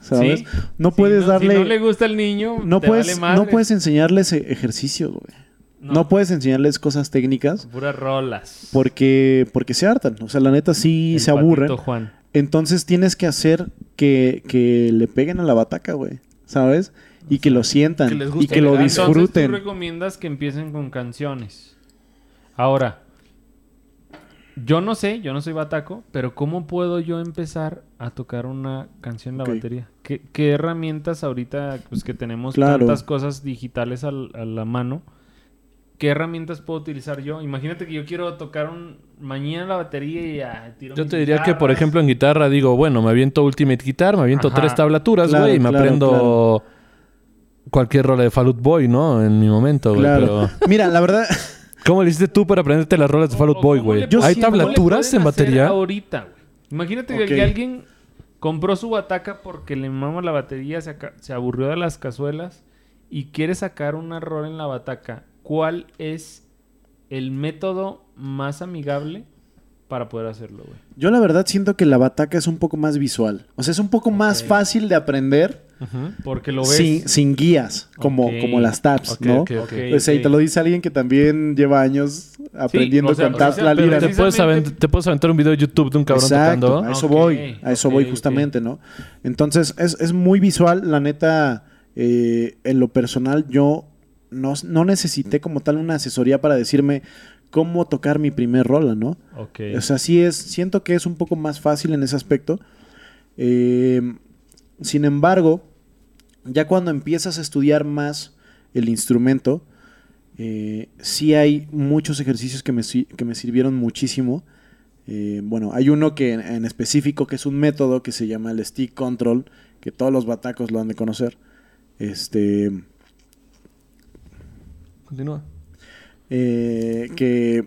Speaker 2: ¿Sabes?
Speaker 1: Sí.
Speaker 2: No
Speaker 1: Si
Speaker 2: puedes
Speaker 1: no-
Speaker 2: darle,
Speaker 1: Si no le gusta al niño,
Speaker 2: no
Speaker 1: te
Speaker 2: puedes,
Speaker 1: vale madre.
Speaker 2: no puedes enseñarles eh, ejercicios, güey.
Speaker 1: No.
Speaker 2: no puedes enseñarles cosas técnicas
Speaker 1: Puras rolas.
Speaker 2: porque, porque se hartan. O sea, la neta sí
Speaker 1: El
Speaker 2: se aburren.
Speaker 1: Patito Juan.
Speaker 2: Entonces tienes que hacer que, que le peguen a la bataca, güey. ¿Sabes? Y que lo sientan.
Speaker 3: que les
Speaker 2: y
Speaker 3: guste
Speaker 2: que lo
Speaker 3: pegar.
Speaker 1: Entonces tú
Speaker 2: disfruten.
Speaker 1: recomiendas que empiecen con canciones. Ahora, yo no sé, yo no soy bataco, pero ¿cómo puedo yo empezar a tocar una canción en la
Speaker 2: Ok.
Speaker 1: batería? ¿Qué, qué herramientas ahorita, pues que tenemos
Speaker 2: Claro.
Speaker 1: tantas cosas digitales al- a la mano, qué herramientas puedo utilizar yo? Imagínate que yo quiero tocar un mañana la batería y ya tiro
Speaker 3: Yo
Speaker 1: mis
Speaker 3: te diría que, por
Speaker 1: guitarras.
Speaker 3: ejemplo, en guitarra digo, bueno, me aviento Ultimate Guitar, me aviento
Speaker 1: Ajá.
Speaker 3: tres tablaturas, güey,
Speaker 2: Claro,
Speaker 3: y me
Speaker 2: claro,
Speaker 3: aprendo cualquier rola de Fallout Boy, ¿no? En mi momento, güey.
Speaker 2: Claro.
Speaker 3: pero-
Speaker 2: Mira, la verdad,
Speaker 3: ¿Cómo le hiciste tú para aprenderte las rolas de Fallout
Speaker 1: ¿O
Speaker 3: Boy,
Speaker 1: cómo le
Speaker 3: güey?
Speaker 1: pueden-
Speaker 3: ¿Hay
Speaker 1: cómo le
Speaker 3: tablaturas en
Speaker 1: pueden hacer
Speaker 3: batería?
Speaker 1: Ahorita, güey. Imagínate que-
Speaker 2: Ok.
Speaker 1: que alguien compró su bataca porque le mama la batería, se, aca- se aburrió de las cazuelas y quiere sacar un error en la bataca. ¿Cuál es el método más amigable para poder hacerlo, güey?
Speaker 2: yo la verdad siento que la bataca es un poco más visual. O sea, es un poco más
Speaker 1: Ok.
Speaker 2: fácil de aprender
Speaker 1: Porque lo ves.
Speaker 2: sin, sin guías, como,
Speaker 1: Ok.
Speaker 2: como las tabs,
Speaker 3: Ok,
Speaker 2: ¿no?
Speaker 3: ok, ok.
Speaker 1: Ok.
Speaker 2: O sea, y Pues te lo dice alguien que también lleva años aprendiendo
Speaker 1: o sea,
Speaker 2: con
Speaker 1: o
Speaker 2: tabs
Speaker 1: sea,
Speaker 2: la
Speaker 1: pero
Speaker 2: lira.
Speaker 3: Te puedes,
Speaker 1: Precisamente-
Speaker 3: avent- te puedes aventar un video de YouTube de un cabrón
Speaker 2: Exacto,
Speaker 3: tocando.
Speaker 2: a eso
Speaker 1: Ok,
Speaker 2: voy, a eso
Speaker 1: ok,
Speaker 2: voy
Speaker 1: ok.
Speaker 2: justamente, ¿no? Entonces, es, es muy visual, la neta, eh, en lo personal yo no, no necesité como tal una asesoría para decirme cómo tocar mi primer rola, ¿no?
Speaker 1: Ok.
Speaker 2: O sea, sí es, siento que es un poco más fácil en ese aspecto. Eh, sin embargo, ya cuando empiezas a estudiar más el instrumento, eh, sí hay muchos ejercicios que me, si- que me sirvieron muchísimo. Eh, bueno, hay uno que en, en específico que es un método que se llama el stick control, que todos los batacos lo han de conocer. Este,
Speaker 3: Continúa.
Speaker 2: eh, que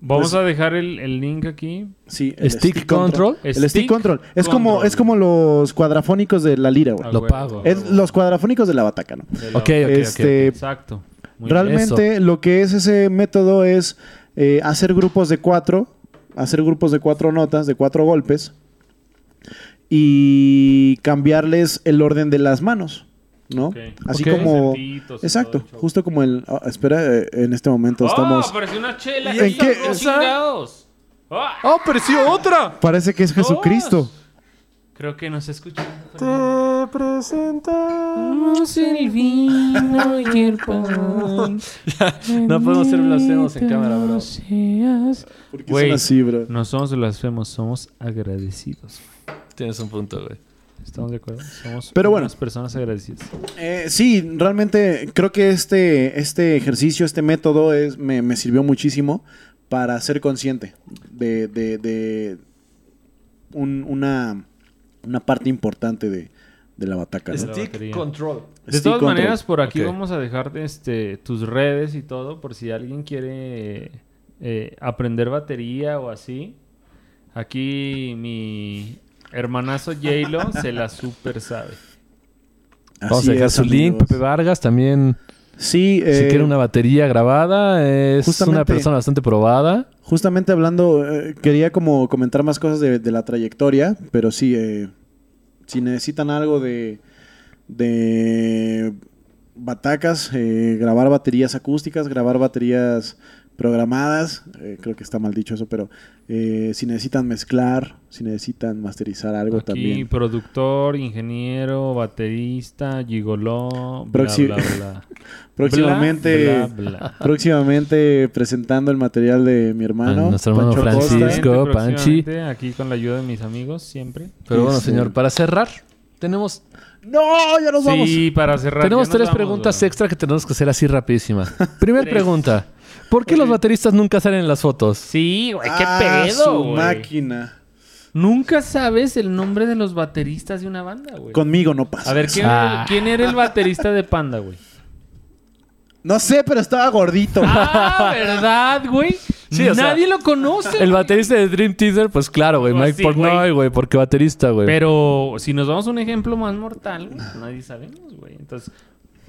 Speaker 1: Vamos
Speaker 2: pues-
Speaker 1: a dejar el, el link aquí.
Speaker 2: sí,
Speaker 3: Stick control.
Speaker 2: El stick, control. Es como
Speaker 1: control.
Speaker 2: es como los cuadrafónicos de la lira, güey.
Speaker 1: Ah,
Speaker 3: Lo
Speaker 1: güey.
Speaker 3: pago.
Speaker 1: Eh,
Speaker 2: Es los cuadrafónicos de la bataca, ¿no?
Speaker 1: de la-
Speaker 3: Ok, ok, ok.
Speaker 2: este,
Speaker 1: Exacto. Muy bien.
Speaker 2: realmente lo que es ese método es eh, hacer grupos de cuatro, hacer grupos de cuatro notas, de cuatro golpes y cambiarles el orden de las manos, ¿no?
Speaker 1: Ok.
Speaker 2: Así
Speaker 3: Ok.
Speaker 2: como
Speaker 1: Sentitos y
Speaker 2: exacto,
Speaker 1: todo el show.
Speaker 2: justo como el ah, espera, eh, en este momento
Speaker 1: ¡Ah,
Speaker 2: estamos.
Speaker 1: apareció una chela!
Speaker 2: ¿Y en
Speaker 1: ¡Estos
Speaker 2: qué?
Speaker 1: dos
Speaker 3: ¿Esa?
Speaker 1: chingados! ¡Ah!
Speaker 3: ¡Oh, apareció otra!
Speaker 2: Parece que es Jesucristo.
Speaker 1: Dos. Creo que nos escuchan. Te presentamos el vino y el pan.
Speaker 3: No podemos ser blasfemos en cámara, bro.
Speaker 2: ¿Por qué
Speaker 1: Güey.
Speaker 2: son así, bro?
Speaker 1: No somos blasfemos, somos agradecidos.
Speaker 3: Tienes un punto, güey.
Speaker 1: ¿Estamos de acuerdo? Somos
Speaker 2: Pero bueno.
Speaker 1: unas personas agradecidas.
Speaker 2: Eh, sí, realmente creo que este, este ejercicio, este método es, me, me sirvió muchísimo para ser consciente de, de- de un- una, una parte importante de, de la bataca. ¿no?
Speaker 1: Este- batería.
Speaker 3: control.
Speaker 1: De
Speaker 2: Stick
Speaker 1: todas
Speaker 2: control.
Speaker 1: maneras, por aquí
Speaker 3: Ok.
Speaker 1: vamos a dejar este, tus redes y todo, por si alguien quiere eh, aprender batería o así. Aquí mi hermanazo Jaylo se la super sabe.
Speaker 3: Vamos
Speaker 2: Así
Speaker 3: a dejar
Speaker 2: es,
Speaker 3: su link,
Speaker 2: amigos.
Speaker 3: Pepe Vargas también.
Speaker 2: Sí,
Speaker 3: si
Speaker 2: eh,
Speaker 3: quiere una batería grabada, es una
Speaker 2: justamente-
Speaker 3: persona bastante probada.
Speaker 2: justamente hablando, eh, quería como comentar más cosas de, de la trayectoria, pero sí, eh, si necesitan algo de, de batacas, eh, grabar baterías acústicas, grabar baterías programadas, eh, creo que está mal dicho eso, pero eh, si necesitan mezclar, si necesitan masterizar algo
Speaker 1: Aquí,
Speaker 2: también.
Speaker 1: productor, ingeniero, baterista, gigoló, bla,
Speaker 2: Proxi-
Speaker 1: bla, bla.
Speaker 2: Próximamente,
Speaker 1: Bla, bla, bla.
Speaker 2: próximamente presentando el material de mi hermano,
Speaker 3: Nuestro hermano
Speaker 2: Pancho Costa.
Speaker 3: Francisco.
Speaker 1: Próximamente,
Speaker 3: Panchi.
Speaker 1: próximamente, Aquí con la ayuda de mis amigos, siempre.
Speaker 3: Pero bueno,
Speaker 2: Este-
Speaker 3: señor, para cerrar, tenemos,
Speaker 2: No, ya nos vamos.
Speaker 1: Sí, para cerrar.
Speaker 3: tenemos
Speaker 1: ya nos
Speaker 3: tres
Speaker 1: vamos,
Speaker 3: preguntas
Speaker 1: bro.
Speaker 3: extra que tenemos que hacer así rapidísima. Primera
Speaker 1: Tres.
Speaker 3: pregunta. ¿Por qué los bateristas nunca salen en las fotos?
Speaker 1: Sí, güey, qué
Speaker 2: Ah,
Speaker 1: pedo,
Speaker 2: su
Speaker 1: güey.
Speaker 2: máquina.
Speaker 1: Nunca sabes el nombre de los bateristas de una banda, güey.
Speaker 2: Conmigo no pasa.
Speaker 1: A ver, ¿quién,
Speaker 3: Ah.
Speaker 1: era el- quién era el baterista de Panda, güey?
Speaker 2: No sé, pero estaba gordito.
Speaker 1: Ah, ¿verdad, güey?
Speaker 3: Sí, o sea,
Speaker 1: Nadie lo conoce. güey.
Speaker 3: El baterista de Dream Teaser, pues claro, güey.
Speaker 1: Pues
Speaker 3: Mike
Speaker 1: sí,
Speaker 3: Portnoy,
Speaker 1: güey.
Speaker 3: güey, porque baterista,
Speaker 1: Pues,
Speaker 3: güey.
Speaker 1: Pero si nos vamos a un ejemplo más mortal, güey, pues nadie sabemos, güey. Entonces,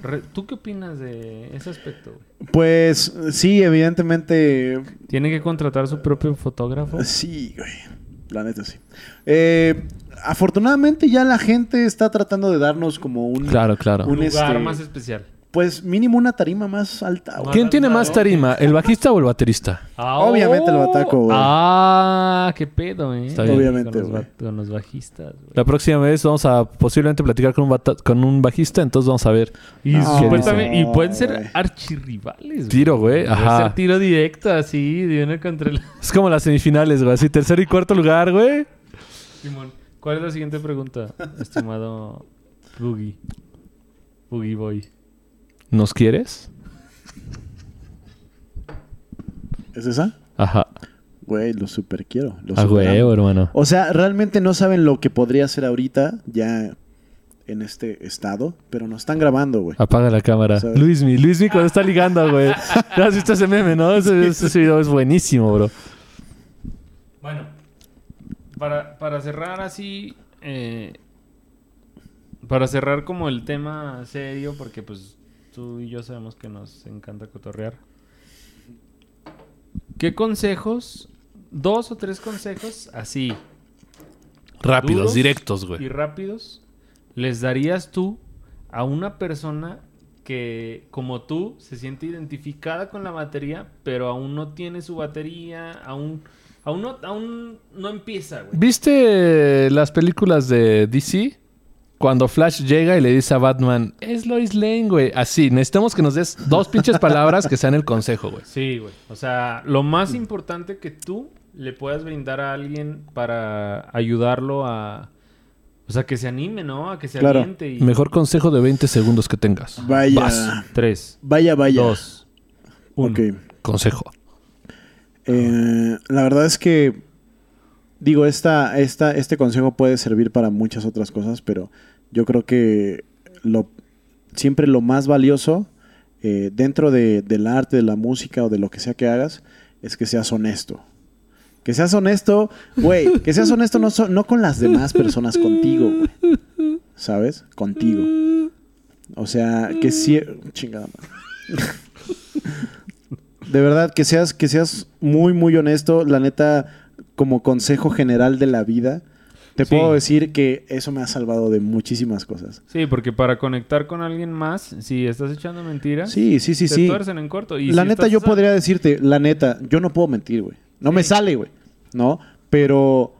Speaker 1: re- ¿tú qué opinas de ese aspecto, güey?
Speaker 2: Pues sí, evidentemente.
Speaker 1: ¿Tiene que contratar su propio fotógrafo?
Speaker 2: Sí, güey. La neta sí. Eh, afortunadamente ya la gente está tratando de darnos como un,
Speaker 3: Claro, claro.
Speaker 1: Un
Speaker 2: un
Speaker 1: lugar
Speaker 2: este-
Speaker 1: más Ah. especial.
Speaker 2: Pues mínimo una tarima más alta. güey.
Speaker 3: ¿Quién tiene más tarima, el bajista o el baterista?
Speaker 2: Obviamente el bataco, güey.
Speaker 1: Ah, qué pedo, eh.
Speaker 3: Está bien.
Speaker 2: Obviamente,
Speaker 1: Con los,
Speaker 2: güey.
Speaker 1: ba- con los bajistas, güey.
Speaker 3: La próxima vez vamos a posiblemente platicar con un, bata- con un bajista, entonces vamos a ver.
Speaker 1: Y,
Speaker 2: No,
Speaker 1: supuestamente- y pueden ser
Speaker 2: Ah, güey.
Speaker 1: archirrivales, güey.
Speaker 3: Tiro, güey,
Speaker 1: Puede
Speaker 3: ajá.
Speaker 1: ser tiro directo, así, de uno contra el...
Speaker 3: Es como las semifinales, güey. Así, tercer y cuarto lugar, güey.
Speaker 1: Simón. ¿Cuál es la siguiente pregunta, estimado Boogie? Boogie Boy.
Speaker 3: ¿Nos quieres?
Speaker 2: ¿Es esa?
Speaker 3: Ajá.
Speaker 2: Güey, lo super quiero. Lo
Speaker 3: A
Speaker 1: Ah,
Speaker 2: superamo.
Speaker 3: huevo, hermano.
Speaker 2: O sea, realmente no saben lo que podría ser ahorita ya en este estado, pero nos están grabando, güey.
Speaker 3: Apaga la cámara.
Speaker 2: ¿Sabes?
Speaker 3: Luismi, Luismi cuando está ligando, güey. ¿No has visto ese meme, no? Ese, ese video es buenísimo, bro.
Speaker 1: Bueno, para, para cerrar así, eh, para cerrar como el tema serio, porque pues tú y yo sabemos que nos encanta cotorrear. ¿Qué consejos, dos o tres consejos así
Speaker 3: Rápidos,
Speaker 1: Duros
Speaker 3: directos,
Speaker 1: y
Speaker 3: güey.
Speaker 1: rápidos les darías tú a una persona que como tú se siente identificada con la batería, pero aún no tiene su batería, aún, aún, no, aún no empieza, güey?
Speaker 3: ¿Viste las películas de DC? Cuando Flash llega y le dice a Batman, es Lois Lane, güey. Así, necesitamos que nos des dos pinches palabras que sean el consejo, güey.
Speaker 1: Sí, güey. O sea, lo más importante que tú le puedas brindar a alguien para ayudarlo a... O sea, que se anime, ¿no? A que se
Speaker 2: Claro.
Speaker 1: aliente y...
Speaker 3: Mejor consejo de 20 segundos que tengas.
Speaker 2: Vaya.
Speaker 3: Vas.
Speaker 1: Tres,
Speaker 2: Vaya, vaya.
Speaker 1: Ah, dos, uno.
Speaker 2: Ok.
Speaker 3: Consejo.
Speaker 2: Eh, la verdad es que, digo, esta, esta, este consejo puede servir para muchas otras cosas, pero yo creo que lo, siempre lo más valioso eh, dentro de- del arte, de la música o de lo que sea que hagas, es que seas honesto. Que seas honesto, güey, que seas honesto no, so- no con las demás personas, contigo, güey. ¿Sabes? Contigo. O sea, que sí... Chingada madre. De verdad, que seas, que seas muy, muy honesto. La neta, como consejo general de la vida, te
Speaker 1: Sí.
Speaker 2: puedo decir que eso me ha salvado de muchísimas cosas.
Speaker 1: Sí, porque para conectar con alguien más, si estás echando mentiras,
Speaker 2: Sí, sí, sí,
Speaker 1: te
Speaker 2: sí.
Speaker 1: tuercen en corto. Y
Speaker 2: la
Speaker 1: si
Speaker 2: neta,
Speaker 1: estás
Speaker 2: yo
Speaker 1: usando-
Speaker 2: podría decirte, la neta, yo no puedo mentir, güey. No me sale, güey. ¿No? Pero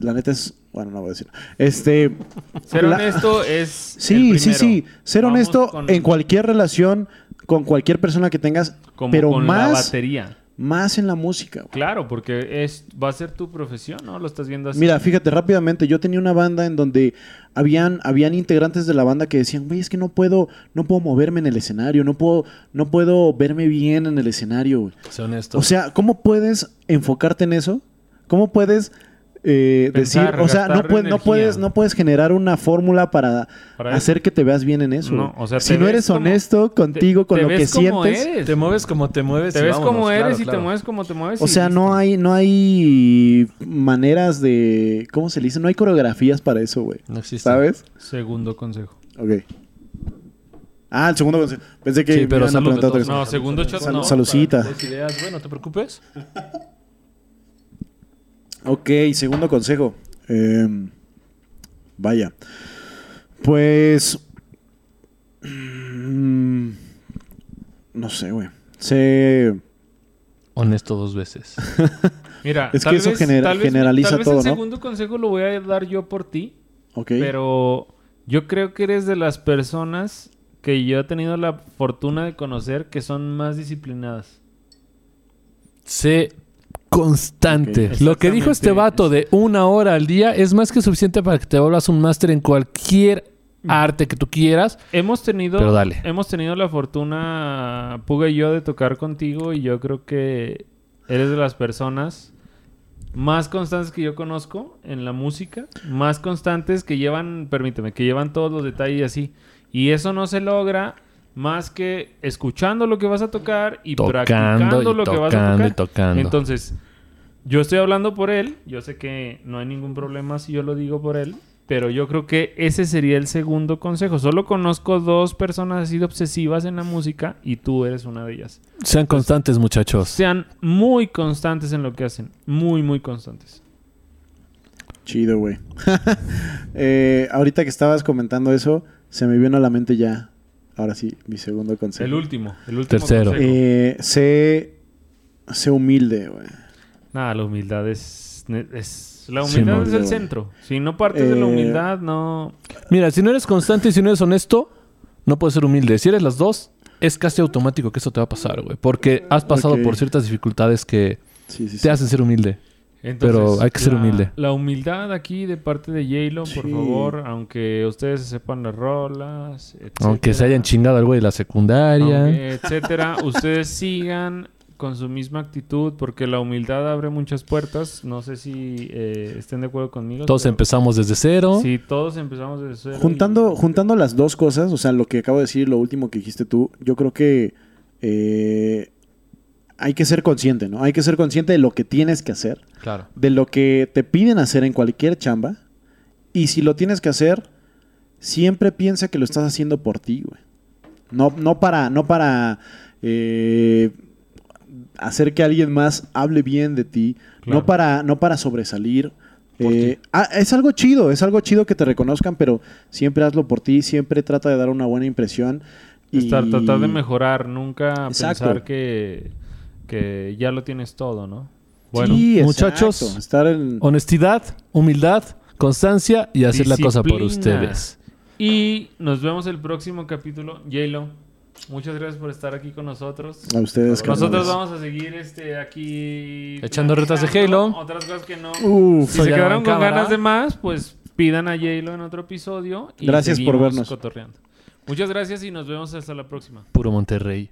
Speaker 2: la neta es. Bueno, no voy a decir. Este.
Speaker 1: Ser
Speaker 2: la-
Speaker 1: honesto es.
Speaker 2: Sí,
Speaker 1: el
Speaker 2: sí,
Speaker 1: primero.
Speaker 2: sí. Ser
Speaker 1: Vamos
Speaker 2: honesto
Speaker 1: con-
Speaker 2: en cualquier relación, con cualquier persona que tengas,
Speaker 1: como
Speaker 2: pero
Speaker 1: con la
Speaker 2: más,
Speaker 1: batería.
Speaker 2: más en la música, güey.
Speaker 1: Claro, porque es va a ser tu profesión, ¿no? Lo estás viendo así.
Speaker 2: Mira, fíjate rápidamente, yo tenía una banda en donde habían, habían integrantes de la banda que decían, güey, es que no puedo, no puedo moverme en el escenario, no puedo, no puedo verme bien en el escenario. güey".
Speaker 3: Sé honesto.
Speaker 2: O sea, ¿cómo puedes enfocarte en eso? ¿Cómo puedes eh,
Speaker 1: Pensar,
Speaker 2: decir, o sea, no,
Speaker 1: gastar
Speaker 2: puedes, no
Speaker 1: energía.
Speaker 2: puedes, no puedes generar una fórmula para,
Speaker 1: Para
Speaker 2: hacer que te veas bien en eso?
Speaker 1: No,
Speaker 2: güey?
Speaker 1: o sea, te
Speaker 2: si no
Speaker 1: ves
Speaker 2: eres
Speaker 1: como-
Speaker 2: honesto contigo con
Speaker 1: te
Speaker 2: lo
Speaker 1: ves
Speaker 2: que
Speaker 1: como
Speaker 2: sientes,
Speaker 1: eres.
Speaker 3: Te mueves como te mueves.
Speaker 1: te
Speaker 3: y
Speaker 1: ves
Speaker 3: vámonos,
Speaker 1: como
Speaker 3: claro,
Speaker 1: eres y
Speaker 3: claro.
Speaker 1: te mueves como te mueves.
Speaker 2: O
Speaker 1: y
Speaker 2: sea, no
Speaker 1: listo.
Speaker 2: hay, no hay maneras de. ¿Cómo se le dice? No hay coreografías para eso, güey.
Speaker 3: No existe.
Speaker 2: ¿Sabes?
Speaker 1: Segundo consejo.
Speaker 2: Ok. Ah, el segundo consejo. Pensé que
Speaker 3: Sí,
Speaker 2: me
Speaker 3: pero
Speaker 2: iban a
Speaker 3: salud,
Speaker 2: preguntar otra
Speaker 3: de
Speaker 2: cosa.
Speaker 1: No, segundo shot
Speaker 2: Sal-
Speaker 1: no.
Speaker 2: salucita.
Speaker 3: Dos ideas, güey, no te preocupes.
Speaker 2: Ok, segundo consejo. Eh, vaya. Pues. mm, No sé, güey. Se.
Speaker 3: Honesto dos veces.
Speaker 1: Mira,
Speaker 2: Es que
Speaker 1: tal
Speaker 2: eso
Speaker 1: vez-
Speaker 2: genera-
Speaker 1: tal vez-
Speaker 2: generaliza
Speaker 1: tal vez
Speaker 2: todo, ¿no?
Speaker 1: El segundo consejo lo voy a dar yo por ti.
Speaker 2: Ok.
Speaker 1: Pero yo creo que eres de las personas que yo he tenido la fortuna de conocer que son más disciplinadas.
Speaker 3: Sé constante.
Speaker 2: Ok,
Speaker 3: Lo que dijo este
Speaker 1: exactamente.
Speaker 3: vato de una hora al día es más que suficiente para que te vuelvas un máster en cualquier arte que tú quieras.
Speaker 1: Hemos tenido,
Speaker 3: Pero dale.
Speaker 1: hemos tenido la fortuna, Puga y yo, de tocar contigo y yo creo que eres de las personas más constantes que yo conozco en la música, más constantes que llevan, permíteme, que llevan todos los detalles y así. Y eso no se logra más que escuchando lo que vas a tocar y
Speaker 3: Tocando y
Speaker 1: practicando lo que vas a
Speaker 3: tocando
Speaker 1: tocar.
Speaker 3: y tocando.
Speaker 1: Entonces, yo estoy hablando por él, yo sé que no hay ningún problema si yo lo digo por él, pero yo creo que ese sería el segundo consejo. Solo conozco dos personas así de obsesivas en la música y tú eres una de ellas.
Speaker 3: Sean constantes, muchachos.
Speaker 1: Sean muy constantes en lo que hacen, muy, muy constantes.
Speaker 2: Chido, güey. Eh, ahorita que estabas comentando eso, se me vino a la mente ya Ahora sí, mi segundo consejo.
Speaker 1: El último. El último
Speaker 3: Tercero.
Speaker 1: consejo.
Speaker 2: Eh, sé, sé humilde, güey.
Speaker 1: Nada, la humildad es... es- la
Speaker 3: Sí,
Speaker 1: humildad
Speaker 3: no,
Speaker 1: es el
Speaker 2: güey.
Speaker 1: centro. Si no partes de la
Speaker 2: Eh,
Speaker 1: humildad, no...
Speaker 3: Mira, si no eres constante y si no eres honesto, no puedes ser humilde. Si eres las dos, es casi automático que eso te va a pasar, güey. Porque has pasado
Speaker 2: Ok.
Speaker 3: por ciertas dificultades que
Speaker 2: Sí, sí, sí.
Speaker 3: te hacen ser humilde.
Speaker 1: Entonces,
Speaker 3: Pero hay que ser
Speaker 1: la-
Speaker 3: humilde.
Speaker 1: La humildad aquí de parte de J-Lo, por
Speaker 2: Sí.
Speaker 1: favor, aunque ustedes sepan las rolas, etcétera,
Speaker 3: Aunque se hayan chingado al güey de la secundaria.
Speaker 1: aunque, etcétera, ustedes sigan con su misma actitud porque la humildad abre muchas puertas. No sé si eh, estén de acuerdo conmigo.
Speaker 3: Todos
Speaker 1: pero
Speaker 3: empezamos desde cero.
Speaker 1: Sí, todos empezamos desde cero.
Speaker 2: Juntando,
Speaker 1: y-
Speaker 2: juntando las dos cosas, o sea, lo que acabo de decir, lo último que dijiste tú, yo creo que eh, hay que ser consciente, ¿no? Hay que ser consciente de lo que tienes que hacer,
Speaker 3: Claro.
Speaker 2: de lo que te piden hacer en cualquier chamba, y si lo tienes que hacer, siempre piensa que lo estás haciendo por ti, güey. No, no para, no para eh, hacer que alguien más hable bien de ti,
Speaker 1: Claro.
Speaker 2: no, para, no para sobresalir. Eh, ah, es algo chido, es algo chido que te reconozcan, pero siempre hazlo por ti, siempre trata de dar una buena impresión. Y...
Speaker 1: Estar- tratar de mejorar, nunca
Speaker 2: Exacto.
Speaker 1: pensar que, que ya lo tienes todo, ¿no? Bueno,
Speaker 2: Sí, exacto,
Speaker 3: muchachos,
Speaker 2: estar en-
Speaker 3: Honestidad, humildad, constancia y hacer la cosa por
Speaker 1: Disciplina.
Speaker 3: ustedes.
Speaker 1: Y nos vemos el próximo capítulo. Yelo, muchas gracias por estar aquí con nosotros.
Speaker 2: a ustedes.
Speaker 1: Nosotros
Speaker 2: carnales.
Speaker 1: vamos a seguir este aquí
Speaker 3: Echando retas de
Speaker 1: platicando,
Speaker 3: Halo.
Speaker 1: Otras cosas que no.
Speaker 2: Uf,
Speaker 1: si
Speaker 3: soy
Speaker 1: se
Speaker 3: Alan
Speaker 1: quedaron con
Speaker 3: Cámara.
Speaker 1: ganas de más, pues pidan a Yelo en otro episodio. Y
Speaker 2: Gracias por
Speaker 1: seguimos
Speaker 2: vernos.
Speaker 1: cotorreando. Muchas gracias y nos vemos hasta la próxima.
Speaker 3: Puro Monterrey.